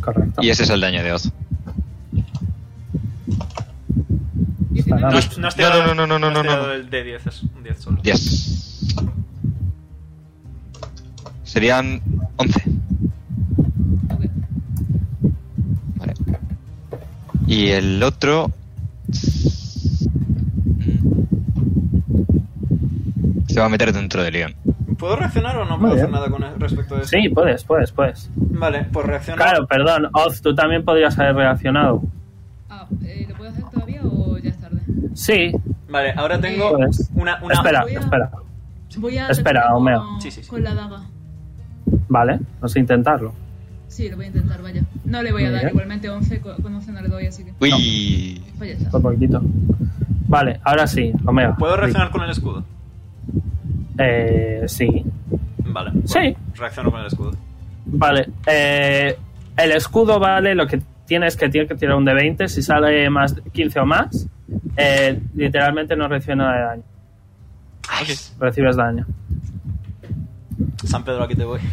[SPEAKER 3] Correcto.
[SPEAKER 1] Y ese es el daño de Oz.
[SPEAKER 3] Está
[SPEAKER 2] No,
[SPEAKER 3] nada.
[SPEAKER 2] has- no has
[SPEAKER 1] No, no,
[SPEAKER 2] tirado-
[SPEAKER 1] no, no, no,
[SPEAKER 2] has
[SPEAKER 1] no, no.
[SPEAKER 2] tirado el D10, es un 10 solo.
[SPEAKER 1] Yes. Serían 11. Vale. Y el otro. Se va a meter dentro de León.
[SPEAKER 2] ¿Puedo reaccionar o no
[SPEAKER 3] Muy
[SPEAKER 2] puedo hacer
[SPEAKER 3] bien.
[SPEAKER 2] nada con respecto a eso?
[SPEAKER 3] Sí, puedes, puedes, puedes.
[SPEAKER 2] Vale, pues reacciono.
[SPEAKER 3] Claro, perdón, Oz, tú también podrías haber reaccionado.
[SPEAKER 5] Ah, eh, ¿lo puedo hacer todavía o ya es tarde?
[SPEAKER 3] Sí,
[SPEAKER 2] Vale, ahora tengo
[SPEAKER 3] Pues,
[SPEAKER 2] una, una-
[SPEAKER 3] espera,
[SPEAKER 5] voy a-
[SPEAKER 3] espera.
[SPEAKER 5] Voy a
[SPEAKER 3] Espera,
[SPEAKER 5] atacar
[SPEAKER 3] Homero.
[SPEAKER 5] con-
[SPEAKER 2] Sí, sí, sí.
[SPEAKER 5] Con la daga.
[SPEAKER 3] Vale, vamos a intentarlo.
[SPEAKER 5] Sí, lo voy a intentar, vaya. No le voy a
[SPEAKER 3] Muy
[SPEAKER 5] dar
[SPEAKER 3] bien.
[SPEAKER 5] igualmente 11, co- con 11 no le doy, así que...
[SPEAKER 1] Uy.
[SPEAKER 5] Pues ya está.
[SPEAKER 3] Por poquito. Vale, ahora sí, Omega.
[SPEAKER 2] ¿Puedo reaccionar con el escudo?
[SPEAKER 3] Eh, sí.
[SPEAKER 2] Vale.
[SPEAKER 3] Sí.
[SPEAKER 2] Reacciono con el escudo.
[SPEAKER 3] Vale. eh, el escudo vale lo que tienes que tiene que tirar un de 20. Si sale más de 15 o más, eh, literalmente no recibe nada de daño. Recibes daño.
[SPEAKER 2] San Pedro, aquí te voy. (laughs)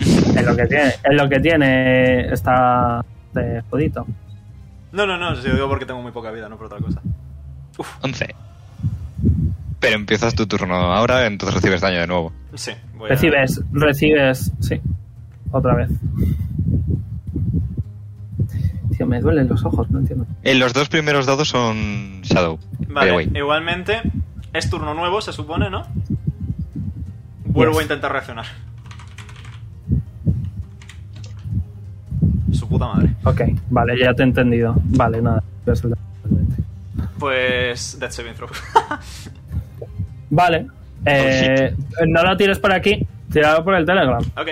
[SPEAKER 3] Es lo que tiene, es lo que tiene este está de jodito.
[SPEAKER 2] No, no, no, si lo digo porque tengo muy poca vida, no por otra cosa.
[SPEAKER 1] 11. Pero empiezas tu turno ahora, entonces recibes daño de nuevo.
[SPEAKER 2] Sí, voy a-
[SPEAKER 3] Recibes, recibes, sí. Otra vez. Tío, me duelen los ojos, no entiendo.
[SPEAKER 1] Eh, los dos primeros dados son Shadow. by the
[SPEAKER 2] Vale, Eh,
[SPEAKER 1] way.
[SPEAKER 2] igualmente, es turno nuevo, se supone, ¿no? Vuelvo
[SPEAKER 3] Yes.
[SPEAKER 2] a intentar reaccionar. Su puta madre.
[SPEAKER 3] Ok, vale, ya te he entendido. Vale, nada. voy a soltar el 20.
[SPEAKER 2] Pues. Death Saving Throw. (laughs)
[SPEAKER 3] Vale. eh, no lo tires por aquí, tirado por el Telegram.
[SPEAKER 2] ok.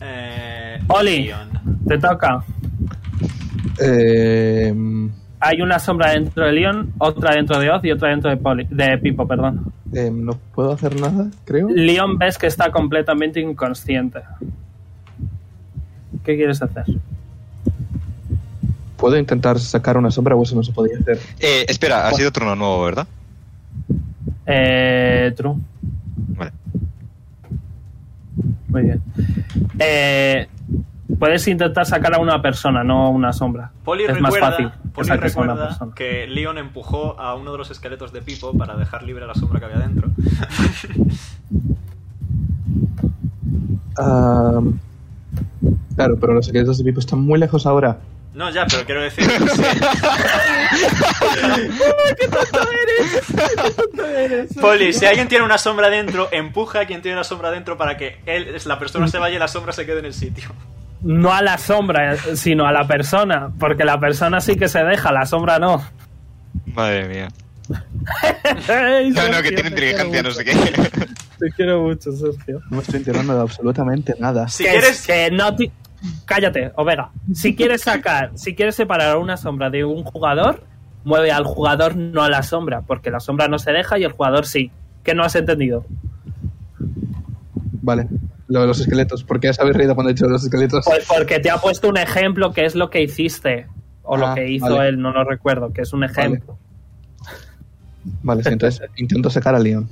[SPEAKER 2] Eh.
[SPEAKER 3] Oli.
[SPEAKER 2] guión.
[SPEAKER 3] Te toca.
[SPEAKER 6] Eh,
[SPEAKER 3] Hay una sombra dentro de Leon, otra dentro de Oz y otra dentro de, Poli- de Pipo, perdón.
[SPEAKER 6] eh, no puedo hacer nada, creo.
[SPEAKER 3] Leon ves que está completamente inconsciente. ¿Qué quieres hacer?
[SPEAKER 6] Puedo intentar sacar una sombra o eso no se podía hacer.
[SPEAKER 1] Eh, espera, ha sido turno nuevo, ¿verdad?
[SPEAKER 3] Eh, true.
[SPEAKER 1] Vale.
[SPEAKER 3] Muy bien. Eh, puedes intentar sacar a una persona, no a una sombra.
[SPEAKER 2] Poli
[SPEAKER 3] es más
[SPEAKER 2] recuerda,
[SPEAKER 3] fácil que
[SPEAKER 2] Poli
[SPEAKER 3] saques a una
[SPEAKER 2] recuerda
[SPEAKER 3] persona.
[SPEAKER 2] que Leon empujó a uno de los esqueletos de Pipo para dejar libre la sombra que había dentro. (laughs)
[SPEAKER 6] Ah, claro, pero los secretos de Pipo están muy lejos ahora.
[SPEAKER 2] No, ya, pero quiero decir. Poli, si alguien tiene una sombra dentro, empuja a quien tiene la sombra dentro para que él, la persona se vaya y la sombra se quede en el
[SPEAKER 3] (laughs)
[SPEAKER 2] sitio.
[SPEAKER 3] No a la sombra, sino a la persona. Porque la persona sí que se deja, la sombra no.
[SPEAKER 1] Madre mía.
[SPEAKER 3] (laughs) Ey,
[SPEAKER 1] No, no, que tiene
[SPEAKER 3] Sergio, te quiero
[SPEAKER 1] inteligencia, no
[SPEAKER 3] mucho,
[SPEAKER 1] sé qué.
[SPEAKER 3] Te quiero mucho, Sergio.
[SPEAKER 6] No me estoy enterando de absolutamente nada.
[SPEAKER 2] Si
[SPEAKER 3] que,
[SPEAKER 2] quieres.
[SPEAKER 3] que no ti- Cállate, Omega. Si quieres sacar, si quieres separar una sombra de un jugador, mueve al jugador, no a la sombra, porque la sombra no se deja y el jugador sí. Que no has entendido.
[SPEAKER 6] Vale, lo de los esqueletos. ¿Por qué os habéis reído cuando he dicho los esqueletos?
[SPEAKER 3] Pues porque te ha puesto un ejemplo que es lo que hiciste. O lo
[SPEAKER 6] Ah,
[SPEAKER 3] que hizo
[SPEAKER 6] vale.
[SPEAKER 3] él, no lo recuerdo, que es un ejemplo.
[SPEAKER 6] Vale, sí, entonces intento sacar a (laughs) Leon.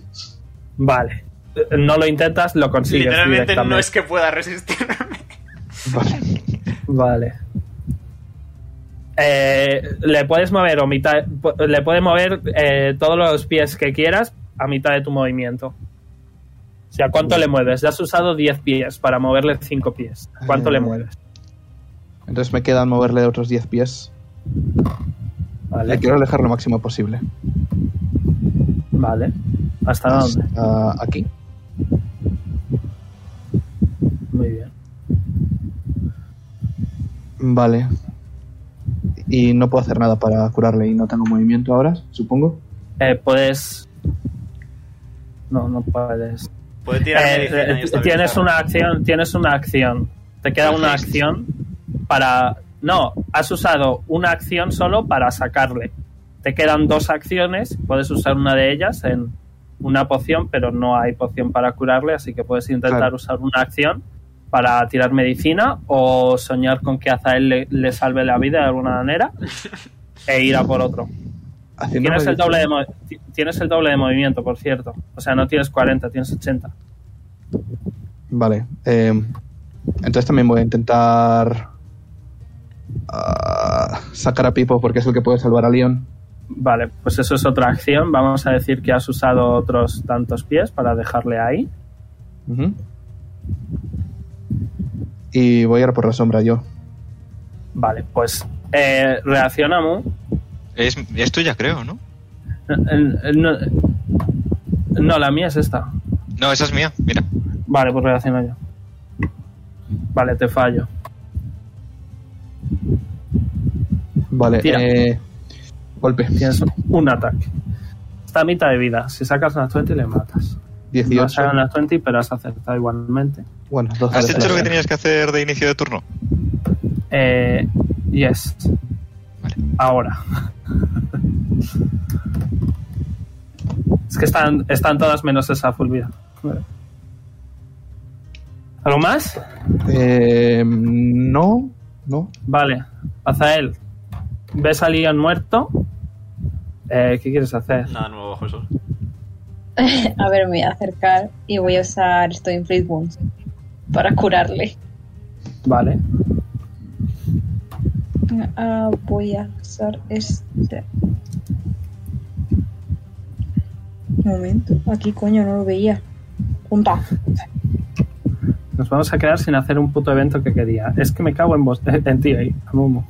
[SPEAKER 3] Vale. Eh, No lo intentas, lo consigues.
[SPEAKER 2] Literalmente no
[SPEAKER 3] directamente.
[SPEAKER 2] es que pueda resistirme.
[SPEAKER 6] Vale.
[SPEAKER 3] Vale. Eh, le puedes mover o mitad. Le puedes mover eh, todos los pies que quieras a mitad de tu movimiento. O sea, ¿cuánto le mueves? Ya has usado 10 pies para moverle 5 pies. ¿Cuánto
[SPEAKER 6] Eh,
[SPEAKER 3] le mueves?
[SPEAKER 6] Entonces me quedan moverle otros 10 pies. Le
[SPEAKER 3] Vale.
[SPEAKER 6] quiero alejar lo máximo posible.
[SPEAKER 3] Vale. ¿Hasta dónde?
[SPEAKER 6] Ah, aquí.
[SPEAKER 3] Muy bien.
[SPEAKER 6] Vale. Y no puedo hacer nada para curarle y no tengo movimiento ahora, supongo.
[SPEAKER 3] Eh, puedes. No, no puedes.
[SPEAKER 2] Puede tirar
[SPEAKER 3] Eh,
[SPEAKER 2] medicina y
[SPEAKER 3] eh,
[SPEAKER 2] estabilizar.
[SPEAKER 3] tienes una acción, tienes una acción. Te queda una acción para. No, has usado una acción solo para sacarle. Te quedan dos acciones, puedes usar una de ellas en una poción, pero no hay poción para curarle, así que puedes intentar
[SPEAKER 6] Claro.
[SPEAKER 3] usar una acción para tirar medicina o soñar con que Azael le, le salve la vida de alguna manera e ir a por otro.
[SPEAKER 6] Haciendo
[SPEAKER 3] Tienes el,
[SPEAKER 6] medicina-
[SPEAKER 3] doble de mo- ti- tienes el doble de movimiento, por cierto. O sea, no tienes 40, tienes 80.
[SPEAKER 6] Vale. eh, entonces también voy a intentar ah, sacar a Pipo porque es el que puede salvar a Leon.
[SPEAKER 3] Vale, pues eso es otra acción. Vamos a decir que has usado otros tantos pies para dejarle ahí.
[SPEAKER 6] Ujú. Y voy a ir por la sombra yo.
[SPEAKER 3] Vale, pues eh, reacciona Mu.
[SPEAKER 1] (laughs) Es, es tuya, creo, ¿no?
[SPEAKER 3] Eh, No, no, la mía es esta.
[SPEAKER 1] No, esa es mía, mira.
[SPEAKER 3] Vale, pues reacciona yo. Vale, te fallo.
[SPEAKER 6] Vale.
[SPEAKER 3] Tira.
[SPEAKER 6] eh, golpe.
[SPEAKER 3] Tienes un- un ataque. Está a mitad de vida. Si sacas una 20 le matas. No has
[SPEAKER 6] 18.
[SPEAKER 3] sacado una 20, pero has acertado igualmente.
[SPEAKER 6] Bueno, 12
[SPEAKER 1] ¿Has
[SPEAKER 6] de
[SPEAKER 1] hecho lo que
[SPEAKER 6] placer.
[SPEAKER 1] tenías que hacer de inicio de turno?
[SPEAKER 3] Eh, yes. Ahora. es que están, están todas menos esa fulvia. ¿Algo más?
[SPEAKER 6] Eh, no, no.
[SPEAKER 3] Vale. Azael, ves a Leon muerto. Eh, ¿Qué quieres hacer?
[SPEAKER 2] Nada nuevo bajo el sol.
[SPEAKER 4] A ver, me voy a acercar y voy a usar estoy en Fleet Wounds para curarle.
[SPEAKER 3] Vale.
[SPEAKER 4] Ah, voy a usar este. Un momento, aquí coño no lo veía. Punta.
[SPEAKER 3] Nos vamos a quedar sin hacer un puto evento que quería. Es que me cago en vos, (laughs) en ti eh, ahí, a Momo.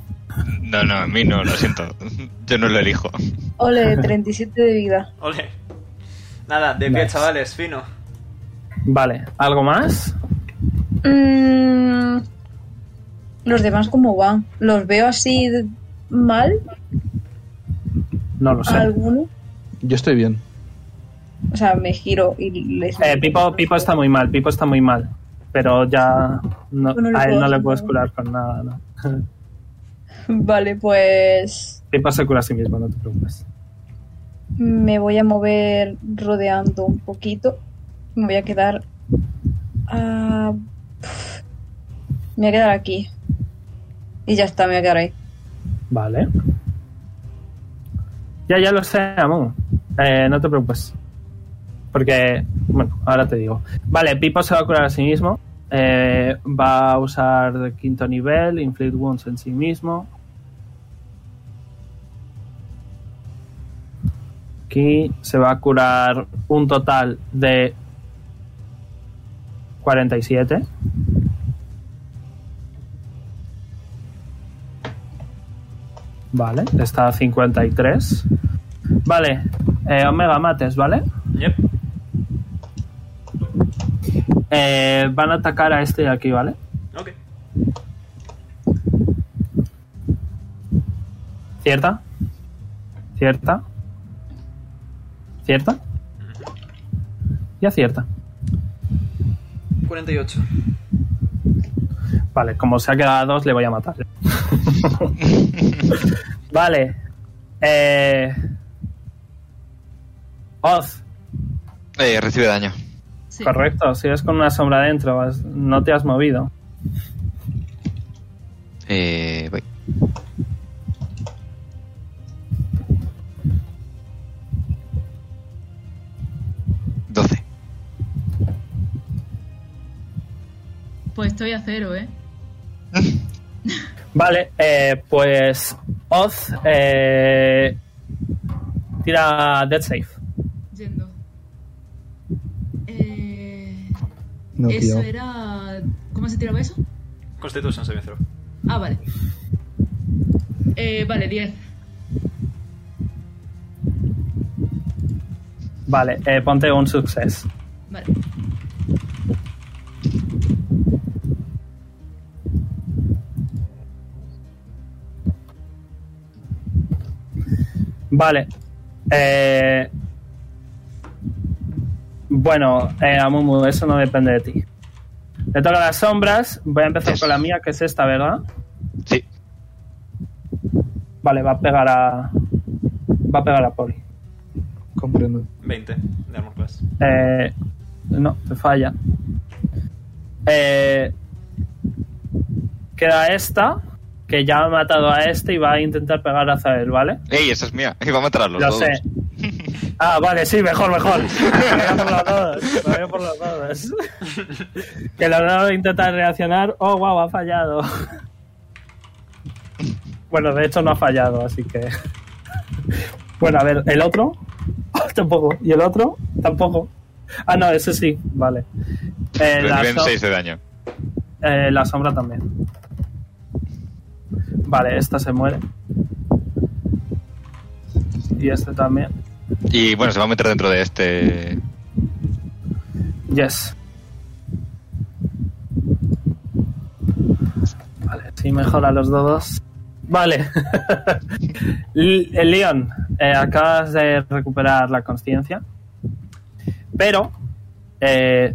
[SPEAKER 1] No, no, a mí no, lo siento. (laughs) Yo no lo elijo.
[SPEAKER 4] Ole, 37 de vida.
[SPEAKER 2] Ole. Nada, de pie,
[SPEAKER 3] Nice.
[SPEAKER 2] chavales, fino.
[SPEAKER 3] Vale, ¿algo más?
[SPEAKER 4] Mm, los demás, ¿cómo van? ¿Los veo así de- mal?
[SPEAKER 3] No lo sé.
[SPEAKER 4] ¿Alguno?
[SPEAKER 6] Yo estoy bien.
[SPEAKER 4] O sea, me giro y les.
[SPEAKER 3] Eh, Pipo, Pipo está muy mal, Pipo está muy mal. Pero ya no-
[SPEAKER 4] Bueno, le
[SPEAKER 3] a él
[SPEAKER 4] puedo
[SPEAKER 3] no le
[SPEAKER 4] hacer
[SPEAKER 3] puedes
[SPEAKER 4] nada.
[SPEAKER 3] curar con nada. ¿no?
[SPEAKER 4] (laughs)
[SPEAKER 3] (laughs)
[SPEAKER 4] Vale, pues.
[SPEAKER 3] Pipo se cura a sí mismo, no te preocupes.
[SPEAKER 4] Me voy a mover rodeando un poquito. Me voy a quedar. ah, pf, me voy a quedar aquí. Y ya está, me voy a quedar ahí.
[SPEAKER 3] Vale. Ya, ya lo sé, Amu. Eh, no te preocupes. Porque, bueno, ahora te digo. Vale, Pipo se va a curar a sí mismo. Eh, va a usar de quinto nivel, Inflict Wounds en sí mismo. Aquí se va a curar un total de 47. Vale, está a 53. Vale, eh, Omega Mates, ¿vale?
[SPEAKER 2] Yep.
[SPEAKER 3] Eh, van a atacar a este de aquí, ¿vale?
[SPEAKER 2] Ok.
[SPEAKER 3] ¿Cierta? ¿Cierta? ¿Cierta? Y acierta.
[SPEAKER 2] 48.
[SPEAKER 3] Vale, como se ha quedado a dos, le voy a matar. vale. Eh... Oz,
[SPEAKER 1] Eh, recibe daño.
[SPEAKER 5] Sí.
[SPEAKER 3] correcto. Sigues con una sombra dentro. has- No te has movido.
[SPEAKER 1] Eh, voy.
[SPEAKER 5] Estoy a cero, ¿eh?
[SPEAKER 3] Vale, eh, pues Oz eh, tira Dead Safe.
[SPEAKER 5] Yendo. Eh,
[SPEAKER 6] No,
[SPEAKER 5] eso
[SPEAKER 6] tío.
[SPEAKER 5] era... ¿Cómo se tiraba eso?
[SPEAKER 2] Constitution saving throw.
[SPEAKER 5] Ah, vale. Eh, vale, 10.
[SPEAKER 3] Vale, eh, ponte un success.
[SPEAKER 5] Vale.
[SPEAKER 3] Vale. Eh, bueno, eh, Amumu, eso no depende de ti. Le toca las sombras. Voy a empezar
[SPEAKER 1] Yes.
[SPEAKER 3] con la mía, que es esta, ¿verdad?
[SPEAKER 1] Sí.
[SPEAKER 3] Vale, va a pegar a. Va a pegar a Poli.
[SPEAKER 6] Comprendo.
[SPEAKER 2] 20 de armor class.
[SPEAKER 3] Eh, no, te falla. Eh, queda esta, que ya ha matado a este y va a intentar pegar a Zael, ¿vale?
[SPEAKER 1] ¡Ey, esa es mía! (laughs) Iba a matar a los
[SPEAKER 3] Lo
[SPEAKER 1] dos.
[SPEAKER 3] sé. Ah, vale, sí, mejor, mejor. (laughs) Me voy por los dos, me voy por los dos. que los dos intentan reaccionar. Oh, wow, ha fallado. bueno, de hecho no ha fallado, así que. bueno, a ver, el otro. (laughs) Ah, tampoco. ¿Y el otro? Tampoco. Ah, no, ese sí, vale. Eh, la
[SPEAKER 1] Reciben
[SPEAKER 3] so-
[SPEAKER 1] 6 de daño.
[SPEAKER 3] eh, la sombra también. Vale, esta se muere. Y este también.
[SPEAKER 1] Y bueno, se va a meter dentro de este.
[SPEAKER 3] Yes. Vale, sí, mejora los dados. Vale. (laughs) L- eh, Leon, eh, acabas de recuperar la conciencia. Pero eh,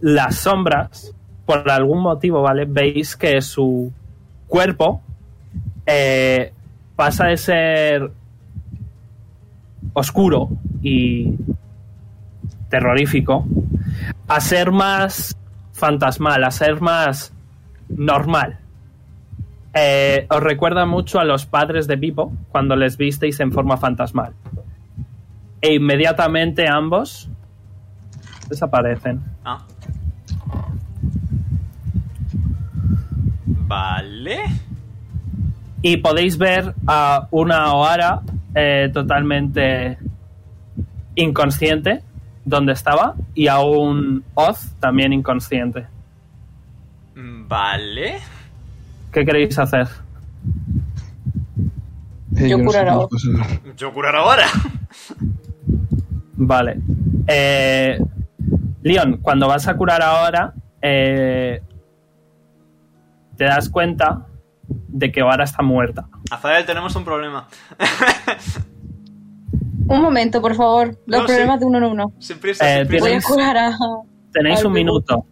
[SPEAKER 3] las sombras, por algún motivo, ¿vale? Veis que su cuerpo eh, pasa de ser oscuro y terrorífico a ser más fantasmal, a ser más normal. Eh, os recuerda mucho a los padres de Pipo cuando les visteis en forma fantasmal. E inmediatamente ambos desaparecen.
[SPEAKER 2] Ah. Vale.
[SPEAKER 3] Y podéis ver a una Oara eh, totalmente inconsciente donde estaba y a un Oz también inconsciente.
[SPEAKER 2] Vale.
[SPEAKER 3] ¿Qué queréis hacer?
[SPEAKER 6] Eh,
[SPEAKER 4] Yo
[SPEAKER 6] no sé
[SPEAKER 4] curaré
[SPEAKER 6] qué
[SPEAKER 4] ahora.
[SPEAKER 6] más cosas.
[SPEAKER 2] Yo curar ahora. (laughs)
[SPEAKER 3] Vale. Eh, Leon, cuando vas a curar ahora, eh, te das cuenta de que Oara está muerta.
[SPEAKER 2] Azael, tenemos un problema.
[SPEAKER 4] Un momento, por favor. Los
[SPEAKER 2] No, sí.
[SPEAKER 4] problemas de uno en uno.
[SPEAKER 2] Sin prisa,
[SPEAKER 3] Eh,
[SPEAKER 2] sin prisa.
[SPEAKER 4] Voy a
[SPEAKER 3] Tienes-
[SPEAKER 4] curar a...
[SPEAKER 3] Tenéis
[SPEAKER 4] Al
[SPEAKER 3] un
[SPEAKER 4] Pipo.
[SPEAKER 3] minuto.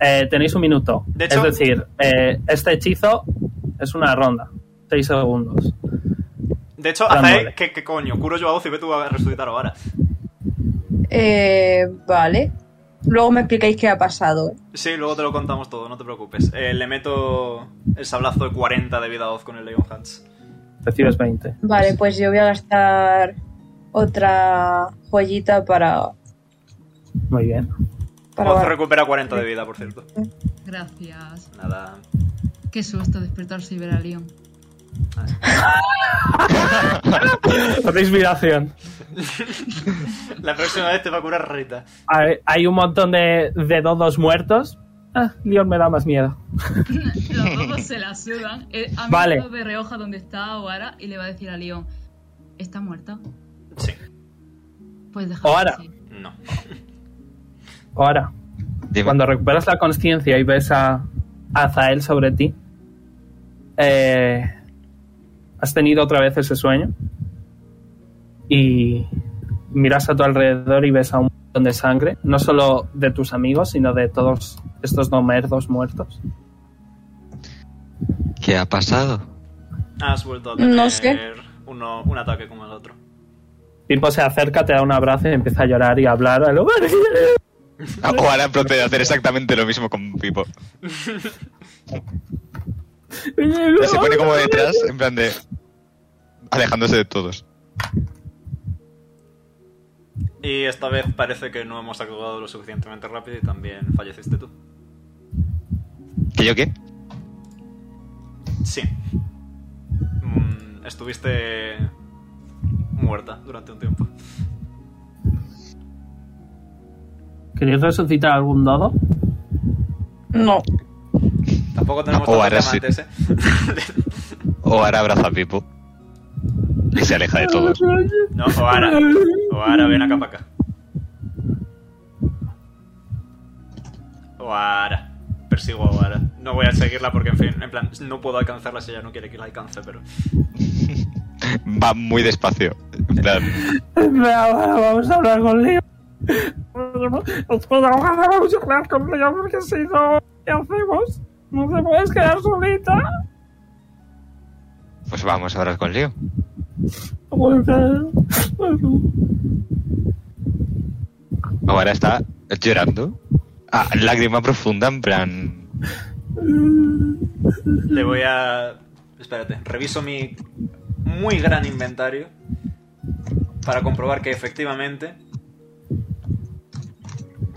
[SPEAKER 3] Eh, tenéis un minuto.
[SPEAKER 2] De hecho-
[SPEAKER 3] es decir, eh, este hechizo es una ronda. Seis segundos.
[SPEAKER 2] De hecho,
[SPEAKER 3] Fran,
[SPEAKER 2] Azael,
[SPEAKER 3] vale.
[SPEAKER 2] ¿qué, qué coño? Curo yo a Oz y ve tú a resucitar ahora.
[SPEAKER 4] Eh, vale. Luego me explicáis qué ha pasado. ¿eh?
[SPEAKER 2] Sí, luego te lo contamos todo, no te preocupes. Eh, le meto el sablazo de 40 de vida a Oz con el Leon Hands.
[SPEAKER 3] Recibes 20.
[SPEAKER 4] Vale, pues yo voy a gastar otra joyita para...
[SPEAKER 3] Muy bien.
[SPEAKER 4] para
[SPEAKER 2] Oz
[SPEAKER 4] Bar-
[SPEAKER 2] recupera 40 de vida, por cierto.
[SPEAKER 5] Gracias.
[SPEAKER 2] Nada.
[SPEAKER 5] Qué susto despertarse y ver a Leon.
[SPEAKER 3] Respiración.
[SPEAKER 2] La próxima vez te va a curar Rita.
[SPEAKER 3] Hay, hay un montón de, de dodos muertos. Ah, Leon me da más miedo.
[SPEAKER 5] (laughs) Los ojos se la sudan. Eh, Ha
[SPEAKER 3] Vale.
[SPEAKER 5] mirado de reoja donde está Ahora y le va a decir a Leon, ¿está muerta?
[SPEAKER 2] Sí.
[SPEAKER 5] Pues déjala
[SPEAKER 3] Oara.
[SPEAKER 5] así".
[SPEAKER 2] No.
[SPEAKER 3] Ahora.
[SPEAKER 1] Dime.
[SPEAKER 3] Cuando recuperas la conciencia y ves a a Azael sobre ti, eh, has tenido otra vez ese sueño y miras a tu alrededor y ves a un montón de sangre, no solo de tus amigos, sino de todos estos nomerdos muertos.
[SPEAKER 1] ¿Qué ha pasado?
[SPEAKER 2] Has vuelto a tener
[SPEAKER 4] No sé.
[SPEAKER 2] uno- un ataque como el otro.
[SPEAKER 3] Pipo se acerca, te da un abrazo y empieza a llorar y a hablar. a lo-
[SPEAKER 1] Ah, O hará procede a hacer exactamente lo mismo con Pipo. Y se pone como detrás, en plan de. alejándose de todos.
[SPEAKER 2] Y esta vez parece que no hemos acabado lo suficientemente rápido y también falleciste tú.
[SPEAKER 1] ¿Que yo qué?
[SPEAKER 2] Sí. Mm, estuviste muerta durante un tiempo.
[SPEAKER 3] ¿Queréis resucitar algún dado?
[SPEAKER 10] No.
[SPEAKER 2] Tampoco tenemos
[SPEAKER 1] No, o
[SPEAKER 2] tantos
[SPEAKER 1] ahora sí.
[SPEAKER 2] diamantes, ¿eh? (laughs)
[SPEAKER 1] O ahora abraza a Pipo. Y se aleja de todos.
[SPEAKER 3] (laughs)
[SPEAKER 2] no, o ahora. O ahora, ven acá para acá. O ahora. Persigo a Oara. No voy a seguirla porque, en fin, en plan, no puedo alcanzarla si ella no quiere que la alcance, pero.
[SPEAKER 1] Va muy despacio. En plan,
[SPEAKER 3] Espera, ahora vamos a hablar con Leo. Os puedo ahogar, vamos a hablar con Leo porque si no, ¿qué hacemos? ¿No te puedes quedar solita?
[SPEAKER 1] pues vamos a hablar con Leo.
[SPEAKER 3] Pues,
[SPEAKER 1] Ahora está llorando. Ah, lágrima profunda, en plan.
[SPEAKER 2] Le
[SPEAKER 3] Mm.
[SPEAKER 2] voy a. Espérate, reviso mi muy gran inventario para comprobar que efectivamente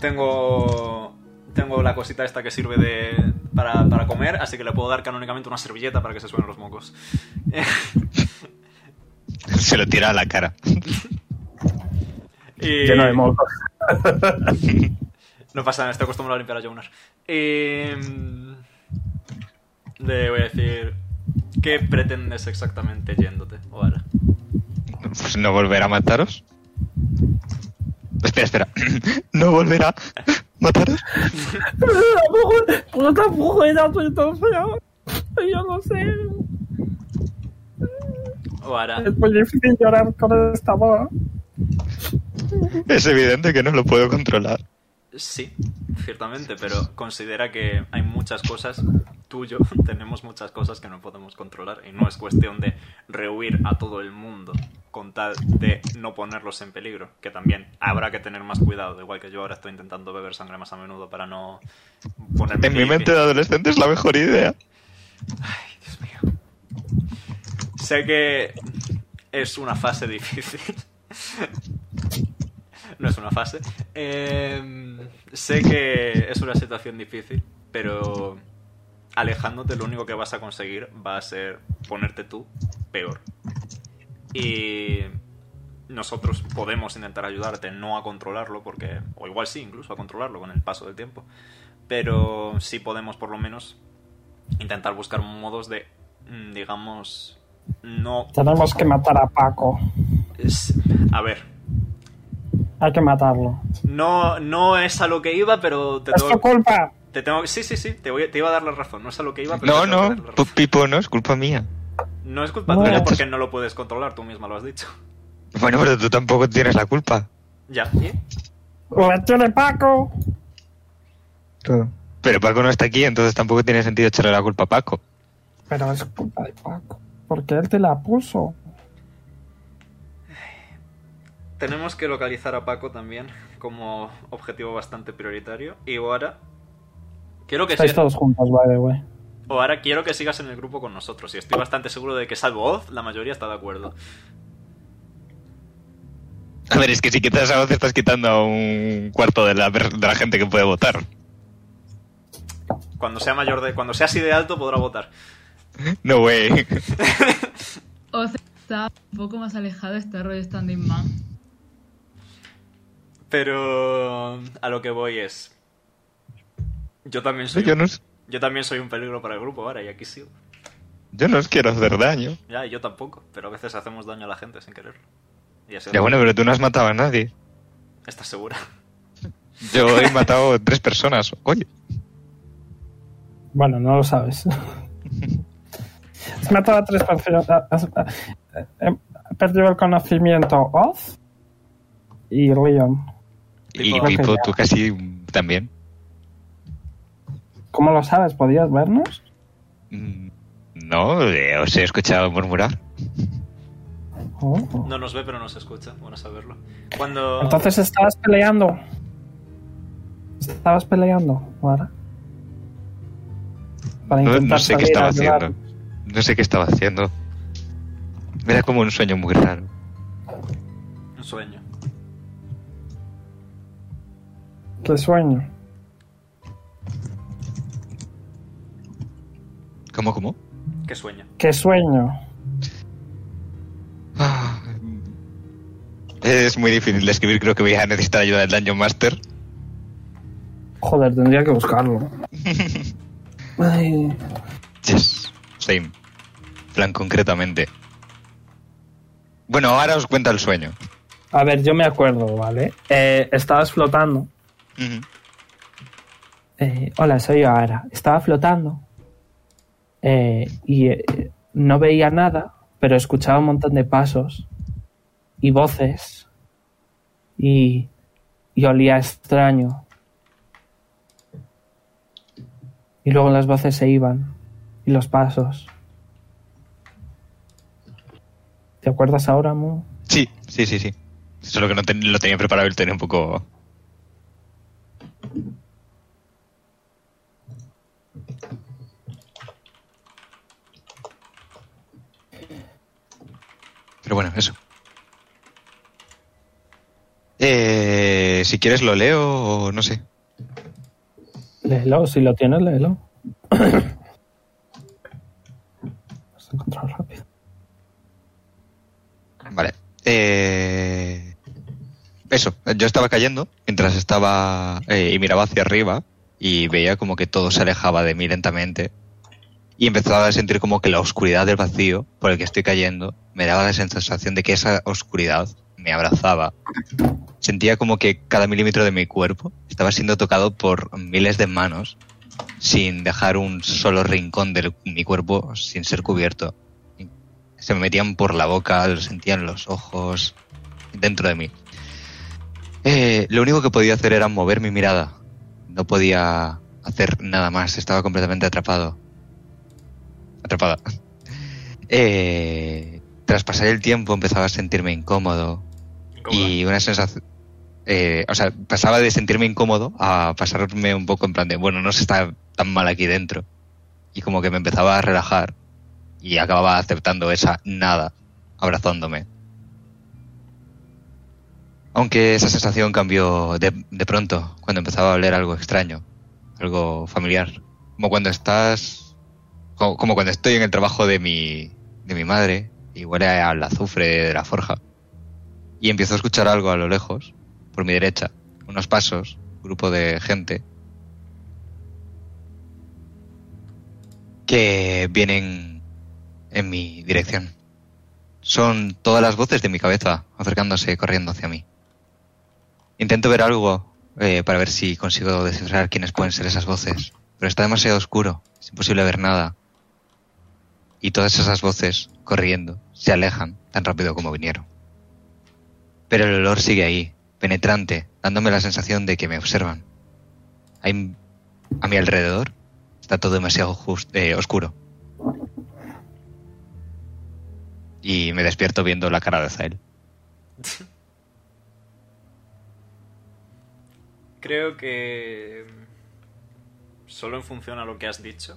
[SPEAKER 2] tengo. Tengo la cosita esta que sirve de. Para, para comer, así que le puedo dar canónicamente una servilleta para que se suenen los mocos.
[SPEAKER 1] Se lo tira a la cara.
[SPEAKER 2] Y-
[SPEAKER 3] Lleno de mocos.
[SPEAKER 2] No pasa nada, estoy acostumbrado a limpiar a Jonas. Eh, le voy a decir. ¿Qué pretendes exactamente yéndote, Oara?
[SPEAKER 1] Pues no volverá a mataros. Espera, espera. (clears throat) No volverá a mataros.
[SPEAKER 3] Yo pues, tampoco era tu entonces. Yo no sé.
[SPEAKER 2] Oara,
[SPEAKER 3] Es muy difícil llorar con esta voz.
[SPEAKER 1] Es evidente que no lo puedo controlar.
[SPEAKER 2] sí, ciertamente, pero considera que hay muchas cosas, tú y yo (laughs) tenemos muchas cosas que no podemos controlar y no es cuestión de rehuir a todo el mundo con tal de no ponerlos en peligro, que también habrá que tener más cuidado, igual que yo ahora estoy intentando beber sangre más a menudo para no ponerme...
[SPEAKER 1] En mi mente de adolescente es la mejor idea.
[SPEAKER 2] Dios mío. Sé que es una fase difícil. no es una fase. Em, sé que es una situación difícil, pero alejándote lo único que vas a conseguir va a ser ponerte tú peor. Y nosotros podemos intentar ayudarte no a controlarlo, porque o igual sí, incluso a controlarlo con el paso del tiempo. Pero sí podemos por lo menos intentar buscar modos de, mm, digamos, no...
[SPEAKER 3] Tenemos que matar a Paco.
[SPEAKER 2] es- a ver,
[SPEAKER 3] Hay que matarlo.
[SPEAKER 2] no, no es a lo que iba, pero te
[SPEAKER 3] ¡Es tu
[SPEAKER 2] tengo,
[SPEAKER 3] culpa!
[SPEAKER 2] te tengo- Sí, sí, sí, te, voy, te iba a dar la razón. No es a lo que iba, pero
[SPEAKER 1] No, pues-
[SPEAKER 2] te tengo que
[SPEAKER 1] no,
[SPEAKER 2] dar la
[SPEAKER 1] P-
[SPEAKER 2] razón.
[SPEAKER 1] Pipo no, es culpa mía.
[SPEAKER 2] No es culpa
[SPEAKER 3] No.
[SPEAKER 2] tuya porque no lo puedes controlar, tú misma lo has dicho. (laughs)
[SPEAKER 1] Bueno, pero tú tampoco tienes la culpa.
[SPEAKER 2] Ya, ¿y?
[SPEAKER 3] ¡La tiene Paco!
[SPEAKER 6] Claro.
[SPEAKER 1] Pero Paco no está aquí, entonces tampoco tiene sentido echarle la culpa a Paco.
[SPEAKER 3] Pero es culpa de Paco. Porque él te la puso.
[SPEAKER 2] Tenemos que localizar a Paco también como objetivo bastante prioritario. Y ahora... Quiero que
[SPEAKER 3] Estáis
[SPEAKER 2] sea...
[SPEAKER 3] todos juntos, by the way.
[SPEAKER 2] O ahora quiero que sigas en el grupo con nosotros. Y estoy bastante seguro de que, salvo Oz, la mayoría está de acuerdo.
[SPEAKER 1] A ver, es que si quitas a voz estás quitando a un cuarto de la, per- de la gente que puede votar.
[SPEAKER 2] Cuando sea mayor de. Cuando sea así de alto podrá votar.
[SPEAKER 1] No way.
[SPEAKER 5] Oz está un poco más alejado, está rollo standing man.
[SPEAKER 2] Pero. A lo que voy es. Yo también soy.
[SPEAKER 1] Yo
[SPEAKER 2] un-
[SPEAKER 1] no, os-
[SPEAKER 2] yo también soy un peligro para el grupo ahora, y aquí sigo.
[SPEAKER 1] yo no os quiero hacer daño.
[SPEAKER 2] Ya, y yo tampoco. Pero a veces hacemos daño a la gente sin quererlo. Y así
[SPEAKER 1] Ya bueno, pero tú no has matado a nadie.
[SPEAKER 2] ¿Estás segura?
[SPEAKER 1] Yo he matado a tres personas. Oye,
[SPEAKER 3] Bueno, no lo sabes. Has matado a tres personas. Has- eh, eh, He perdido el conocimiento Oz y Rion.
[SPEAKER 1] y
[SPEAKER 2] Pipo.
[SPEAKER 1] Pipo,
[SPEAKER 3] Ok.
[SPEAKER 1] tú casi también.
[SPEAKER 3] ¿Cómo lo sabes? ¿Podías vernos?
[SPEAKER 1] Mm, No, eh, os he escuchado murmurar.
[SPEAKER 3] Oh.
[SPEAKER 2] No nos ve, pero nos escucha. Bueno, saberlo. Cuando.
[SPEAKER 3] Entonces estabas peleando. Estabas peleando, Mara. Para
[SPEAKER 1] No, no
[SPEAKER 3] intentar
[SPEAKER 1] sé qué
[SPEAKER 3] salir
[SPEAKER 1] estaba
[SPEAKER 3] a ayudar.
[SPEAKER 1] haciendo. No sé qué estaba haciendo. Era como un sueño muy raro.
[SPEAKER 2] Un sueño.
[SPEAKER 3] Qué sueño.
[SPEAKER 1] ¿Cómo, cómo?
[SPEAKER 2] Que sueña.
[SPEAKER 3] ¡Qué sueño!
[SPEAKER 1] Ah. Es muy difícil de escribir, creo que voy a necesitar ayuda del Dungeon Master.
[SPEAKER 3] Joder, tendría que
[SPEAKER 1] (laughs)
[SPEAKER 3] buscarlo. Ay,
[SPEAKER 1] Yes, same. Plan concretamente. Bueno, ahora os cuenta el sueño.
[SPEAKER 3] A ver, yo me acuerdo, ¿vale? Eh, estabas flotando.
[SPEAKER 1] Ujú.
[SPEAKER 3] Eh, hola, soy yo ahora. Estaba flotando eh, y eh, no veía nada, pero escuchaba un montón de pasos y voces y, y olía extraño. Y luego las voces se iban y los pasos. ¿Te acuerdas ahora, Mu?
[SPEAKER 1] Sí, sí, sí, sí. Solo que no ten- lo tenía preparado y lo tenía un poco... Pero bueno, eso. Eh, si quieres lo leo o no sé.
[SPEAKER 3] Léelo, si lo tienes, léelo. Vas a encontrar rápido.
[SPEAKER 1] Vale. Eh, Eso, yo estaba cayendo mientras estaba eh, y miraba hacia arriba y veía como que todo se alejaba de mí lentamente y empezaba a sentir como que la oscuridad del vacío por el que estoy cayendo me daba la sensación de que esa oscuridad me abrazaba. Sentía como que cada milímetro de mi cuerpo estaba siendo tocado por miles de manos sin dejar un solo rincón de mi cuerpo sin ser cubierto se me metían por la boca, lo sentían los ojos, dentro de mí. Eh, lo único que podía hacer era mover mi mirada. No podía hacer nada más, estaba completamente atrapado. Atrapada. (laughs) Eh, tras pasar el tiempo empezaba a sentirme incómodo
[SPEAKER 2] Incómoda.
[SPEAKER 1] y una sensación... eh, o sea, pasaba de sentirme incómodo a pasarme un poco en plan de, bueno, no se está tan mal aquí dentro. Y como que me empezaba a relajar y acababa aceptando esa nada, abrazándome. Aunque esa sensación cambió de, de pronto, cuando empezaba a oler algo extraño, algo familiar. Como cuando estás. co- Como cuando estoy en el trabajo de mi, de mi madre y huele al azufre de la forja. Y empiezo a escuchar algo a lo lejos, por mi derecha. Unos pasos, grupo de gente. Que vienen en mi dirección. Son todas las voces de mi cabeza acercándose, corriendo hacia mí. Intento ver algo eh, para ver si consigo descifrar quiénes pueden ser esas voces, pero está demasiado oscuro, es imposible ver nada. Y todas esas voces, corriendo, se alejan tan rápido como vinieron. Pero el olor sigue ahí, penetrante, dándome la sensación de que me observan. Hay- a mi alrededor está todo demasiado jus- eh, oscuro. Y me despierto viendo la cara de Zael.
[SPEAKER 2] Creo que mm, solo en función a lo que has dicho,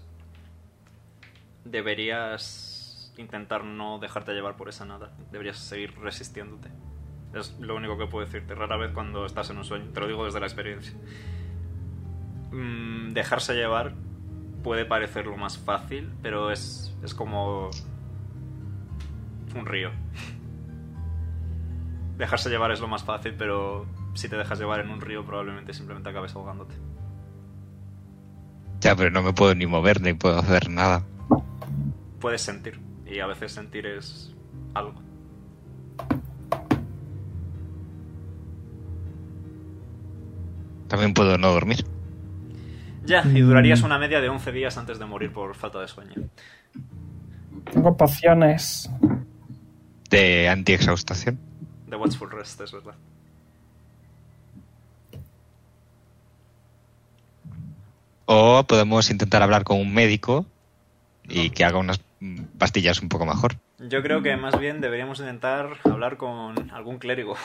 [SPEAKER 2] deberías intentar no dejarte llevar por esa nada. Deberías seguir resistiéndote. Es lo único que puedo decirte. Rara vez cuando estás en un sueño, te lo digo desde la experiencia. Mm, dejarse llevar puede parecer lo más fácil, pero es, es como un río. Dejarse llevar es lo más fácil, pero si te dejas llevar en un río probablemente simplemente acabes ahogándote.
[SPEAKER 1] Ya, pero no me puedo ni mover ni puedo hacer nada.
[SPEAKER 2] Puedes sentir, y a veces sentir es algo.
[SPEAKER 1] También puedo no dormir.
[SPEAKER 2] Ya, y durarías una media de 11 días antes de morir por falta de sueño.
[SPEAKER 3] Tengo pociones.
[SPEAKER 1] De anti-exhaustación.
[SPEAKER 2] De Watchful Rest, es verdad.
[SPEAKER 1] O podemos intentar hablar con un médico y que haga unas mm, pastillas un poco mejor.
[SPEAKER 2] Yo creo que más bien deberíamos intentar hablar con algún clérigo.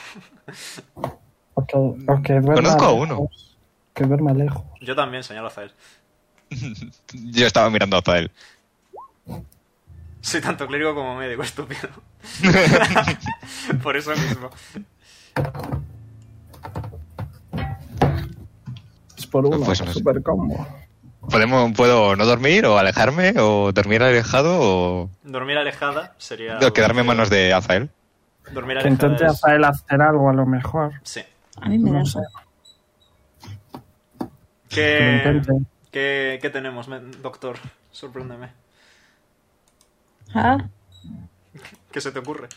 [SPEAKER 3] O que, o que duerma
[SPEAKER 1] Conozco a uno.
[SPEAKER 3] lejos. Que duerma lejos.
[SPEAKER 2] Yo también, señalo a Zael.
[SPEAKER 1] Yo estaba mirando a Zael.
[SPEAKER 2] Soy tanto clérigo como médico, (laughs) estúpido. por eso mismo.
[SPEAKER 3] Es por uno.
[SPEAKER 1] Pues no sé.
[SPEAKER 3] super combo.
[SPEAKER 1] Pues Podemos, puedo no dormir o alejarme o dormir alejado o
[SPEAKER 2] Dormir alejada sería.
[SPEAKER 1] o quedarme en
[SPEAKER 2] algo que-
[SPEAKER 1] manos de Azael.
[SPEAKER 2] Dormir
[SPEAKER 3] Que
[SPEAKER 2] alejada.
[SPEAKER 3] intente
[SPEAKER 2] es-
[SPEAKER 3] hacer hacer algo a lo mejor.
[SPEAKER 2] Sí.
[SPEAKER 4] A mí me da
[SPEAKER 3] No sé. lo
[SPEAKER 2] ¿Qué,
[SPEAKER 3] intente.
[SPEAKER 2] qué, qué tenemos, men- doctor? Sorpréndeme.
[SPEAKER 4] Ah,
[SPEAKER 2] ¿Qué se te ocurre?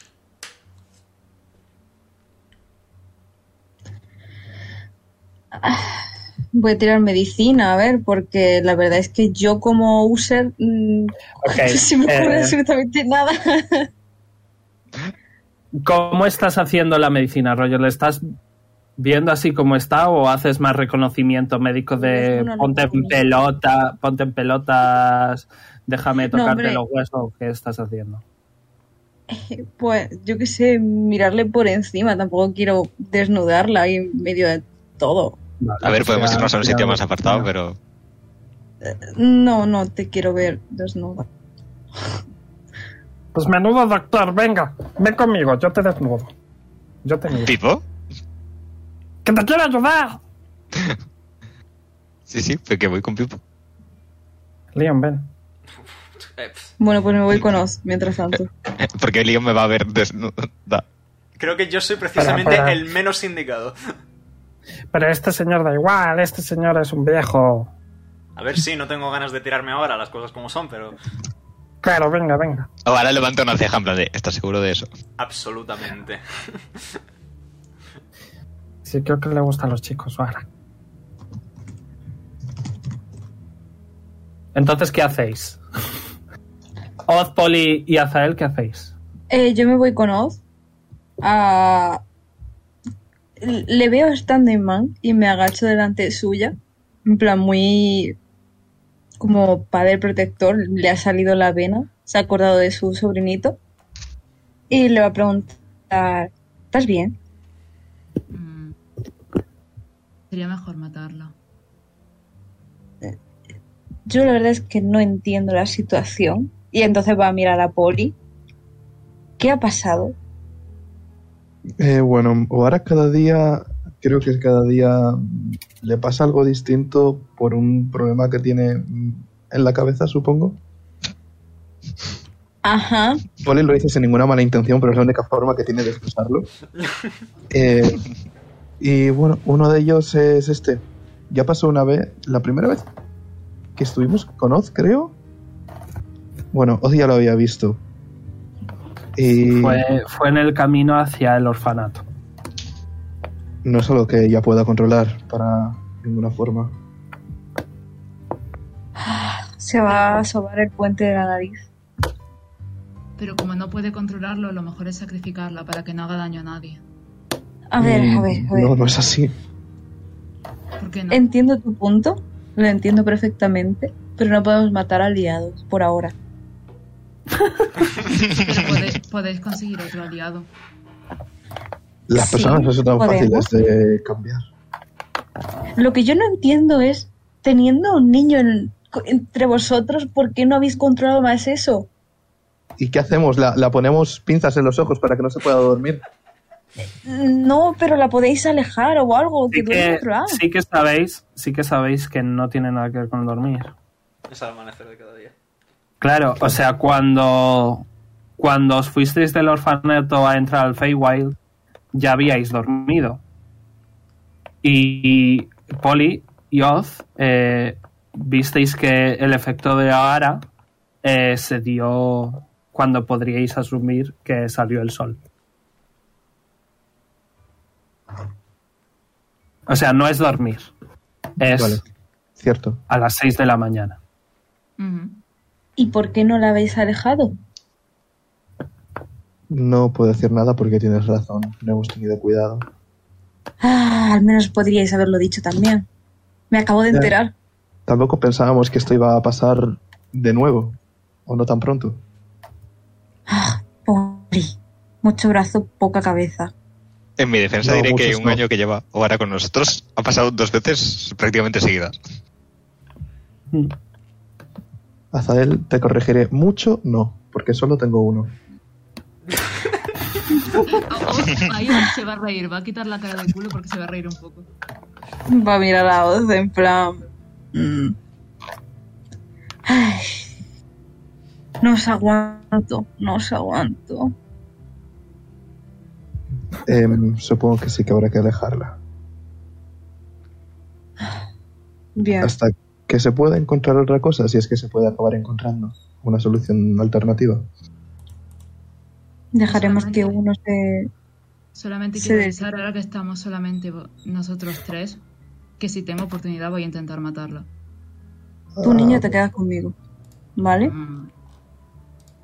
[SPEAKER 4] voy a tirar medicina, a ver, porque la verdad es que yo como user mm,
[SPEAKER 3] Ok,
[SPEAKER 4] (laughs) no se me ocurre
[SPEAKER 3] eh,
[SPEAKER 4] absolutamente nada. (laughs)
[SPEAKER 3] ¿Cómo estás haciendo la medicina, rollo? ¿Le estás viendo así como está o haces más reconocimiento médico de
[SPEAKER 4] Es un
[SPEAKER 3] ponte en
[SPEAKER 4] reconocimiento.
[SPEAKER 3] pelota, ponte en pelotas, déjame tocarte
[SPEAKER 4] hombre.
[SPEAKER 3] los huesos? ¿Qué estás haciendo?
[SPEAKER 4] Pues yo qué sé, mirarle por encima, tampoco quiero desnudarla ahí en medio de todo.
[SPEAKER 1] A ver, podemos irnos a un sitio más apartado,
[SPEAKER 3] pero...
[SPEAKER 1] pero
[SPEAKER 4] No, no te quiero ver desnuda.
[SPEAKER 3] Pues menudo doctor, venga, ven conmigo, yo te desnudo. Yo te miro.
[SPEAKER 1] ¿Pipo?
[SPEAKER 3] ¡Que te quiero ayudar!
[SPEAKER 1] Sí, sí, porque voy con Pipo. (laughs)
[SPEAKER 3] Leon, ven.
[SPEAKER 2] Eh, pf,
[SPEAKER 4] Bueno, pues me voy con Oz mientras tanto.
[SPEAKER 1] Porque Leon me va a ver desnuda.
[SPEAKER 2] creo que yo soy precisamente
[SPEAKER 3] Para, para.
[SPEAKER 2] el menos indicado.
[SPEAKER 3] Pero este señor da igual, este señor es un viejo.
[SPEAKER 2] A ver si no tengo ganas de tirarme ahora las cosas como son, pero
[SPEAKER 3] Claro, venga, venga.
[SPEAKER 1] Ahora levanta una ceja en plan de, ¿estás seguro de eso?
[SPEAKER 2] absolutamente.
[SPEAKER 3] Sí, creo que le gustan los chicos, ahora. Entonces, ¿qué hacéis? Oz, Poli y Azael, ¿qué hacéis?
[SPEAKER 4] Eh, yo me voy con Oz a... Le veo standing man y me agacho delante suya. En plan, muy... Como padre protector, le ha salido la vena. Se ha acordado de su sobrinito. Y le va a preguntar, ¿estás bien?
[SPEAKER 5] Mm. Sería mejor matarla.
[SPEAKER 4] Yo la verdad es que no entiendo la situación. Y entonces va a mirar a Poli. ¿Qué ha pasado?
[SPEAKER 6] Eh, bueno, o ahora cada día, creo que cada día mm, le pasa algo distinto por un problema que tiene mm, en la cabeza, supongo.
[SPEAKER 4] Ajá.
[SPEAKER 6] Poli lo dice sin ninguna mala intención, pero es la única forma que tiene de expresarlo. Eh, y bueno, uno de ellos es este. Ya pasó una vez, la primera vez que estuvimos con Oz, creo. Bueno, Oz ya lo había visto. Y
[SPEAKER 3] Fue, fue en el camino hacia el orfanato.
[SPEAKER 6] no es algo que ella pueda controlar para ninguna forma.
[SPEAKER 4] Se va a sobar el puente de la nariz.
[SPEAKER 5] Pero como no puede controlarlo, lo mejor es sacrificarla para que no haga daño a nadie.
[SPEAKER 4] A ver,
[SPEAKER 6] Mm,
[SPEAKER 4] a ver, a ver.
[SPEAKER 6] No, no es así.
[SPEAKER 5] ¿Por qué no?
[SPEAKER 4] Entiendo tu punto, lo entiendo perfectamente, pero no podemos matar aliados por ahora.
[SPEAKER 5] (laughs) Pero pode- podéis conseguir otro aliado.
[SPEAKER 6] Las
[SPEAKER 4] Sí,
[SPEAKER 6] personas no son tan
[SPEAKER 4] podemos.
[SPEAKER 6] fáciles de cambiar.
[SPEAKER 4] Lo que yo no entiendo es, teniendo un niño en- co- entre vosotros, ¿por qué no habéis controlado más eso?
[SPEAKER 6] ¿Y qué hacemos? ¿La, la ponemos pinzas en los ojos para que no se pueda dormir?
[SPEAKER 4] No, pero la podéis alejar o algo, que
[SPEAKER 3] Sí
[SPEAKER 4] duerme en
[SPEAKER 3] que,
[SPEAKER 4] otro ah. lado.
[SPEAKER 3] sí que sabéis, sí que sabéis que no tiene nada que ver con dormir.
[SPEAKER 2] Es al amanecer de cada día.
[SPEAKER 3] Claro, o sea, cuando, cuando os fuisteis del orfanato a entrar al Feywild, ya habíais dormido. Y, y Polly y Oz eh, visteis que el efecto de Ahara eh, se dio cuando podríais asumir que salió el sol. O sea, no es dormir, es
[SPEAKER 6] Vale, cierto.
[SPEAKER 3] a las 6 de la mañana.
[SPEAKER 5] Ujú.
[SPEAKER 4] ¿Y por qué no la habéis alejado?
[SPEAKER 6] No puedo decir nada porque tienes razón. No hemos tenido cuidado.
[SPEAKER 4] Ah, al menos podríais haberlo dicho también. Me acabo de
[SPEAKER 6] Ya.
[SPEAKER 4] enterar.
[SPEAKER 6] Tampoco pensábamos que esto iba a pasar de nuevo. O no tan pronto.
[SPEAKER 4] Ah, Pobre. Mucho brazo, poca cabeza.
[SPEAKER 1] En mi defensa
[SPEAKER 6] No,
[SPEAKER 1] diré que
[SPEAKER 6] muchos
[SPEAKER 1] un
[SPEAKER 6] no.
[SPEAKER 1] año que lleva ahora con nosotros ha pasado dos veces prácticamente seguidas.
[SPEAKER 6] Azael, te corregiré. Mucho no, porque solo tengo uno.
[SPEAKER 5] A- Oz, Oh, ahí Oz se va a reír, va a quitar la cara del culo porque se va a reír un poco.
[SPEAKER 4] Va a mirar a Oz en plan... mm,
[SPEAKER 9] Ay, no os aguanto, no os aguanto.
[SPEAKER 6] Em, supongo que sí que habrá que alejarla.
[SPEAKER 9] Bien,
[SPEAKER 6] Hasta que se pueda encontrar otra cosa, si es que se puede acabar encontrando una solución alternativa.
[SPEAKER 9] dejaremos que
[SPEAKER 5] solamente-
[SPEAKER 9] uno se...
[SPEAKER 5] Solamente
[SPEAKER 9] Se
[SPEAKER 5] quiero
[SPEAKER 9] dedica.
[SPEAKER 5] avisar, ahora que estamos solamente vo- nosotros tres, que si tengo oportunidad voy a intentar matarla.
[SPEAKER 9] Tú, niño,
[SPEAKER 6] Ah,
[SPEAKER 9] te quedas conmigo, ¿vale?
[SPEAKER 5] Mm,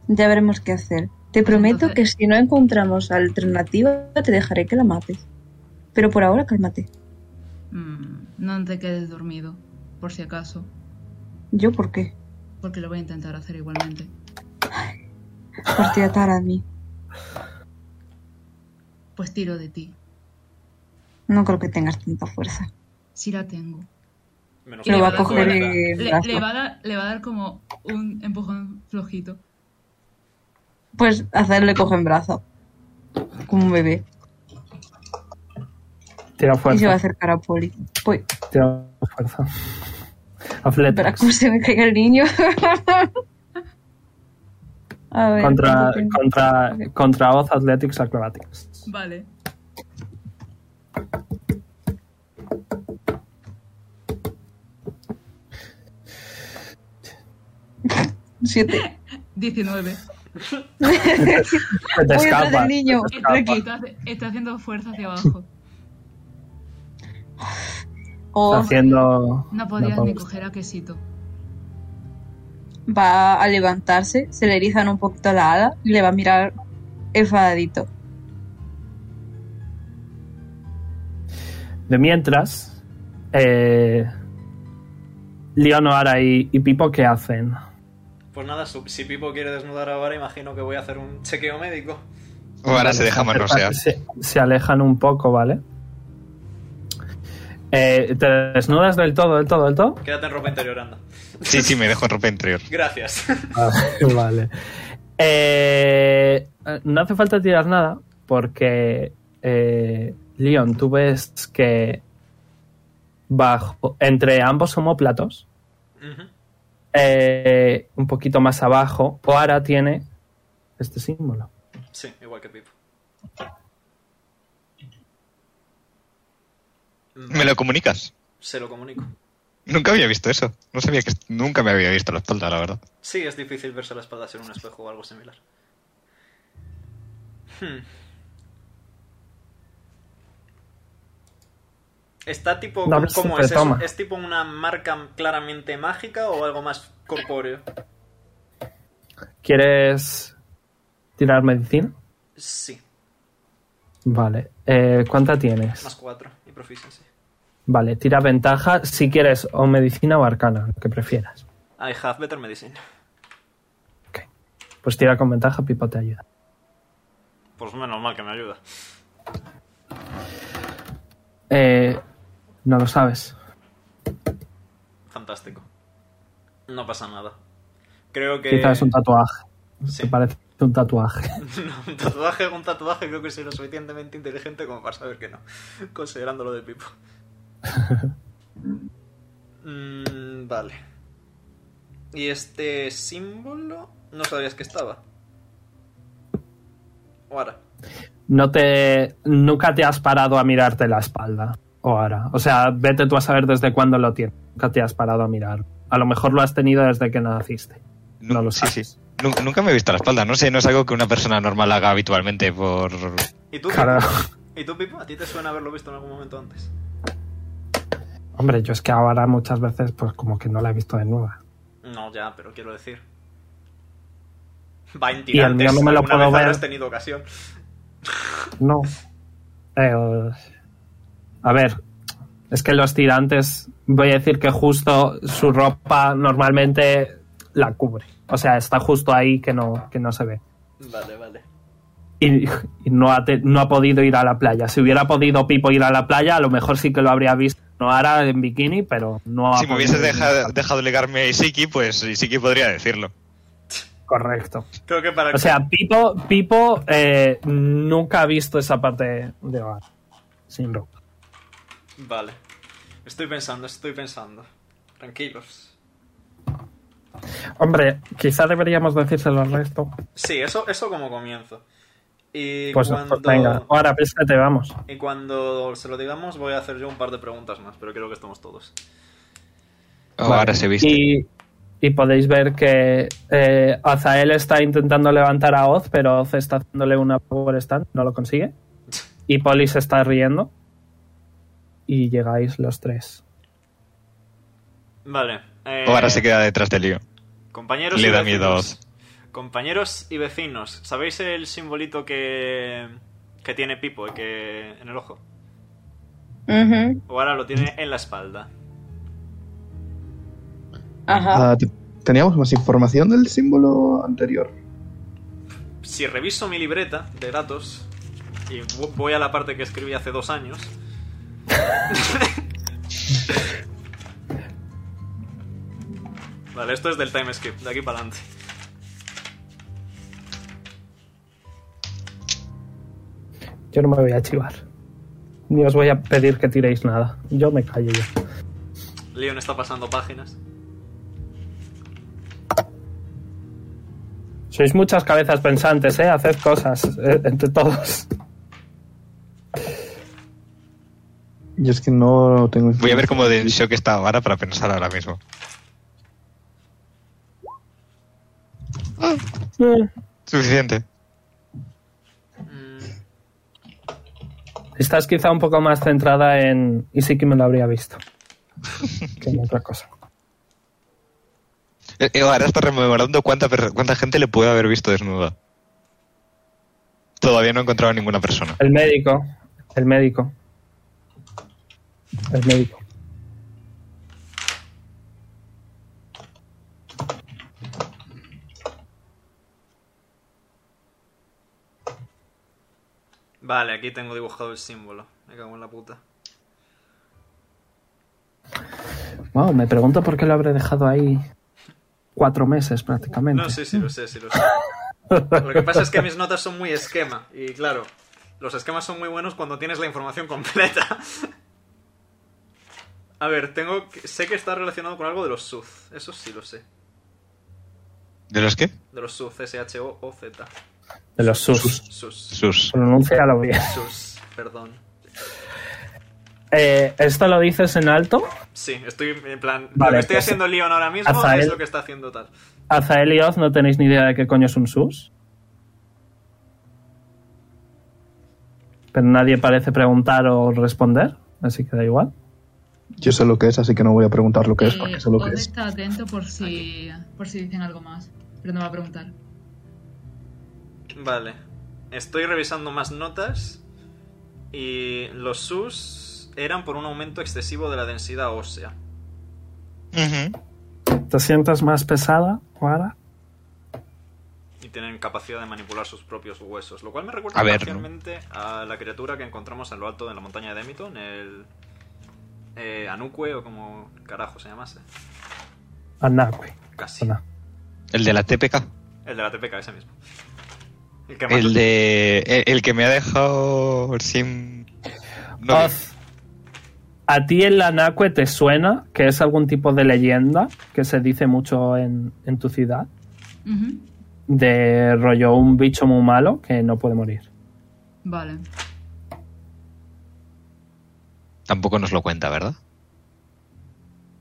[SPEAKER 9] Ya veremos qué hacer. Te
[SPEAKER 5] Pues
[SPEAKER 9] prometo que si no encontramos alternativa, te dejaré que la mates. Pero por ahora, cálmate.
[SPEAKER 5] mm, no te quedes dormido, por si acaso,
[SPEAKER 9] ¿Yo por qué?
[SPEAKER 5] porque lo voy a intentar hacer igualmente. (laughs)
[SPEAKER 9] Partida tara a mí.
[SPEAKER 5] Pues tiro de ti,
[SPEAKER 9] No creo que tengas tanta fuerza.
[SPEAKER 5] si la tengo.
[SPEAKER 2] Menos ¿eh?
[SPEAKER 5] Y
[SPEAKER 9] Lo
[SPEAKER 5] le
[SPEAKER 9] va
[SPEAKER 5] va
[SPEAKER 9] a
[SPEAKER 5] a
[SPEAKER 9] coger
[SPEAKER 5] dar
[SPEAKER 9] el
[SPEAKER 5] Le,
[SPEAKER 9] brazo.
[SPEAKER 5] le va a dar, le va a dar como un empujón flojito.
[SPEAKER 9] Pues hacerle cogen brazo. Como un bebé.
[SPEAKER 3] Tira
[SPEAKER 9] Y se va a
[SPEAKER 3] fuerza.
[SPEAKER 9] acercar a Poli. Pues,
[SPEAKER 3] Tira fuerza.
[SPEAKER 9] espera,
[SPEAKER 3] Athletics.
[SPEAKER 9] ¿cómo se me caiga el niño? a ver.
[SPEAKER 3] Contra,
[SPEAKER 9] ¿cuánto tengo?
[SPEAKER 3] contra, contra Oz Athletics Acrobatics.
[SPEAKER 5] Vale.
[SPEAKER 9] Siete.
[SPEAKER 5] 19.
[SPEAKER 3] Te
[SPEAKER 9] Voy atrás
[SPEAKER 3] escapas.
[SPEAKER 9] del niño. Ricky.
[SPEAKER 5] Está, está haciendo fuerza hacia abajo.
[SPEAKER 9] O
[SPEAKER 3] Haciendo.
[SPEAKER 5] No podías ni
[SPEAKER 3] pausa.
[SPEAKER 5] coger a quesito.
[SPEAKER 9] va a levantarse, se le erizan un poquito la ala y le va a mirar enfadadito.
[SPEAKER 3] De mientras, eh, Leonora y, y Pipo, ¿qué hacen?
[SPEAKER 2] Pues nada, su- si Pipo quiere desnudar ahora, imagino que voy a hacer un chequeo médico.
[SPEAKER 1] Ahora se deja manosear.
[SPEAKER 3] Se, se alejan un poco, ¿vale? Eh, ¿Te desnudas del todo, del todo, del todo?
[SPEAKER 2] Quédate en ropa interior, anda.
[SPEAKER 1] Sí, sí, me dejo en ropa interior.
[SPEAKER 2] (laughs) Gracias.
[SPEAKER 3] (laughs) vale. Eh, no hace falta tirar nada porque, eh, Leon, tú ves que bajo, entre ambos homóplatos,
[SPEAKER 2] Ujú.
[SPEAKER 3] eh, un poquito más abajo, Oara tiene este símbolo.
[SPEAKER 2] Sí, igual que Pipo. Mm,
[SPEAKER 1] ¿Me lo comunicas?
[SPEAKER 2] Se lo comunico.
[SPEAKER 1] Nunca había visto eso. No sabía que nunca me había visto la espalda, la verdad.
[SPEAKER 2] Sí, es difícil verse la espalda sin un espejo o algo similar. Hmm. ¿Está tipo...
[SPEAKER 3] No, pero
[SPEAKER 2] ¿Cómo
[SPEAKER 3] se
[SPEAKER 2] es eso?
[SPEAKER 3] toma.
[SPEAKER 2] ¿Es tipo una marca claramente mágica o algo más corpóreo?
[SPEAKER 3] ¿Quieres tirar medicina?
[SPEAKER 2] Sí,
[SPEAKER 3] Vale. Eh, ¿Cuánta tienes?
[SPEAKER 2] más cuatro y proficiency.
[SPEAKER 3] Vale, tira ventaja si quieres o medicina o arcana, lo que prefieras.
[SPEAKER 2] I have better medicine.
[SPEAKER 3] Pues tira con ventaja, Pipo te ayuda.
[SPEAKER 2] Pues menos mal que me ayuda.
[SPEAKER 3] Eh, no lo sabes.
[SPEAKER 2] Fantástico. No pasa nada. Creo que...
[SPEAKER 3] Quizás es un tatuaje.
[SPEAKER 2] Sí.
[SPEAKER 3] Te parece un tatuaje.
[SPEAKER 2] No, un tatuaje, un tatuaje, creo que soy lo suficientemente inteligente como para saber que no, considerando lo de
[SPEAKER 3] (laughs)
[SPEAKER 2] Pipo. Mm, vale. ¿Y este símbolo? No sabías que estaba. ¿O ahora?
[SPEAKER 3] No te, nunca te has parado a mirarte la espalda. O ahora. O sea, vete tú a saber desde cuándo lo tienes. Nunca te has parado a mirar. A lo mejor lo has tenido desde que naciste. No lo
[SPEAKER 1] sí, sí.
[SPEAKER 3] sabes.
[SPEAKER 1] Nu- Nunca me he visto la espalda. No sé, no es algo que una persona normal haga habitualmente por...
[SPEAKER 2] ¿Y tú,
[SPEAKER 3] Claro.
[SPEAKER 2] Pipo? ¿Y tú, Pipo? ¿A ti te suena haberlo visto en algún momento antes?
[SPEAKER 3] Hombre, yo es que ahora muchas veces, pues como que no la he visto de nueva.
[SPEAKER 2] No, ya, pero quiero decir. Va en
[SPEAKER 3] Y el mío
[SPEAKER 2] tirantes,
[SPEAKER 3] no me lo
[SPEAKER 2] alguna
[SPEAKER 3] puedo
[SPEAKER 2] vez
[SPEAKER 3] ver.
[SPEAKER 2] habrás tenido ocasión.
[SPEAKER 3] No. Eh, a ver, es que los tirantes, voy a decir que justo su ropa normalmente la cubre. O sea, está justo ahí que no, que no se ve.
[SPEAKER 2] Vale, vale.
[SPEAKER 3] Y, y no, ha te- no ha podido ir a la playa. Si hubiera podido Pipo ir a la playa, a lo mejor sí que lo habría visto. No ahora en bikini, pero no ha
[SPEAKER 1] si me
[SPEAKER 3] podido
[SPEAKER 1] hubieses
[SPEAKER 3] ir a la
[SPEAKER 1] dejado,
[SPEAKER 3] playa.
[SPEAKER 1] dejado ligarme Isiki, pues Isiki podría decirlo.
[SPEAKER 3] Correcto.
[SPEAKER 2] Creo que para
[SPEAKER 3] O sea, Pipo, Pipo eh, nunca ha visto esa parte de hogar. Sin ropa.
[SPEAKER 2] Vale. Estoy pensando, estoy pensando. Tranquilos.
[SPEAKER 3] Hombre, quizá deberíamos decírselo al resto.
[SPEAKER 2] Sí, eso, eso como comienzo. Y
[SPEAKER 3] Pues, pues
[SPEAKER 2] cuando,
[SPEAKER 3] venga, ahora te vamos.
[SPEAKER 2] y cuando se lo digamos, voy a hacer yo un par de preguntas más, pero creo que estamos todos.
[SPEAKER 1] Oh,
[SPEAKER 3] Vale.
[SPEAKER 1] Ahora se viste.
[SPEAKER 3] Y, y podéis ver que eh, Azael está intentando levantar a Oz, pero Oz está haciéndole una power stand, no lo consigue. Y Polly se está riendo. Y llegáis los tres.
[SPEAKER 2] Vale. eh,
[SPEAKER 1] Oh, ahora se queda detrás del lío.
[SPEAKER 2] Compañeros
[SPEAKER 1] Le
[SPEAKER 2] y
[SPEAKER 1] da
[SPEAKER 2] vecinos.
[SPEAKER 1] miedo a Oz.
[SPEAKER 2] Compañeros y vecinos, ¿sabéis el simbolito que, que tiene Pipo y que en el ojo?
[SPEAKER 4] Ujú,
[SPEAKER 2] O ahora lo tiene en la espalda.
[SPEAKER 4] Ajá.
[SPEAKER 6] Ah, te- ¿Teníamos más información del símbolo anterior?
[SPEAKER 2] Si reviso mi libreta de datos y vo- voy a la parte que escribí hace dos años, (laughs) vale, esto es del time skip, de aquí para adelante.
[SPEAKER 3] Yo no me voy a chivar. Ni os voy a pedir que tiréis nada. Yo me callo ya.
[SPEAKER 2] Leon está pasando páginas.
[SPEAKER 3] Sois muchas cabezas pensantes, ¿eh? Haced cosas eh, entre todos.
[SPEAKER 6] Yo es que no tengo
[SPEAKER 1] Voy a ver cómo de en shock está ahora para pensar ahora mismo.
[SPEAKER 3] Ah.
[SPEAKER 1] Suficiente.
[SPEAKER 2] Mm,
[SPEAKER 3] Estás quizá un poco más centrada en... Y sí que me lo habría visto. que en otra cosa.
[SPEAKER 1] Eh, eh, ahora está rememorando cuánta, per- cuánta gente le puede haber visto desnuda. Todavía no he encontrado ninguna persona.
[SPEAKER 3] El médico. El médico. El médico.
[SPEAKER 2] Vale, aquí tengo dibujado el símbolo. Me cago en la puta.
[SPEAKER 3] Wow, me pregunto por qué lo habré dejado ahí cuatro meses prácticamente.
[SPEAKER 2] No, sí, sí, lo sé, sí, lo sé. Lo que pasa es que mis notas son muy esquema. Y claro, los esquemas son muy buenos cuando tienes la información completa. A ver, tengo que- sé que está relacionado con algo de los Suz. Eso sí lo sé.
[SPEAKER 1] ¿De los qué?
[SPEAKER 2] De los Suz, S-H-O-O-Z.
[SPEAKER 3] De los sus.
[SPEAKER 2] Sus.
[SPEAKER 1] Sus.
[SPEAKER 3] Pronúncialo bien.
[SPEAKER 2] Sus, perdón.
[SPEAKER 3] Eh, ¿Esto lo dices en alto?
[SPEAKER 2] Sí, estoy en plan. lo
[SPEAKER 3] Vale,
[SPEAKER 2] que estoy
[SPEAKER 3] pues,
[SPEAKER 2] haciendo Leon ahora mismo
[SPEAKER 3] Azael-
[SPEAKER 2] es lo que está haciendo tal.
[SPEAKER 3] Azael y Oz no tenéis ni idea de qué coño es un sus. Pero nadie parece preguntar o responder, así que da igual.
[SPEAKER 6] Yo sé lo que es, así que no voy a preguntar lo que es,
[SPEAKER 5] Eh,
[SPEAKER 6] porque sé lo
[SPEAKER 5] Oz
[SPEAKER 6] que es.
[SPEAKER 5] está atento por si, por si dicen algo más, pero no va a preguntar.
[SPEAKER 2] Vale. Estoy revisando más notas. Y los sus eran por un aumento excesivo de la densidad ósea.
[SPEAKER 3] ¿Te sientes más pesada, Clara?
[SPEAKER 2] Y tienen capacidad de manipular sus propios huesos. Lo cual me recuerda
[SPEAKER 1] A ver,
[SPEAKER 2] parcialmente a la criatura que encontramos en lo alto de la montaña de Demiton, el. eh, Anukwe o como carajo se llamase.
[SPEAKER 3] Anda, güey.
[SPEAKER 2] Casi.
[SPEAKER 3] Anda.
[SPEAKER 1] El de la TPK.
[SPEAKER 2] El de la TPK, ese mismo. El que mató-
[SPEAKER 1] El de. El, el que me ha dejado sin.
[SPEAKER 3] Ah.
[SPEAKER 1] No,
[SPEAKER 3] Oz, ¿a ti el Anacue te suena que es algún tipo de leyenda que se dice mucho en, en tu ciudad?
[SPEAKER 5] Ujú,
[SPEAKER 3] De rollo un bicho muy malo que no puede morir.
[SPEAKER 5] Vale.
[SPEAKER 1] Tampoco nos lo cuenta, ¿verdad?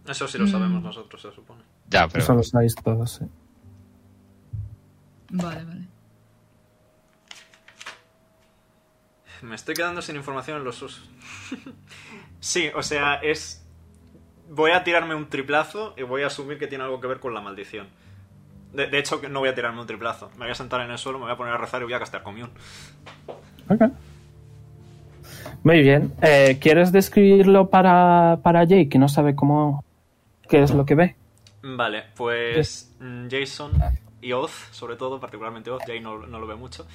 [SPEAKER 2] Eso sí lo sabemos nosotros, se supone.
[SPEAKER 1] Ya, pero.
[SPEAKER 3] Eso lo sabéis todos. ¿eh?
[SPEAKER 5] Vale, vale.
[SPEAKER 2] Me estoy quedando sin información en los sus. (laughs) sí, o sea, es. Voy a tirarme un triplazo y voy a asumir que tiene algo que ver con la maldición. De, de hecho, que no voy a tirarme un triplazo. Me voy a sentar en el suelo, me voy a poner a rezar y voy a castar commune.
[SPEAKER 3] Ok. Muy bien. Eh, ¿Quieres describirlo para, para Jake, que no sabe cómo qué es lo que ve?
[SPEAKER 2] Vale, pues mm, Jason y Oz, sobre todo, particularmente Oz, Jay no, no lo ve mucho.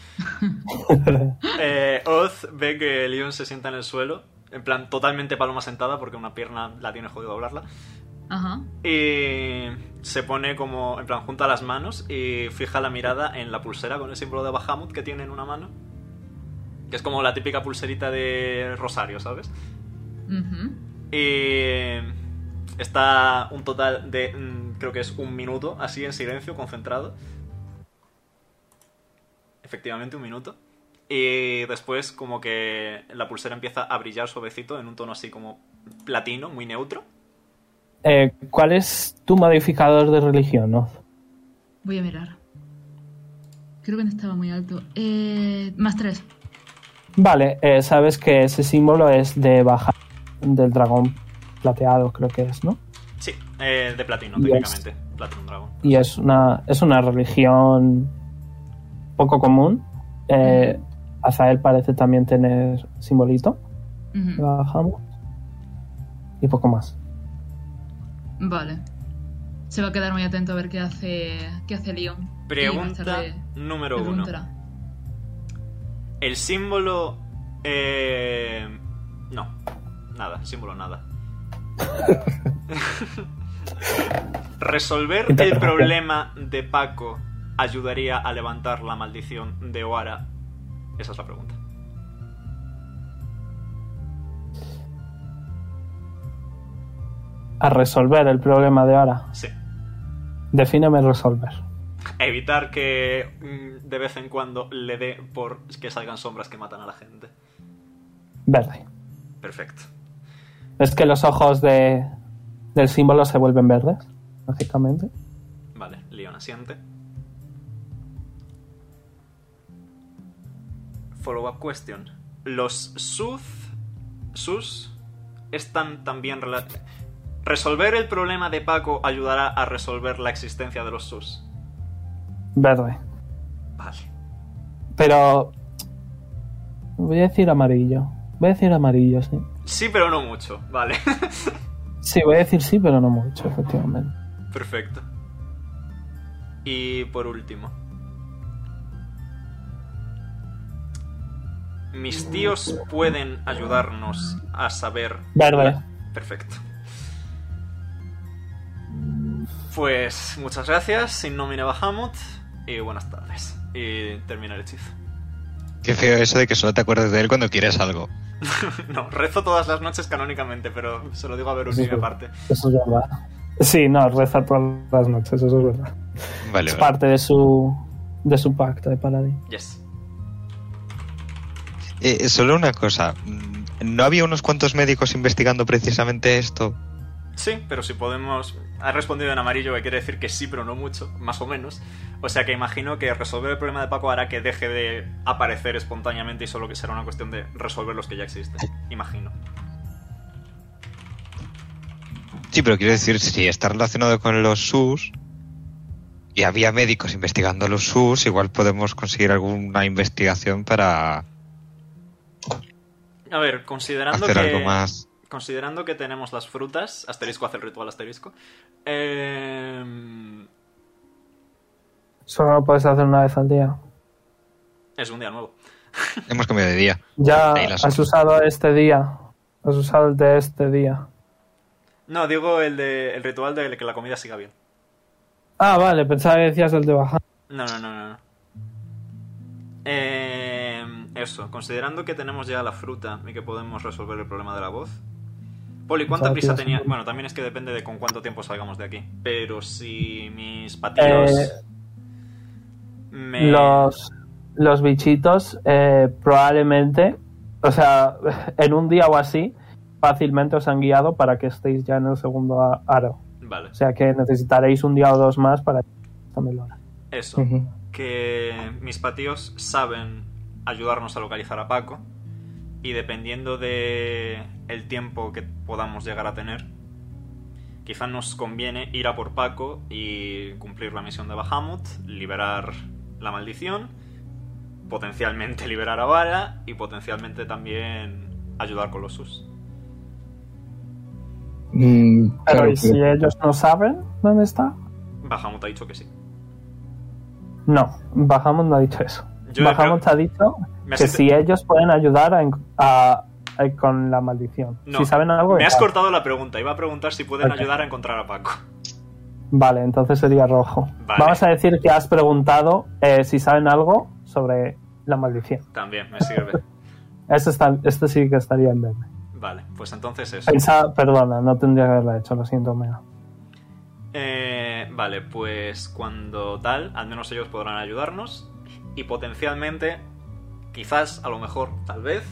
[SPEAKER 2] Eh, Oz ve que Leon se sienta en el suelo, en plan totalmente paloma sentada porque una pierna la tiene jodido doblarla.
[SPEAKER 5] Ajá.
[SPEAKER 2] Y se pone como, en plan, junta las manos y fija la mirada en la pulsera con el símbolo de Bahamut que tiene en una mano. Que es como la típica pulserita de Rosario, ¿sabes?
[SPEAKER 5] ujú.
[SPEAKER 2] Y Está un total de, mm, creo que es un minuto, así en silencio, concentrado. Efectivamente, un minuto. Y después como que la pulsera empieza a brillar suavecito en un tono así como platino, muy neutro.
[SPEAKER 3] Eh, ¿Cuál es tu modificador de religión, Oz?
[SPEAKER 5] Voy a mirar. Creo que no estaba muy alto. Eh, más tres.
[SPEAKER 3] Vale, eh, sabes que ese símbolo es de baja del dragón plateado, creo que es, ¿no?
[SPEAKER 2] Sí, eh, de platino,
[SPEAKER 3] Yes.
[SPEAKER 2] técnicamente. Platinum Dragon.
[SPEAKER 3] Y es una, es una religión poco común. Eh, Azael parece también tener simbolito.
[SPEAKER 5] Ujú.
[SPEAKER 3] La bajamos. Y poco más.
[SPEAKER 5] Vale. Se va a quedar muy atento a ver qué hace, qué hace Leon.
[SPEAKER 2] Pregunta número uno. El símbolo... Eh... No, nada, símbolo nada. (laughs) Resolver el
[SPEAKER 3] Interpretación.
[SPEAKER 2] problema de Paco ayudaría a levantar la maldición de Oara. Esa es la pregunta.
[SPEAKER 3] A resolver el problema de ahora.
[SPEAKER 2] Sí.
[SPEAKER 3] Defíneme resolver.
[SPEAKER 2] Evitar que mm, de vez en cuando le dé por que salgan sombras que matan a la gente.
[SPEAKER 3] Verde.
[SPEAKER 2] Perfecto.
[SPEAKER 3] Es que los ojos de, del símbolo se vuelven verdes, básicamente.
[SPEAKER 2] Vale, Leon asiente. Follow-up question. Los Suz. Sus. Están también. rela- Resolver el problema de Paco ayudará a resolver la existencia de los Sus.
[SPEAKER 3] Verde.
[SPEAKER 2] Vale.
[SPEAKER 3] Pero. Voy a decir amarillo. Voy a decir amarillo, sí.
[SPEAKER 2] Sí, pero no mucho. Vale. (laughs)
[SPEAKER 3] Sí, voy a decir sí, pero no mucho, efectivamente.
[SPEAKER 2] Perfecto. Y por último. Mis tíos pueden ayudarnos a saber.
[SPEAKER 3] Verde.
[SPEAKER 2] Perfecto. Pues muchas gracias, sin nómina Bahamut, y buenas tardes. Y termina el hechizo. (laughs)
[SPEAKER 1] Qué feo eso de que solo te acuerdes de él cuando quieres algo.
[SPEAKER 2] no, rezo todas las noches canónicamente, pero se lo digo a
[SPEAKER 3] Sí,
[SPEAKER 2] Verus
[SPEAKER 3] sí.
[SPEAKER 2] aparte.
[SPEAKER 3] Eso es verdad. Sí, no, reza todas las noches, eso es verdad.
[SPEAKER 1] Vale,
[SPEAKER 3] Es
[SPEAKER 1] vale.
[SPEAKER 3] parte de su, de su pacto de paladín.
[SPEAKER 2] Yes.
[SPEAKER 1] Eh, solo una cosa. Mm, ¿No había unos cuantos médicos investigando precisamente esto?
[SPEAKER 2] Sí, pero si podemos... Ha respondido en amarillo, que quiere decir que sí, pero no mucho, más o menos. O sea que imagino que resolver el problema de Paco hará que deje de aparecer espontáneamente y solo que será una cuestión de resolver los que ya existen. Imagino.
[SPEAKER 1] Sí, pero quiero decir, si está relacionado con los SUS y había médicos investigando los SUS, igual podemos conseguir alguna investigación para
[SPEAKER 2] A ver, considerando
[SPEAKER 1] hacer
[SPEAKER 2] que...
[SPEAKER 1] algo más.
[SPEAKER 2] Considerando que tenemos las frutas, asterisco hace el ritual asterisco. em,
[SPEAKER 3] Solo lo puedes hacer una vez al día.
[SPEAKER 2] es un día nuevo.
[SPEAKER 1] Hemos cambiado de día.
[SPEAKER 3] Ya
[SPEAKER 1] Ahí las-
[SPEAKER 3] has usado este día. Has usado el de este día.
[SPEAKER 2] No, digo el, de, el ritual de que la comida siga bien.
[SPEAKER 3] Ah, vale, pensaba que decías el de bajar.
[SPEAKER 2] No, no, no, no. no. Em, eso, considerando que tenemos ya la fruta y que podemos resolver el problema de la voz. Poli, ¿cuánta
[SPEAKER 3] Pensaba que
[SPEAKER 2] prisa
[SPEAKER 3] ibas a-
[SPEAKER 2] tenía? Bueno, también es que depende de con cuánto tiempo salgamos de aquí. Pero si mis patillos...
[SPEAKER 3] Eh,
[SPEAKER 2] me-
[SPEAKER 3] Los, los bichitos eh, probablemente, o sea, (laughs) en un día o así, fácilmente os han guiado para que estéis ya en el segundo a- aro.
[SPEAKER 2] Vale,
[SPEAKER 3] O sea que necesitaréis un día o dos más para... Dame la hora.
[SPEAKER 2] eso. que mis patíos saben ayudarnos a localizar a Paco y dependiendo de el tiempo que podamos llegar a tener, quizá nos conviene ir a por Paco y cumplir la misión de Bahamut, liberar la maldición, potencialmente (laughs) liberar a Vara y potencialmente también ayudar con los sus.
[SPEAKER 6] Mm,
[SPEAKER 3] Pero
[SPEAKER 6] claro,
[SPEAKER 3] ¿y si
[SPEAKER 6] pero-
[SPEAKER 3] ellos no saben dónde está?
[SPEAKER 2] Bahamut ha dicho que sí.
[SPEAKER 3] No, Bahamut no ha dicho eso.
[SPEAKER 2] Yo
[SPEAKER 3] Bahamut
[SPEAKER 2] creo-
[SPEAKER 3] ha dicho
[SPEAKER 2] me
[SPEAKER 3] que
[SPEAKER 2] has
[SPEAKER 3] si ellos pueden ayudar a en- a- a- con la maldición.
[SPEAKER 2] No,
[SPEAKER 3] si saben algo...
[SPEAKER 2] me
[SPEAKER 3] que
[SPEAKER 2] has
[SPEAKER 3] saben.
[SPEAKER 2] cortado la pregunta, iba a preguntar si pueden
[SPEAKER 3] Ok.
[SPEAKER 2] ayudar a encontrar a Paco. (laughs)
[SPEAKER 3] Vale, entonces sería rojo.
[SPEAKER 2] Vale.
[SPEAKER 3] Vamos a decir que has preguntado eh, si saben algo sobre la maldición.
[SPEAKER 2] También me sirve.
[SPEAKER 3] Este, está- este sí que estaría en verde.
[SPEAKER 2] Vale, pues entonces eso.
[SPEAKER 3] Pensa- perdona, no tendría que haberla hecho, lo siento, Omega.
[SPEAKER 2] Eh, vale, pues cuando tal, al menos ellos podrán ayudarnos y potencialmente, quizás, a lo mejor, tal vez,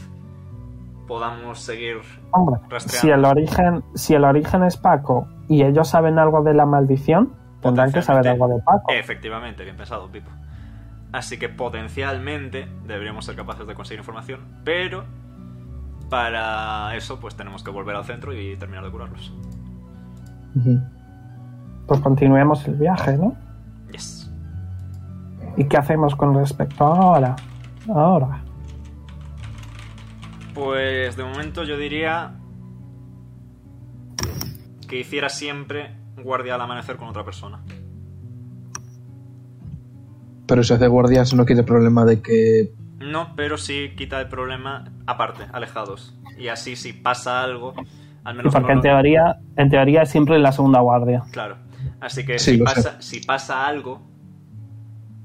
[SPEAKER 2] podamos seguir
[SPEAKER 3] Hombre,
[SPEAKER 2] Rastreando.
[SPEAKER 3] si el, origen, si el origen es Paco y ellos saben algo de la maldición, tendrán que saber
[SPEAKER 2] Potencialmente.
[SPEAKER 3] algo de Paco.
[SPEAKER 2] Efectivamente, bien pensado, Pipo. Así que potencialmente deberíamos ser capaces de conseguir información, pero para eso pues tenemos que volver al centro y terminar de curarlos.
[SPEAKER 6] Ujú.
[SPEAKER 3] Pues continuemos el viaje, ¿no?
[SPEAKER 2] Yes.
[SPEAKER 3] ¿Y qué hacemos con respecto a ahora? Ahora.
[SPEAKER 2] Pues de momento yo diría que hiciera siempre guardia al amanecer con otra persona.
[SPEAKER 6] Pero si hace guardia, eso no quiere problema de que.
[SPEAKER 2] No, pero sí quita el problema aparte, alejados. Y así si pasa algo, al menos
[SPEAKER 3] Porque
[SPEAKER 2] no
[SPEAKER 3] en
[SPEAKER 2] lo-
[SPEAKER 3] teoría, en teoría es siempre la segunda guardia.
[SPEAKER 2] Claro. Así que
[SPEAKER 6] Sí,
[SPEAKER 2] si,
[SPEAKER 6] lo
[SPEAKER 2] pasa, si pasa algo,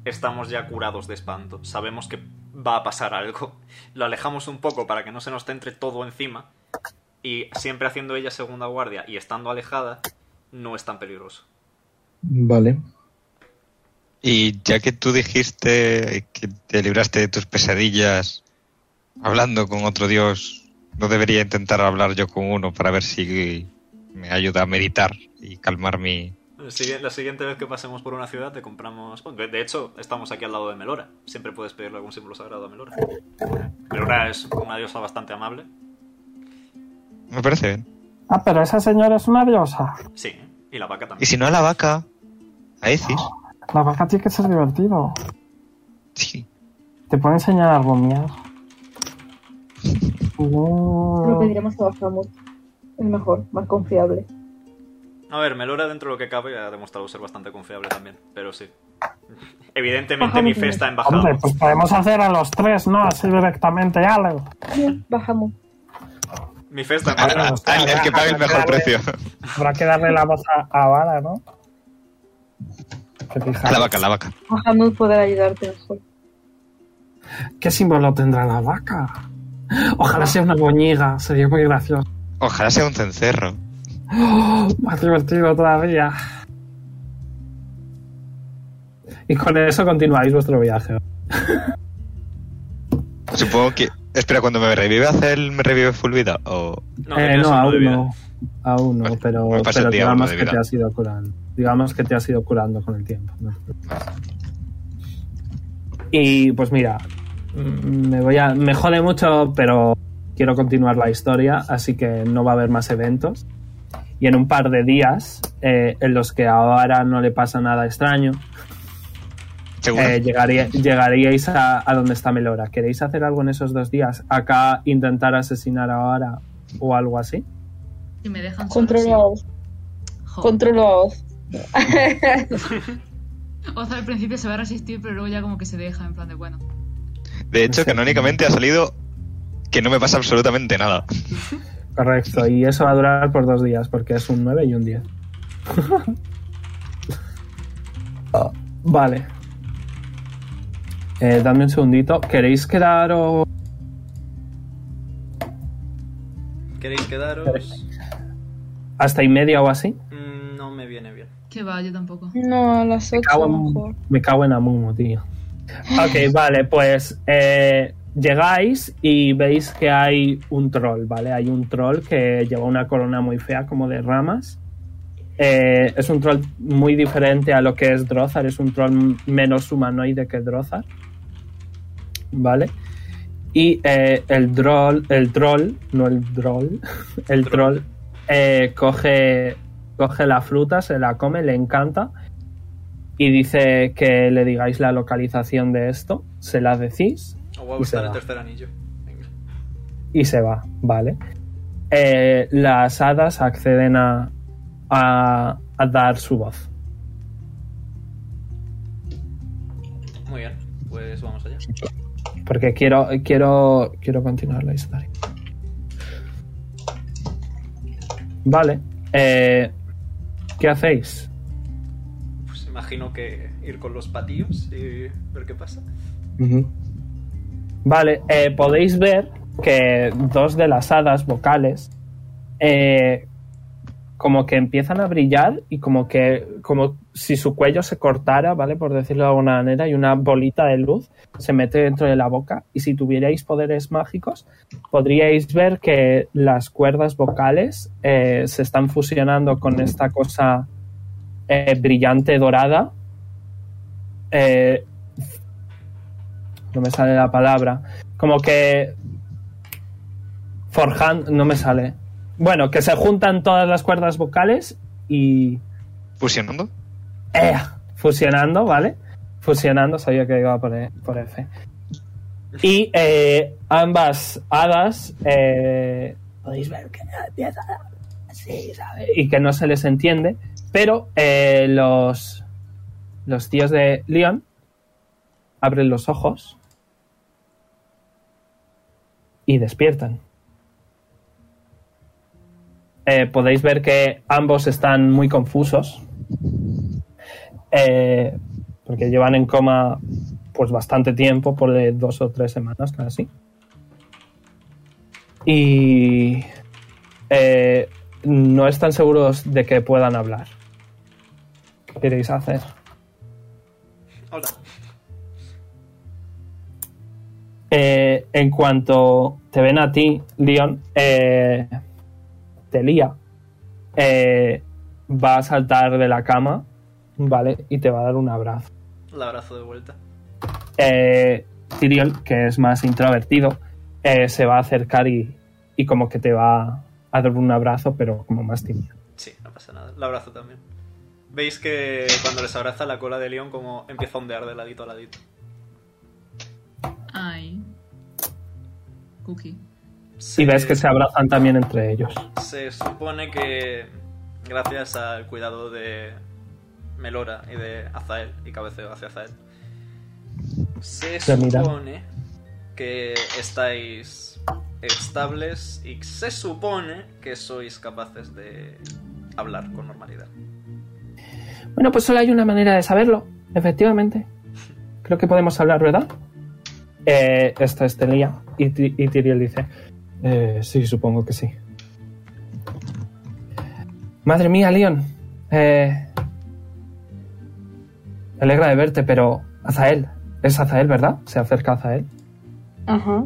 [SPEAKER 2] estamos ya curados de espanto. Sabemos que va a pasar algo. Lo alejamos un poco para que no se nos centre todo encima. Y siempre haciendo ella segunda guardia y estando alejada, no es tan peligroso.
[SPEAKER 6] Vale.
[SPEAKER 1] Y ya que tú dijiste que te libraste de tus pesadillas hablando con otro dios, ¿no debería intentar hablar yo con uno para ver si me ayuda a meditar y calmar mi...
[SPEAKER 2] El sigui- La siguiente vez que pasemos por una ciudad te compramos... bueno, De de hecho, estamos aquí al lado de Melora. Siempre puedes pedirle algún símbolo sagrado a Melora. Melora es una diosa bastante amable.
[SPEAKER 1] Me parece bien.
[SPEAKER 3] Ah, pero esa señora es una diosa.
[SPEAKER 2] Sí, ¿eh? y la vaca
[SPEAKER 1] Y
[SPEAKER 2] también.
[SPEAKER 1] si no a la vaca, a Ecis.
[SPEAKER 3] La vaca tiene que ser divertido.
[SPEAKER 1] Sí.
[SPEAKER 3] Te puede enseñar a rumiar. No.
[SPEAKER 4] Lo pediremos a Bahamut. Es mejor, más confiable.
[SPEAKER 2] A ver, Melora dentro de lo que cabe ha demostrado ser bastante confiable también, pero sí. Evidentemente
[SPEAKER 4] Bajamos
[SPEAKER 2] mi
[SPEAKER 4] un
[SPEAKER 2] fe está en
[SPEAKER 3] Hombre,
[SPEAKER 2] bajada.
[SPEAKER 3] pues podemos hacer a los tres, ¿no? Así directamente, algo.
[SPEAKER 4] Bien, Bahamut.
[SPEAKER 2] Mi fe está en
[SPEAKER 3] Claro,
[SPEAKER 2] bajada.
[SPEAKER 3] o sea,
[SPEAKER 1] Al, al que pague el mejor precio.
[SPEAKER 3] Habrá que darle la voz a, a Vara, ¿no? Que fijaros.
[SPEAKER 1] A la vaca, a la vaca.
[SPEAKER 4] Bahamut podrá ayudarte mejor.
[SPEAKER 3] ¿Qué símbolo tendrá la vaca? Ojalá sea una boñiga, sería muy gracioso.
[SPEAKER 1] Ojalá sea un cencerro.
[SPEAKER 3] Más divertido todavía. Y con eso continuáis vuestro viaje.
[SPEAKER 1] Supongo que... Espera, cuando me revive hacer me revive full vida o...
[SPEAKER 2] No,
[SPEAKER 3] Eh,
[SPEAKER 2] que tienes
[SPEAKER 3] no,
[SPEAKER 2] uno de
[SPEAKER 3] aún
[SPEAKER 2] vida.
[SPEAKER 3] no. Aún no,
[SPEAKER 1] Vale,
[SPEAKER 3] pero,
[SPEAKER 1] Pues me pasa el
[SPEAKER 3] pero
[SPEAKER 1] día uno
[SPEAKER 3] digamos
[SPEAKER 1] de
[SPEAKER 3] que te
[SPEAKER 1] vida.
[SPEAKER 3] has ido curando. Digamos que te has ido curando con el tiempo. ¿no? Y pues mira, mm, me voy a. Me jode mucho, pero quiero continuar la historia, así que no va a haber más eventos. Y en un par de días, eh, en los que ahora no le pasa nada extraño,
[SPEAKER 1] Seguro.
[SPEAKER 3] eh, llegaría- llegaríais a, a donde está Melora. ¿Queréis hacer algo en esos dos días? ¿Acá intentar asesinar ahora o algo así?
[SPEAKER 5] Si me dejan sola,
[SPEAKER 4] Controlo a Oz.
[SPEAKER 5] sí. Jo.
[SPEAKER 4] Controlo a Oz.
[SPEAKER 5] Oz al principio se va a resistir, pero luego ya como que se deja, en plan de bueno.
[SPEAKER 1] De hecho, canónicamente ha salido que no me pasa absolutamente nada.
[SPEAKER 3] Correcto, y eso va a durar por dos días, porque es un 9 y un 10. (laughs) Ah, vale. Eh, dame un segundito. ¿Queréis quedar o...?
[SPEAKER 2] ¿Queréis
[SPEAKER 3] Pues,
[SPEAKER 2] quedaros?
[SPEAKER 3] hasta y media o así?
[SPEAKER 2] Mm, No me viene bien.
[SPEAKER 5] Que va, yo tampoco.
[SPEAKER 4] No, a las 8
[SPEAKER 3] cago en-
[SPEAKER 4] mejor.
[SPEAKER 3] Me cago en Amumu, tío. Ok, vale, pues eh, llegáis y veis que hay un troll, ¿vale? Hay un troll que lleva una corona muy fea, como de ramas. Eh, es un troll muy diferente a lo que es Drozar, es un troll menos humanoide que Drozar, ¿vale? Y eh, el troll, el troll, no el troll, (laughs) el troll eh, coge, coge la fruta, se la come, le encanta y dice que le digáis la localización de esto, se la decís
[SPEAKER 2] O voy a
[SPEAKER 3] Y se
[SPEAKER 2] buscar el
[SPEAKER 3] va.
[SPEAKER 2] tercer anillo. Venga.
[SPEAKER 3] y se va, ¿vale? Eh, las hadas acceden a, a, a dar su voz.
[SPEAKER 2] Muy bien, pues vamos allá.
[SPEAKER 3] Porque quiero, quiero, quiero continuar la historia. Vale. eh, ¿Qué hacéis?
[SPEAKER 2] Pues imagino que ir con los patillos y ver qué pasa.
[SPEAKER 6] Ujú.
[SPEAKER 3] Vale, eh, podéis ver que dos de las hadas vocales eh, como que empiezan a brillar y como que como si su cuello se cortara, ¿vale? Por decirlo de alguna manera, y una bolita de luz se mete dentro de la boca y si tuvierais poderes mágicos podríais ver que las cuerdas vocales eh, se están fusionando con esta cosa eh, brillante dorada. Eh, no me sale la palabra. Como que forjando, no me sale. Bueno, que se juntan todas las cuerdas vocales y
[SPEAKER 1] ¿Fusionando?
[SPEAKER 3] eh, fusionando, ¿vale? Fusionando, sabía que iba por, E- por F. Y eh, ambas hadas eh, podéis ver que empieza así, ¿sabes? Y que no se les entiende, pero eh, los, los tíos de Leon abren los ojos y despiertan. Eh, podéis ver que ambos están muy confusos. Eh, porque llevan en coma pues bastante tiempo, por dos o tres semanas casi. Y eh, no están seguros de que puedan hablar. ¿Qué queréis hacer?
[SPEAKER 2] Hola.
[SPEAKER 3] Eh, en cuanto te ven a ti, Leon, eh, te lía. Eh, va a saltar de la cama, ¿vale? Y te va a dar un abrazo.
[SPEAKER 2] El abrazo de vuelta.
[SPEAKER 3] eh, Tyrion, que es más introvertido, eh, se va a acercar y, y como que te va a dar un abrazo, pero como más tímido.
[SPEAKER 2] Sí, no pasa nada. El abrazo también. Veis que cuando les abraza la cola de león como empieza a ondear de ladito a ladito.
[SPEAKER 5] Ay. Cookie.
[SPEAKER 3] Y ves que se abrazan también entre ellos.
[SPEAKER 2] Se supone que gracias al cuidado de Melora y de Azael, y cabeceo hacia Azael, se
[SPEAKER 3] Se mira.
[SPEAKER 2] supone que estáis estables y se supone que sois capaces de hablar con normalidad.
[SPEAKER 3] Bueno, pues solo hay una manera de saberlo, efectivamente. Creo que podemos hablar, ¿verdad? Eh, esto es Telia. Y, Ti- y Tyrion dice: "Eh, Sí, supongo que sí. Madre mía, Leon. eh, me alegra de verte, pero Azael. Es Azael, ¿verdad? Se acerca a Azael.
[SPEAKER 4] Ajá.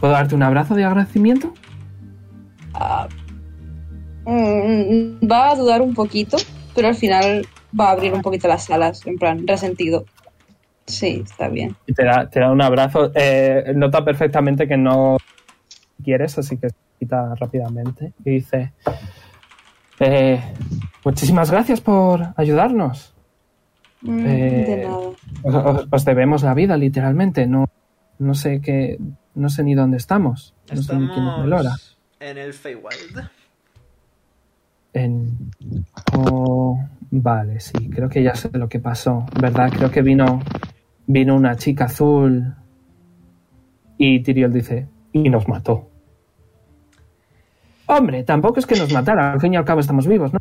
[SPEAKER 3] ¿Puedo darte un abrazo de agradecimiento?
[SPEAKER 4] Mm, va a dudar un poquito, pero al final va a abrir un poquito las alas, en plan, resentido. Sí, está bien.
[SPEAKER 3] Y te da, te da un abrazo. Eh, nota perfectamente que no quieres, así que se quita rápidamente. Y dice: eh, Muchísimas gracias por ayudarnos.
[SPEAKER 4] Mm,
[SPEAKER 3] Eh,
[SPEAKER 4] De nada.
[SPEAKER 3] Os, os- os debemos la vida, literalmente. No, no sé qué. No sé ni dónde estamos. No sé ni quién es Melora.
[SPEAKER 2] Estamos en el Feywild.
[SPEAKER 3] En- Oh, vale, sí, creo que ya sé lo que pasó, ¿verdad? Creo que vino, vino una chica azul y Tyrion dice, y nos mató. Hombre, tampoco es que nos matara, al fin y al cabo estamos vivos, ¿no?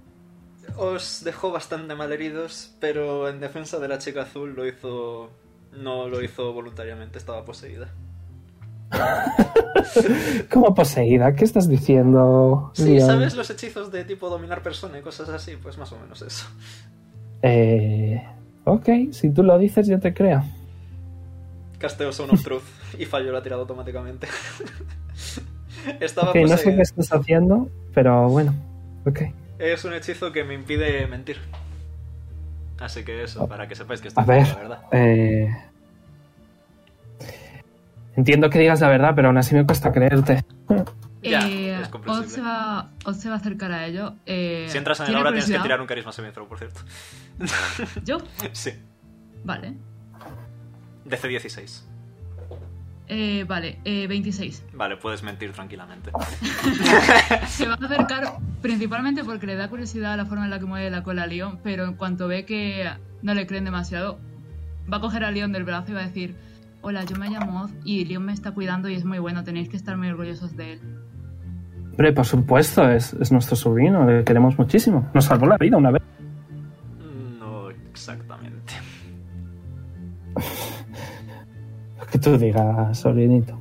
[SPEAKER 2] Os dejó bastante malheridos, pero en defensa de la chica azul lo hizo. No lo hizo voluntariamente, estaba poseída.
[SPEAKER 3] Como poseída, ¿qué estás diciendo?
[SPEAKER 2] Sí,
[SPEAKER 3] Leon?
[SPEAKER 2] ¿sabes los hechizos de tipo dominar persona y cosas así? Pues más o menos eso.
[SPEAKER 3] Eh, ok, si tú lo dices yo te creo.
[SPEAKER 2] Casteo Son of Truth y falló la tirada automáticamente. (laughs) estaba
[SPEAKER 3] Ok, no sé
[SPEAKER 2] poseída.
[SPEAKER 3] qué estás haciendo, pero bueno, ok.
[SPEAKER 2] Es un hechizo que me impide mentir. Así que eso, para que sepáis que
[SPEAKER 3] Ah. A
[SPEAKER 2] estoy
[SPEAKER 3] ver,
[SPEAKER 2] la verdad.
[SPEAKER 3] eh, entiendo que digas la verdad, pero aún así me cuesta creerte.
[SPEAKER 2] Ya,
[SPEAKER 5] Eh,
[SPEAKER 2] es comprensible.
[SPEAKER 5] Oz se, va, Oz se va a acercar a ello. Eh,
[SPEAKER 2] Si entras en el
[SPEAKER 5] ¿tiene
[SPEAKER 2] hora tienes que tirar
[SPEAKER 5] curiosidad?
[SPEAKER 2] un carisma saving throw, por cierto. (laughs)
[SPEAKER 5] ¿Yo?
[SPEAKER 2] sí,
[SPEAKER 5] Vale.
[SPEAKER 2] DC 16.
[SPEAKER 5] Eh, vale, eh, 26.
[SPEAKER 2] Vale, puedes mentir tranquilamente.
[SPEAKER 5] Se va a acercar principalmente porque le da curiosidad la forma en la que mueve la cola a León, pero en cuanto ve que no le creen demasiado, va a coger a León del brazo y va a decir, hola, yo me llamo Oz y León me está cuidando y es muy bueno, tenéis que estar muy orgullosos de él.
[SPEAKER 3] Hombre, por supuesto, es, es nuestro sobrino, le queremos muchísimo. Nos salvó la vida una vez.
[SPEAKER 2] No exactamente.
[SPEAKER 3] Lo que tú digas, sobrinito.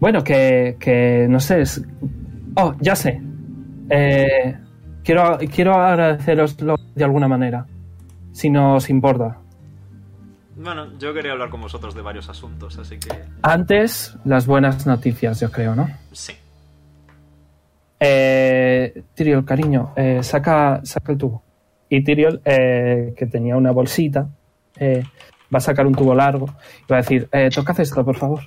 [SPEAKER 3] Bueno, que, que no sé. es- Oh, ya sé. Eh, quiero, quiero agradeceroslo de alguna manera. Si no os importa.
[SPEAKER 2] Bueno, yo quería hablar con vosotros de varios asuntos, así que
[SPEAKER 3] Antes, las buenas noticias, yo creo, ¿no?
[SPEAKER 2] sí.
[SPEAKER 3] Eh, Tyrion, cariño, eh, saca, saca el tubo. Y Tyrion, eh, que tenía una bolsita, eh, va a sacar un tubo largo y va a decir, eh, tocad esto, por favor.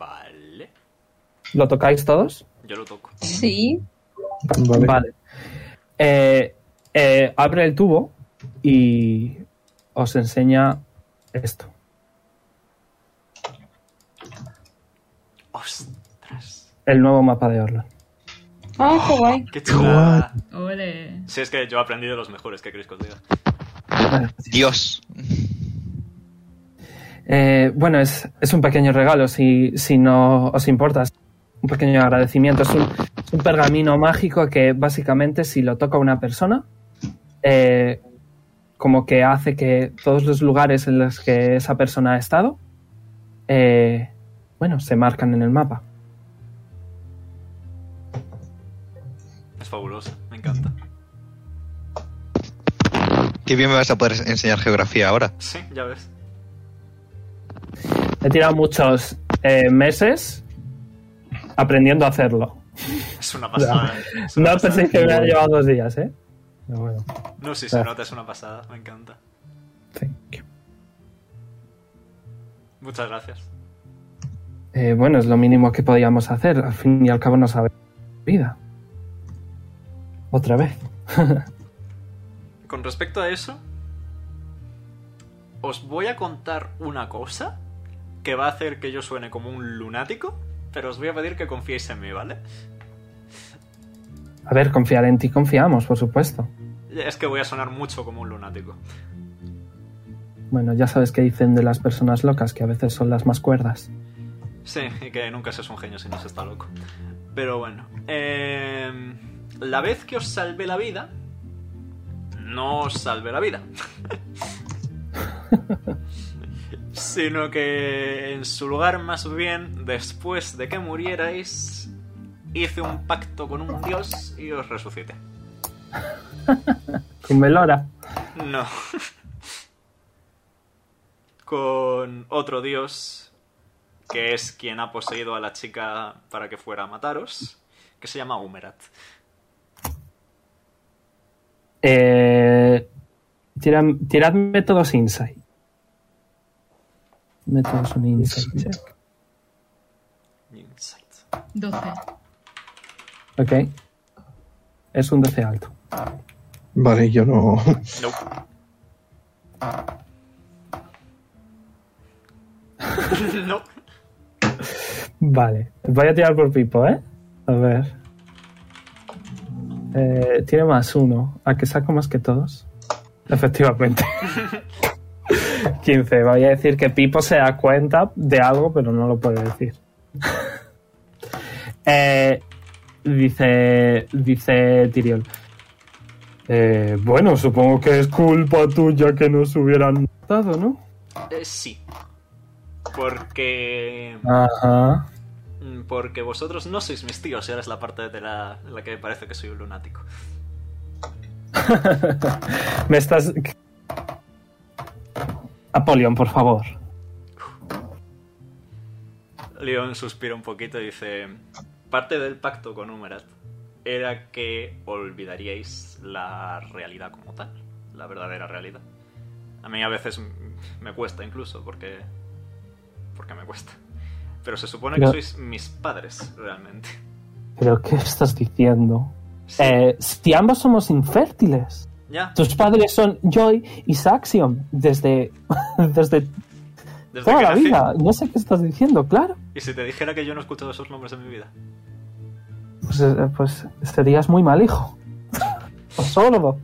[SPEAKER 2] Vale.
[SPEAKER 3] ¿Lo tocáis todos?
[SPEAKER 2] Yo lo toco.
[SPEAKER 4] Sí.
[SPEAKER 3] Vale. Eh, eh, abre el tubo y os enseña esto.
[SPEAKER 2] ¡Ostras!
[SPEAKER 3] El nuevo mapa de Orlan.
[SPEAKER 4] Ah, qué guay.
[SPEAKER 2] ¡Qué chulada!
[SPEAKER 5] Ole.
[SPEAKER 2] Si es que yo aprendí de los mejores, ¿qué queréis que os diga?
[SPEAKER 1] Dios.
[SPEAKER 3] Eh, bueno, es, es un pequeño regalo, si, si no os importa. Es un pequeño agradecimiento. Es un, es un pergamino mágico que básicamente si lo toca una persona, eh, como que hace que todos los lugares en los que esa persona ha estado, eh, bueno, se marcan en el mapa.
[SPEAKER 2] Es fabulosa, me encanta.
[SPEAKER 1] Qué bien me vas a poder enseñar geografía ahora.
[SPEAKER 2] Sí, ya ves.
[SPEAKER 3] He tirado muchos eh, meses aprendiendo a hacerlo.
[SPEAKER 2] Es una pasada. es una
[SPEAKER 3] No
[SPEAKER 2] pasada.
[SPEAKER 3] pensé que me hubiera llevado dos días, ¿eh? Pero bueno.
[SPEAKER 2] No, sí, se nota, es una pasada, me encanta. Muchas gracias.
[SPEAKER 3] Eh, bueno, es lo mínimo que podíamos hacer. Al fin y al cabo nos ha vida. Otra vez.
[SPEAKER 2] Con respecto a eso, os voy a contar una cosa que va a hacer que yo suene como un lunático, pero os voy a pedir que confiéis en mí, ¿vale?
[SPEAKER 3] A ver, confiar en ti confiamos, por supuesto.
[SPEAKER 2] Es que voy a sonar mucho como un lunático.
[SPEAKER 3] Bueno, ya sabes que dicen de las personas locas, que a veces son las más cuerdas.
[SPEAKER 2] Sí, y que nunca se es un genio si no se está loco. Pero bueno, em, la vez que os salvé la vida, no os salvé la vida. Sino que en su lugar más bien, después de que murierais, hice un pacto con un dios y os resucité.
[SPEAKER 3] Con Melora.
[SPEAKER 2] No. Con otro dios, que es quien ha poseído a la chica para que fuera a mataros, que se llama Humerat.
[SPEAKER 3] Eh, tiram- tiradme todos insight. Me todos un insight check.
[SPEAKER 2] Insight.
[SPEAKER 5] 12.
[SPEAKER 3] Ok. Es un 12 alto.
[SPEAKER 6] Vale, yo no. (laughs)
[SPEAKER 2] No. no.
[SPEAKER 3] Vale. Voy a tirar por Pipo, ¿eh? A ver. Eh, tiene más uno. ¿A que saco más que todos? (laughs) Efectivamente. (laughs) 15. Voy a decir que Pipo se da cuenta de algo, pero no lo puede decir. (laughs) Eh, dice, dice Tyrion. "Eh, bueno, supongo que es culpa tuya que nos hubieran matado, ¿no?
[SPEAKER 2] Eh, sí. Porque. mm,
[SPEAKER 3] Ajá.
[SPEAKER 2] Porque vosotros no sois mis tíos, y ahora es la parte de la, la que parece que soy un lunático.
[SPEAKER 3] (laughs) Me estás. Apolion, por favor.
[SPEAKER 2] Leon suspira un poquito y dice: Parte del pacto con Humerat era que olvidaríais la realidad como tal, la verdadera realidad. A mí a veces m- me cuesta incluso, porque. porque me cuesta. Pero se supone que
[SPEAKER 3] Pero-
[SPEAKER 2] sois mis padres, realmente.
[SPEAKER 3] ¿Pero qué estás diciendo?
[SPEAKER 2] Sí,
[SPEAKER 3] Eh, si ambos somos infértiles.
[SPEAKER 2] ya,
[SPEAKER 3] Tus padres son Joy y Saxion desde, (laughs) desde
[SPEAKER 2] desde
[SPEAKER 3] toda
[SPEAKER 2] que
[SPEAKER 3] la
[SPEAKER 2] nací.
[SPEAKER 3] vida. No sé qué estás diciendo, claro.
[SPEAKER 2] Y si te dijera que yo no he escuchado esos nombres en mi vida.
[SPEAKER 3] Pues, eh, pues serías muy mal hijo. (laughs) o sordo.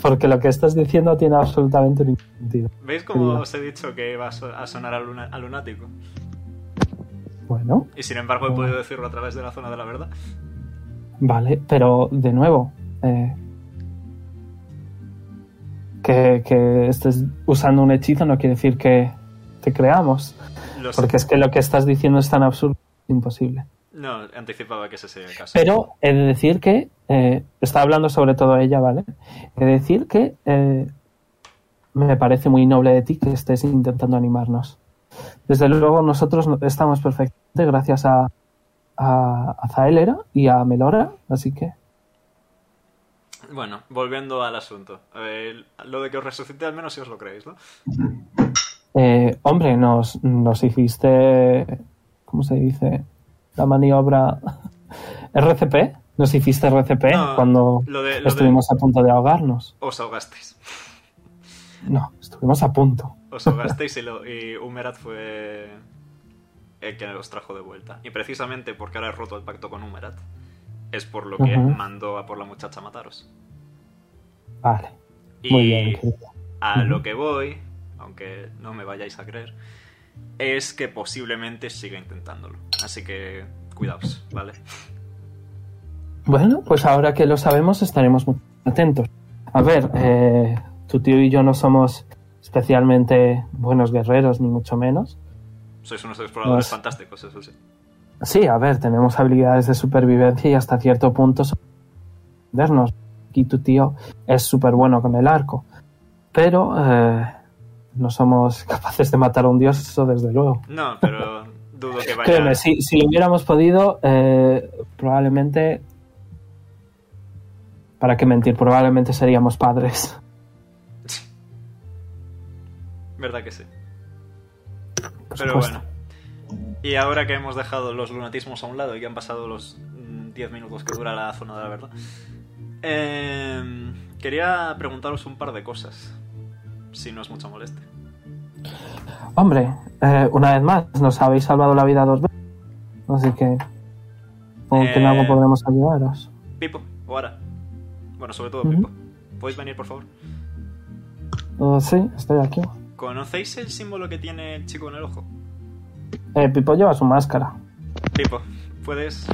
[SPEAKER 3] Porque lo que estás diciendo tiene absolutamente ningún sentido.
[SPEAKER 2] ¿Veis cómo
[SPEAKER 3] Ya.
[SPEAKER 2] os he dicho que iba a so- a sonar a, luna- a lunático?
[SPEAKER 3] Bueno,
[SPEAKER 2] Y sin embargo he podido decirlo a través de la zona de la verdad.
[SPEAKER 3] vale, pero de nuevo. eh, que, que estés usando un hechizo no quiere decir que te creamos.
[SPEAKER 2] Lo sé.
[SPEAKER 3] Porque es que lo que estás diciendo es tan absurdo, es imposible.
[SPEAKER 2] No, anticipaba que ese sería el caso.
[SPEAKER 3] Pero he de decir que, eh, está hablando sobre todo ella, ¿vale? He de decir que eh, me parece muy noble de ti que estés intentando animarnos. Desde luego nosotros no- estamos perfectamente gracias a, a, a Zaelera y a Melora, así que
[SPEAKER 2] Bueno, volviendo al asunto. Eh, lo de que os resucite, al menos si os lo creéis, ¿no?
[SPEAKER 3] Eh, hombre, nos, nos hiciste. ¿Cómo se dice? La maniobra. (laughs) RCP. Nos hiciste RCP
[SPEAKER 2] No,
[SPEAKER 3] cuando
[SPEAKER 2] lo de- lo de-
[SPEAKER 3] estuvimos a punto de ahogarnos.
[SPEAKER 2] Os ahogasteis.
[SPEAKER 3] No, estuvimos a punto.
[SPEAKER 2] Os ahogasteis y, lo, y Humerat fue el que os trajo de vuelta. Y precisamente porque ahora he roto el pacto con Humerat, es por lo que
[SPEAKER 3] Ujú.
[SPEAKER 2] mandó a por la muchacha a mataros.
[SPEAKER 3] Vale,
[SPEAKER 2] Y
[SPEAKER 3] muy bien, querida.
[SPEAKER 2] a
[SPEAKER 3] Ujú.
[SPEAKER 2] lo que voy, aunque no me vayáis a creer, es que posiblemente siga intentándolo. Así que cuidaos, ¿vale?
[SPEAKER 3] Bueno, pues ahora que lo sabemos estaremos muy atentos. A ver, eh, tu tío y yo no somos especialmente buenos guerreros, ni mucho menos.
[SPEAKER 2] Sois unos exploradores
[SPEAKER 3] Nos-
[SPEAKER 2] fantásticos, eso sí.
[SPEAKER 3] Sí, a ver, tenemos habilidades de supervivencia y hasta cierto punto sorprendernos. Y tu tío es súper bueno con el arco. Pero eh, no somos (laughs) capaces de matar a un dios, eso desde luego.
[SPEAKER 2] No, pero dudo que vaya...
[SPEAKER 3] Créeme, si, si lo hubiéramos podido, eh, probablemente... ¿Para qué mentir? Probablemente seríamos padres. (laughs)
[SPEAKER 2] ¿Verdad que sí?
[SPEAKER 3] Por
[SPEAKER 2] Pero
[SPEAKER 3] supuesto.
[SPEAKER 2] bueno. Y ahora que hemos dejado los lunatismos a un lado y que han pasado los mm, 10 minutos que dura la zona de la verdad, em, quería preguntaros un par de cosas. Si no es mucha molestia.
[SPEAKER 3] Hombre, eh, una vez más, nos habéis salvado la vida dos veces. Así que... Con
[SPEAKER 2] Eh,
[SPEAKER 3] algo podremos ayudaros.
[SPEAKER 2] Pipo, o Ara. Bueno, sobre todo
[SPEAKER 3] Ujú.
[SPEAKER 2] Pipo. ¿Podéis venir, por favor?
[SPEAKER 3] Eh, sí, estoy aquí.
[SPEAKER 2] ¿Conocéis el símbolo que tiene el chico en el ojo?
[SPEAKER 3] Eh, Pipo lleva su máscara.
[SPEAKER 2] Pipo, ¿puedes...?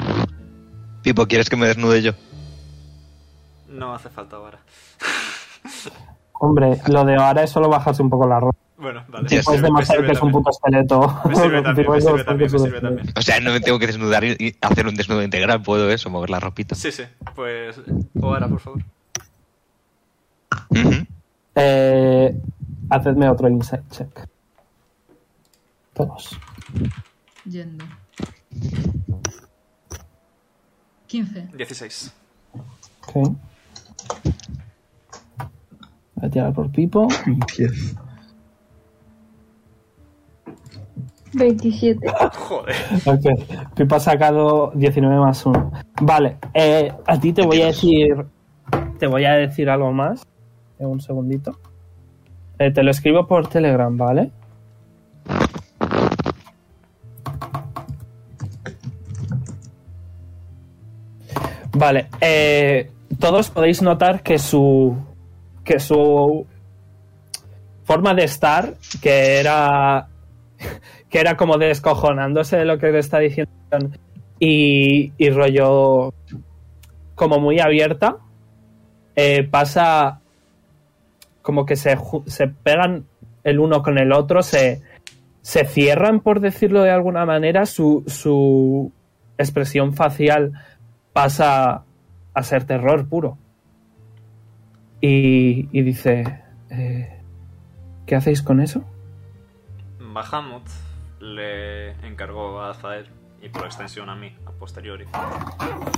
[SPEAKER 1] Pipo, ¿quieres que me desnude yo?
[SPEAKER 2] No hace falta ahora.
[SPEAKER 3] Hombre, lo de ahora es solo bajarse un poco la ropa.
[SPEAKER 2] Bueno, vale.
[SPEAKER 1] Ya
[SPEAKER 3] Después
[SPEAKER 1] sirve,
[SPEAKER 3] de demostrar
[SPEAKER 2] sirve
[SPEAKER 3] que es un
[SPEAKER 2] también.
[SPEAKER 3] puto esqueleto.
[SPEAKER 2] Me
[SPEAKER 3] (laughs)
[SPEAKER 2] sirve también,
[SPEAKER 3] Pipo
[SPEAKER 2] me
[SPEAKER 3] es
[SPEAKER 2] sirve
[SPEAKER 3] bastante este.
[SPEAKER 2] también, me sirve
[SPEAKER 3] esqueleto.
[SPEAKER 2] también.
[SPEAKER 1] O sea, no me tengo que desnudar y- y hacer un desnudo integral. Puedo eso, mover la ropita.
[SPEAKER 2] Sí, sí. Pues... O Ara, por favor.
[SPEAKER 1] Ujú.
[SPEAKER 3] Eh, hacedme otro insight check. Todos.
[SPEAKER 5] Yendo. 15.
[SPEAKER 2] 16.
[SPEAKER 3] Ok. Voy a tirar por Pipo.
[SPEAKER 4] 27.
[SPEAKER 2] Joder.
[SPEAKER 3] Ok, Pipo ha sacado 19 más 1. Vale, eh, a ti te voy a decir. Te voy a decir algo más. Eh, Un segundito. Eh, te lo escribo por Telegram, ¿vale? Vale, eh, todos podéis notar que su. que su. forma de estar, que era que era como descojonándose de lo que le está diciendo y, y rollo como muy abierta eh, pasa como que se, ju- se pegan el uno con el otro se, se cierran por decirlo de alguna manera su, su expresión facial pasa a ser terror puro y, y dice eh, ¿qué hacéis con eso?
[SPEAKER 2] Bahamut le encargó a Azael y por extensión a mí, a posteriori,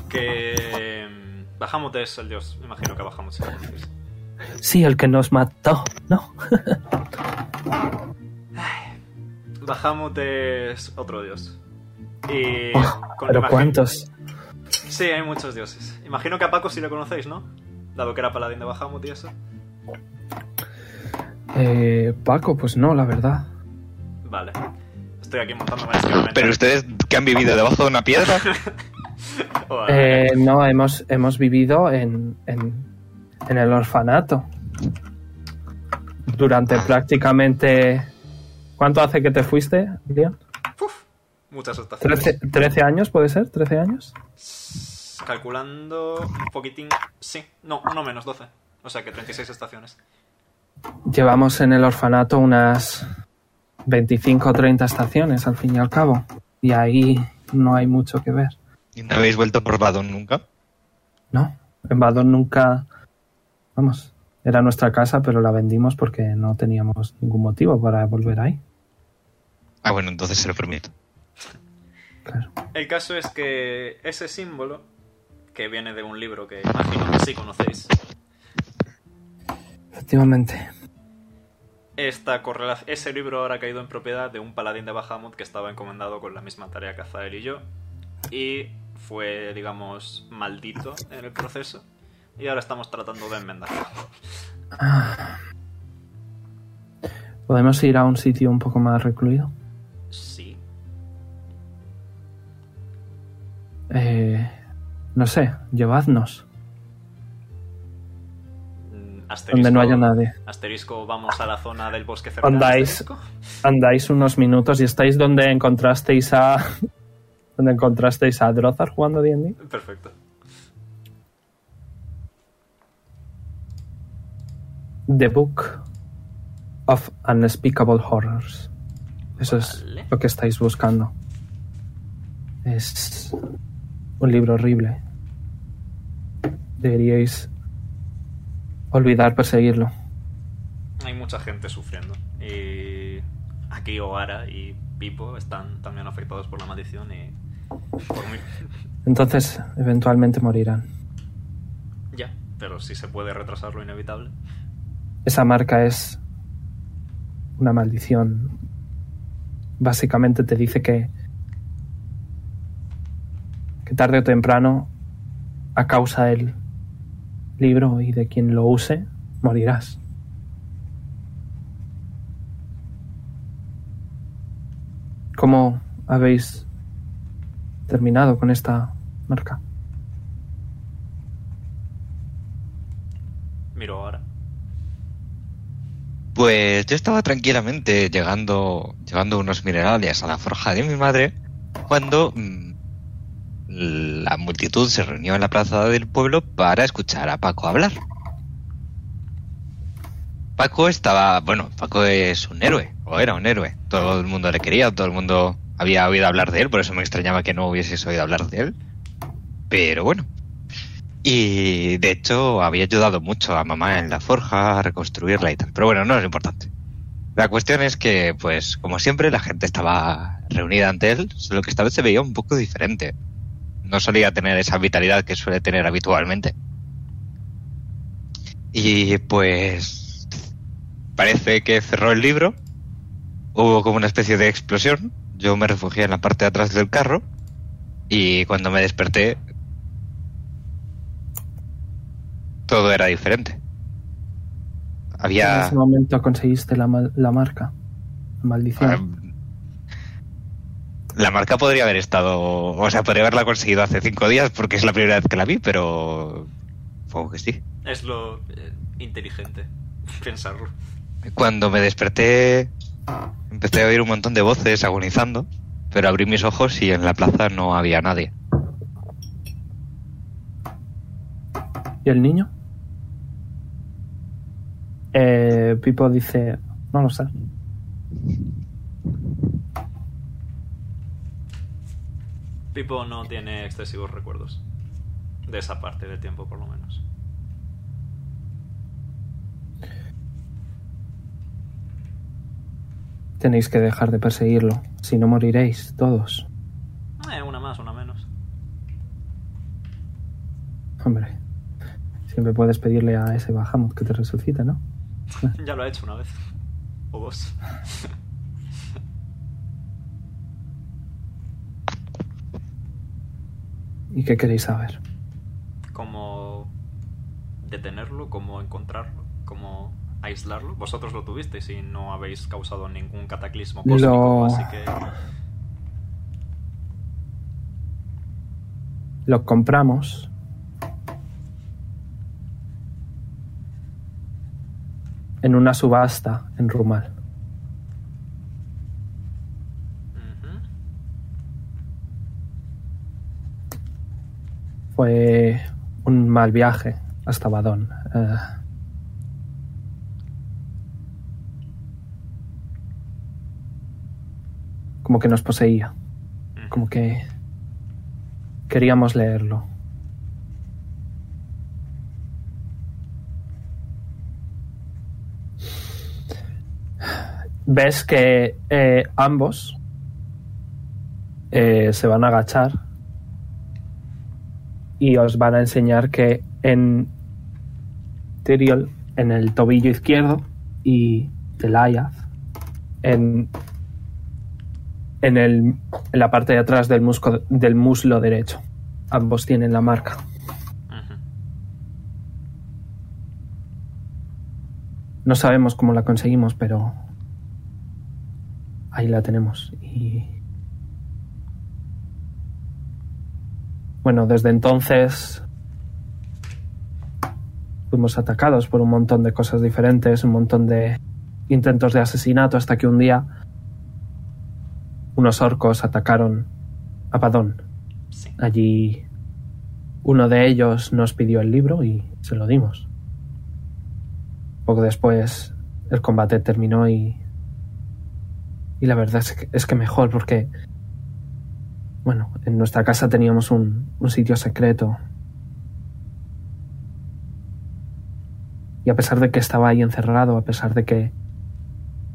[SPEAKER 2] que mm, Bahamut es el dios. Me imagino que a Bahamut se lo conocéis.
[SPEAKER 3] Sí, el que nos mató, ¿no?
[SPEAKER 2] Bahamut es otro dios. Y con
[SPEAKER 3] Oh, Pero
[SPEAKER 2] imagi-
[SPEAKER 3] ¿cuántos?
[SPEAKER 2] Sí, hay muchos dioses. Imagino que a Paco sí lo conocéis, ¿no? Dado que era paladín de Bahamut y eso.
[SPEAKER 3] Eh, Paco, pues no, la verdad.
[SPEAKER 2] Ah, Vale. Estoy aquí montando varias escalamentas.
[SPEAKER 1] Pero ustedes que han vivido debajo de una piedra.
[SPEAKER 2] Oh, vale.
[SPEAKER 3] Eh, no, hemos, hemos vivido en, en- en el orfanato. Durante prácticamente... ¿Cuánto hace que te fuiste, Leon?
[SPEAKER 2] Muchas estaciones.
[SPEAKER 3] ¿Trece, trece años, puede ser? ¿13 años?
[SPEAKER 2] Calculando un poquitín. Sí, no, no menos, 12. O sea que 36 estaciones.
[SPEAKER 3] Llevamos en el orfanato unas 25 o 30 estaciones al fin y al cabo. Y ahí no hay mucho que ver,
[SPEAKER 1] ¿Y no habéis vuelto por Badón nunca?
[SPEAKER 3] ¿no? En Badón nunca... Vamos, era nuestra casa, pero la vendimos porque no teníamos ningún motivo para volver ahí.
[SPEAKER 1] Ah, bueno, entonces se lo permito.
[SPEAKER 3] Claro.
[SPEAKER 2] El caso es que ese símbolo, que viene de un libro que imagino que sí conocéis,
[SPEAKER 3] Efectivamente.
[SPEAKER 2] esta correla- ese libro ahora ha caído en propiedad de un paladín de Bahamut que estaba encomendado con la misma tarea que Azael y yo, y fue, digamos, maldito en el proceso, y ahora estamos tratando de enmendarlo.
[SPEAKER 3] Ah. Podemos ir a un sitio un poco más recluido.
[SPEAKER 2] Sí.
[SPEAKER 3] Eh, no sé, llevadnos.
[SPEAKER 2] Mm,
[SPEAKER 3] Donde no haya
[SPEAKER 2] asterisco-
[SPEAKER 3] nadie.
[SPEAKER 2] Asterisco, vamos a la zona del bosque cercano.
[SPEAKER 3] Andáis.
[SPEAKER 2] asterisco.
[SPEAKER 3] Andáis unos minutos y estáis donde encontrasteis a. (laughs) donde encontrasteis a Drozar jugando D&D.
[SPEAKER 2] Perfecto.
[SPEAKER 3] The Book of Unspeakable Horrors. Eso es
[SPEAKER 2] Vale.
[SPEAKER 3] lo que estáis buscando. Es un libro horrible. Deberíais olvidar perseguirlo.
[SPEAKER 2] Hay mucha gente sufriendo. Y aquí Ogara y Pipo están también afectados por la maldición y... Por mí.
[SPEAKER 3] Entonces, eventualmente morirán.
[SPEAKER 2] Ya, pero si se puede retrasar lo inevitable.
[SPEAKER 3] Esa marca es una maldición. Básicamente te dice que, que tarde o temprano, a causa del libro y de quien lo use, morirás. ¿Cómo habéis terminado con esta marca?
[SPEAKER 2] Miro ahora.
[SPEAKER 1] Pues yo estaba tranquilamente llegando, llevando unos minerales a la forja de mi madre cuando mm, la multitud se reunió en la plaza del pueblo para escuchar a Paco hablar. Paco estaba, bueno, Paco es un héroe, o era un héroe. Todo el mundo le quería, todo el mundo había oído hablar de él, por eso me extrañaba que no hubieses oído hablar de él. Pero bueno. Y de hecho había ayudado mucho a mamá en la forja a reconstruirla y tal. Pero bueno, no es lo importante. La cuestión es que, pues, como siempre, la gente estaba reunida ante él, solo que esta vez se veía un poco diferente. No solía tener esa vitalidad que suele tener habitualmente. Y pues parece que cerró el libro. Hubo como una especie de explosión. Yo me refugié en la parte de atrás del carro. Y cuando me desperté, todo era diferente.
[SPEAKER 3] En
[SPEAKER 1] Había.
[SPEAKER 3] ese momento conseguiste la, mal- la marca, la maldición.
[SPEAKER 1] Ah, La marca podría haber estado, o sea, podría haberla conseguido hace cinco días porque es la primera vez que la vi, pero supongo que sí.
[SPEAKER 2] Es lo eh, inteligente pensarlo.
[SPEAKER 1] Cuando me desperté, empecé a oír un montón de voces agonizando, pero abrí mis ojos y en la plaza no había nadie.
[SPEAKER 3] ¿Y el niño? Eh, Pipo dice, no lo sé.
[SPEAKER 2] Pipo no tiene excesivos recuerdos. De esa parte de tiempo, por lo menos.
[SPEAKER 3] Tenéis que dejar de perseguirlo, si no moriréis todos.
[SPEAKER 2] Eh, una más, una menos.
[SPEAKER 3] Hombre, siempre puedes pedirle a ese Bahamut que te resucite, ¿no?
[SPEAKER 2] Ya lo ha hecho una vez. O dos.
[SPEAKER 3] ¿Y qué queréis saber?
[SPEAKER 2] cómo detenerlo, cómo encontrarlo, cómo aislarlo. Vosotros lo tuvisteis y no habéis causado ningún cataclismo cósmico,
[SPEAKER 3] Lo-
[SPEAKER 2] así que
[SPEAKER 3] Lo compramos. En una subasta en Rumal.
[SPEAKER 2] ujú,
[SPEAKER 3] Fue un mal viaje hasta Badón. Eh, como que nos poseía, como que queríamos leerlo. Ves que eh, ambos eh, se van a agachar y os van a enseñar que en Tyrion, en el tobillo izquierdo, y Teliath, en, en, el, en la parte de atrás del, musco- del muslo derecho. Ambos tienen la marca.
[SPEAKER 2] Ujú.
[SPEAKER 3] No sabemos cómo la conseguimos, pero ahí la tenemos. Y bueno, desde entonces fuimos atacados por un montón de cosas diferentes, un montón de intentos de asesinato, hasta que un día unos orcos atacaron a Padón.
[SPEAKER 2] Sí.
[SPEAKER 3] Allí uno de ellos nos pidió el libro y se lo dimos. Poco después el combate terminó y... Y la verdad es que, es que mejor porque... Bueno, en nuestra casa teníamos un, un sitio secreto. Y a pesar de que estaba ahí encerrado, a pesar de que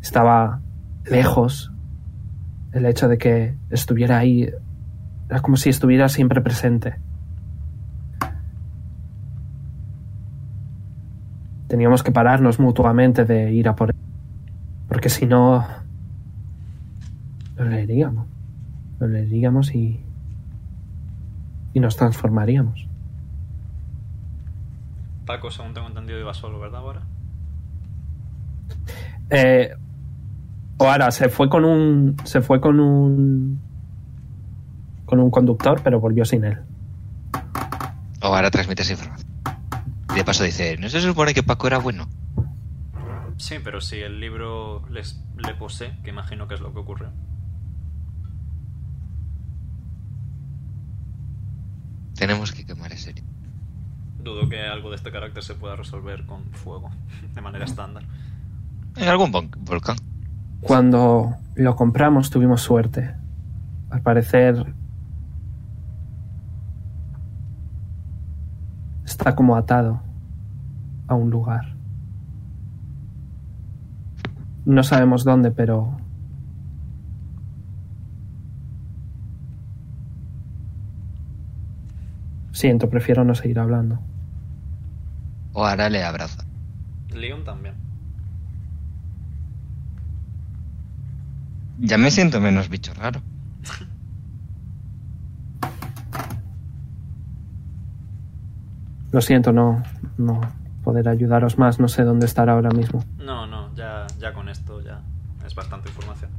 [SPEAKER 3] estaba lejos, el hecho de que estuviera ahí era como si estuviera siempre presente. Teníamos que pararnos mutuamente de ir a por él. Porque si no. Lo leeríamos. Lo leeríamos y. Y nos transformaríamos.
[SPEAKER 2] Paco, según tengo entendido, iba solo, ¿verdad? Ahora.
[SPEAKER 3] Eh, Oara se fue con un. Se fue con un. Con un conductor, pero volvió sin él.
[SPEAKER 1] O ahora transmites información. Y de paso dice, ¿no se supone que Paco era bueno?
[SPEAKER 2] Sí, pero si el libro les, le posee, que imagino que es lo que ocurre.
[SPEAKER 1] Tenemos que quemar ese libro.
[SPEAKER 2] Dudo que algo de este carácter se pueda resolver con fuego, (laughs) de manera estándar.
[SPEAKER 1] En algún vol- volcán.
[SPEAKER 3] Cuando lo compramos tuvimos suerte. Al parecer está como atado a un lugar. No sabemos dónde, pero siento, prefiero no seguir hablando.
[SPEAKER 1] O ahora le abraza.
[SPEAKER 2] Leon también.
[SPEAKER 1] Ya me siento menos bicho raro.
[SPEAKER 3] Lo siento, no, no poder ayudaros más. No sé dónde estará ahora mismo.
[SPEAKER 2] No, no, ya, ya con esto ya es bastante información.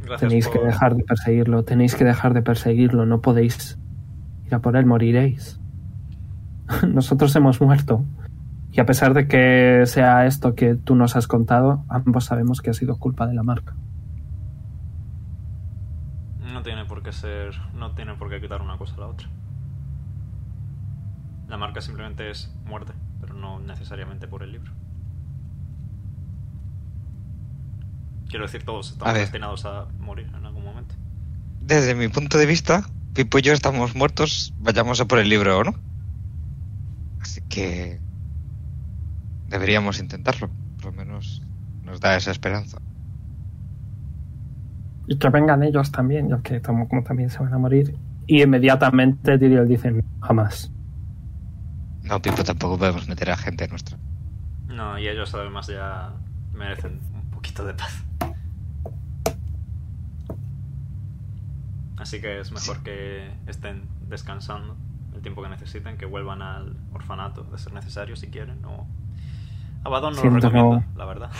[SPEAKER 2] Gracias
[SPEAKER 3] Tenéis que
[SPEAKER 2] por-
[SPEAKER 3] dejar de perseguirlo, tenéis que dejar de perseguirlo, no podéis ir a por él, moriréis. (laughs) Nosotros hemos muerto. Y a pesar de que sea esto que tú nos has contado, ambos sabemos que ha sido culpa de la marca.
[SPEAKER 2] No tiene por qué ser. No tiene por qué quitar una cosa a la otra. La marca simplemente es muerte, pero no necesariamente por el libro. Quiero decir, todos estamos
[SPEAKER 1] A ver.
[SPEAKER 2] destinados a morir en algún momento.
[SPEAKER 1] Desde mi punto de vista, Pipo y yo estamos muertos, vayamos a por el libro o no. Así que deberíamos intentarlo, por lo menos nos da esa esperanza.
[SPEAKER 3] Y que vengan ellos también, ya que como, como también se van a morir. Y inmediatamente Tyrion dice, "No, jamás.
[SPEAKER 1] No, Pipo, tampoco podemos meter a gente nuestra.
[SPEAKER 2] No, y ellos además ya merecen un poquito de paz. Así que es mejor que estén descansando el tiempo que necesiten, que vuelvan al orfanato de ser necesario si quieren. O... Abaddon no
[SPEAKER 3] Siento
[SPEAKER 2] lo recomienda,
[SPEAKER 3] no-
[SPEAKER 2] la verdad.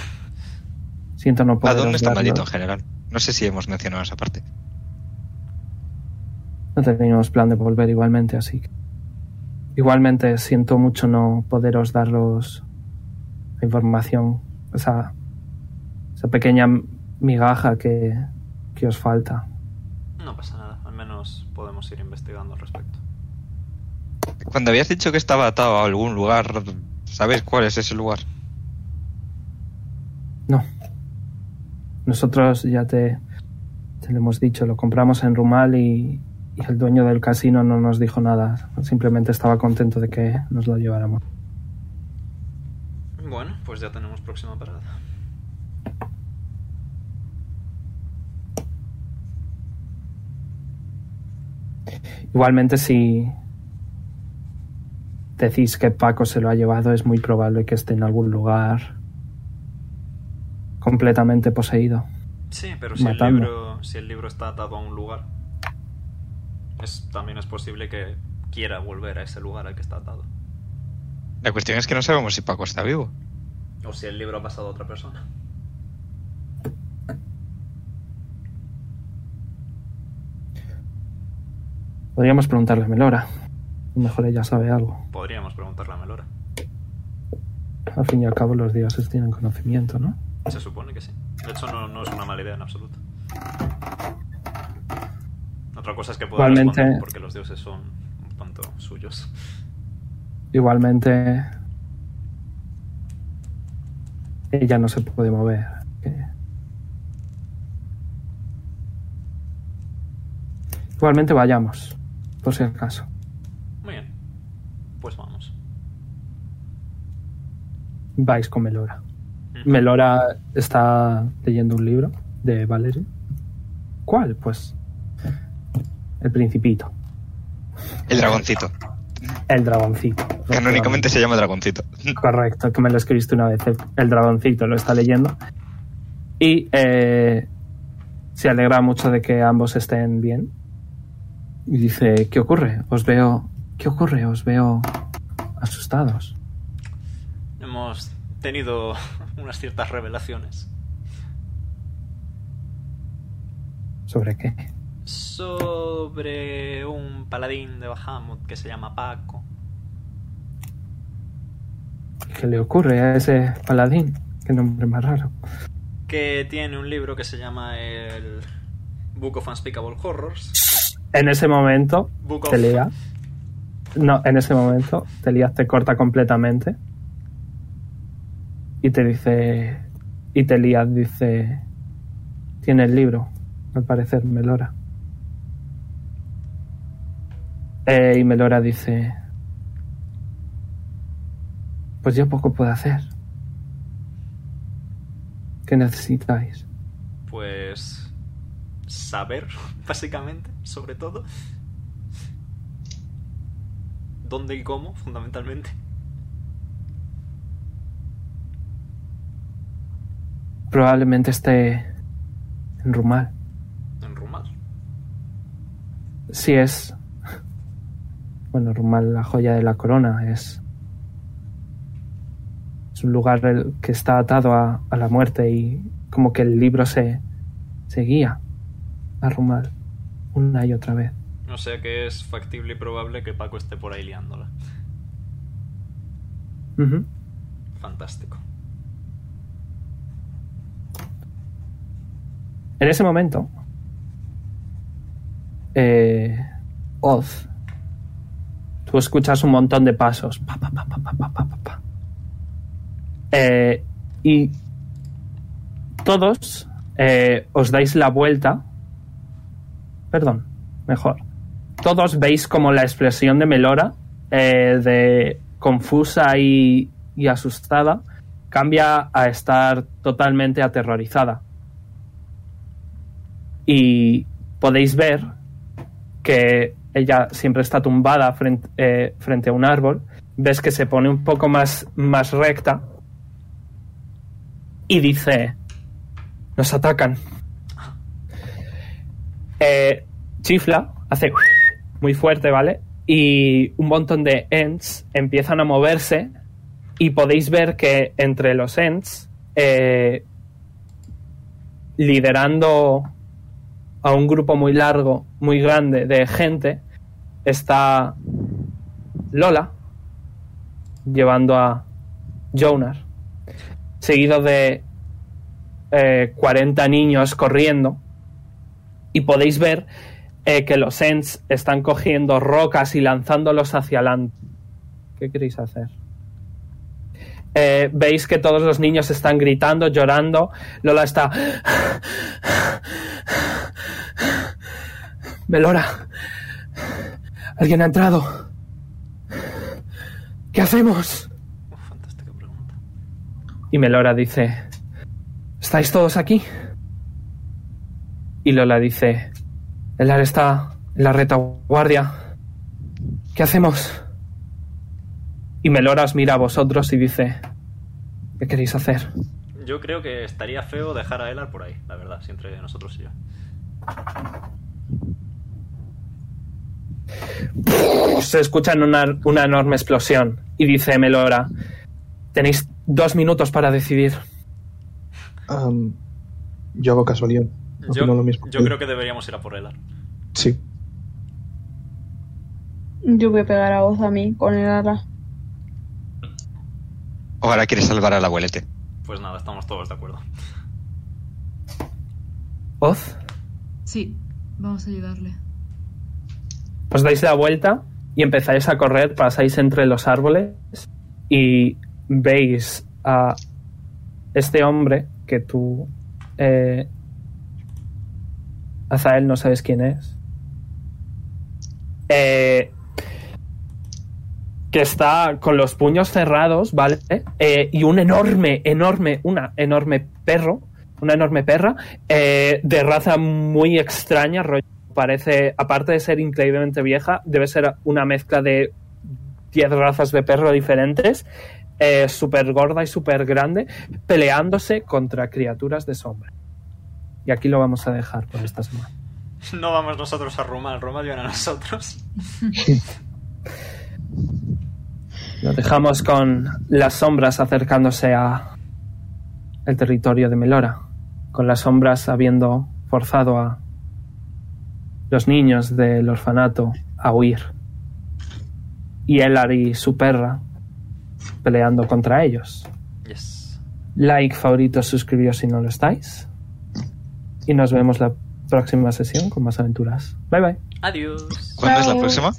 [SPEAKER 3] Siento no
[SPEAKER 1] ¿A
[SPEAKER 3] poder
[SPEAKER 1] dónde está
[SPEAKER 3] ayudarlos.
[SPEAKER 1] maldito en general? No sé si hemos mencionado esa parte.
[SPEAKER 3] No teníamos plan de volver igualmente, así que... Igualmente siento mucho no poderos daros la información, esa, esa pequeña migaja que, que os falta.
[SPEAKER 2] No pasa nada, al menos podemos ir investigando al respecto.
[SPEAKER 1] Cuando habías dicho que estaba atado a algún lugar, ¿sabes cuál es ese lugar?
[SPEAKER 3] Nosotros ya te, te lo hemos dicho, lo compramos en Rumal y, y el dueño del casino no nos dijo nada. Simplemente estaba contento de que nos lo lleváramos.
[SPEAKER 2] Bueno, pues ya tenemos próxima parada.
[SPEAKER 3] Igualmente, si decís que Paco se lo ha llevado, es muy probable que esté en algún lugar completamente poseído.
[SPEAKER 2] Sí, pero si el,
[SPEAKER 3] Matando.
[SPEAKER 2] libro, si el libro está atado a un lugar, es, también es posible que quiera volver a ese lugar al que está atado.
[SPEAKER 1] La cuestión es que no sabemos si Paco está vivo.
[SPEAKER 2] O si el libro ha pasado a otra persona.
[SPEAKER 3] Podríamos preguntarle a Melora. A lo mejor ella sabe algo.
[SPEAKER 2] Podríamos preguntarle a Melora.
[SPEAKER 3] Al fin y al cabo, los dioses tienen conocimiento, ¿no?
[SPEAKER 2] Se supone que sí. De hecho, no, no es una mala idea en absoluto. Otra cosa es que pueda
[SPEAKER 3] Igualmente-
[SPEAKER 2] responder porque los dioses son un tanto suyos.
[SPEAKER 3] Igualmente, ella no se puede mover. que- Igualmente vayamos, por si acaso.
[SPEAKER 2] Muy bien. Pues vamos.
[SPEAKER 3] Vais con Melora.
[SPEAKER 2] Ujú.
[SPEAKER 3] Melora está leyendo un libro de Valerie. ¿Cuál? Pues El Principito,
[SPEAKER 1] El dragoncito.
[SPEAKER 3] El Dragoncito.
[SPEAKER 1] Canónicamente se llama dragoncito.
[SPEAKER 3] Correcto, que me lo escribiste una vez. El, el dragoncito lo está leyendo. Y eh, se alegra mucho de que ambos estén bien. Y dice, ¿qué ocurre? Os veo... ¿Qué ocurre? Os veo asustados.
[SPEAKER 2] Hemos tenido (laughs) unas ciertas revelaciones
[SPEAKER 3] ¿Sobre qué?
[SPEAKER 2] sobre un paladín de Bahamut que se llama Paco.
[SPEAKER 3] ¿Qué le ocurre a ese paladín? Qué nombre más raro.
[SPEAKER 2] que tiene un libro que se llama el Book of Unspeakable Horrors.
[SPEAKER 3] En ese momento,
[SPEAKER 2] Book of...
[SPEAKER 3] te lía. No, en ese momento, Telías te corta completamente. Y te dice. Y Telías dice. Tiene el libro, al parecer, Melora. Eh, y Melora dice. Pues yo poco puedo hacer. ¿Qué necesitáis?
[SPEAKER 2] Pues saber, (laughs) básicamente, sobre todo. ¿Dónde y cómo, fundamentalmente?
[SPEAKER 3] Probablemente esté en Rumal.
[SPEAKER 2] En Rumal.
[SPEAKER 3] Sí es. Bueno, Rumal, la joya de la corona, es. Es un lugar el- que está atado a, a la muerte y como que el libro se, se guía a Rumal una y otra vez.
[SPEAKER 2] O sea que es factible y probable que Paco esté por ahí liándola.
[SPEAKER 3] Ujú.
[SPEAKER 2] Fantástico.
[SPEAKER 3] En ese momento, eh, Oz, tú escuchas un montón de pasos. Pa, pa, pa, pa, pa, pa, pa, pa, pa. Eh, y todos eh, os dais la vuelta. Perdón, mejor. Todos veis como la expresión de Melora, eh, de confusa y- y asustada, cambia a estar totalmente aterrorizada y podéis ver que ella siempre está tumbada frente, eh, frente a un árbol. Ves que se pone un poco más, más recta y dice, nos atacan. Eh, chifla, hace muy fuerte, ¿vale? Y un montón de ents empiezan a moverse y podéis ver que entre los ents, eh, liderando a un grupo muy largo, muy grande de gente, está Lola llevando a Jonar, seguido de eh, 40 niños corriendo, y podéis ver eh, que los Ents están cogiendo rocas y lanzándolos hacia adelante. ¿Qué queréis hacer? Eh, veis que todos los niños están gritando, llorando. Lola está. Melora, alguien ha entrado. ¿Qué hacemos?
[SPEAKER 2] Uf, fantástica pregunta.
[SPEAKER 3] Y Melora dice: ¿Estáis todos aquí? Y Lola dice: El ar está en la retaguardia. ¿Qué hacemos? Y Melora os mira a vosotros y dice: ¿Qué queréis hacer?
[SPEAKER 2] Yo creo que estaría feo dejar a Elar por ahí, la verdad, si entre nosotros y yo.
[SPEAKER 3] Se escucha una, una enorme explosión y dice Melora: Tenéis dos minutos para decidir.
[SPEAKER 6] Am, yo hago casualidad.
[SPEAKER 2] Yo, yo creo que deberíamos ir a por Elar.
[SPEAKER 6] Sí.
[SPEAKER 4] Yo voy a pegar a Oz a mí con el ala.
[SPEAKER 1] Ahora quieres salvar al abuelete.
[SPEAKER 2] Pues nada, estamos todos de acuerdo. (laughs)
[SPEAKER 3] Oz,
[SPEAKER 5] Sí, vamos a ayudarle.
[SPEAKER 3] os dais la vuelta y empezáis a correr, pasáis entre los árboles y veis a este hombre que tú, eh, Azael, no sabes quién es, eh, que está con los puños cerrados, ¿vale? Eh, y un enorme, enorme, una enorme perro, una enorme perra, eh, de raza muy extraña, rollo, parece, aparte de ser increíblemente vieja, debe ser una mezcla de 10 razas de perro diferentes, eh, súper gorda y súper grande, peleándose contra criaturas de sombra. Y aquí lo vamos a dejar por esta semana.
[SPEAKER 2] No vamos nosotros a Rumal, Rumal viene a nosotros.
[SPEAKER 3] Lo dejamos con las sombras acercándose a el territorio de Melora, con las sombras habiendo forzado a los niños del orfanato a huir. Y Elar y su perra peleando contra ellos.
[SPEAKER 2] Yes.
[SPEAKER 3] Like, favorito, suscribíos si no lo estáis. Y nos vemos la próxima sesión con más aventuras. Bye bye.
[SPEAKER 2] Adiós.
[SPEAKER 1] ¿Cuándo es la
[SPEAKER 4] Chao.
[SPEAKER 1] próxima?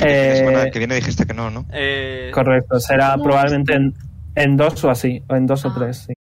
[SPEAKER 3] Eh,
[SPEAKER 1] La semana que viene dijiste que no, ¿no?
[SPEAKER 2] Eh,
[SPEAKER 3] Correcto, será probablemente en, en dos o así, o en dos o
[SPEAKER 5] Ah.
[SPEAKER 3] tres. sí.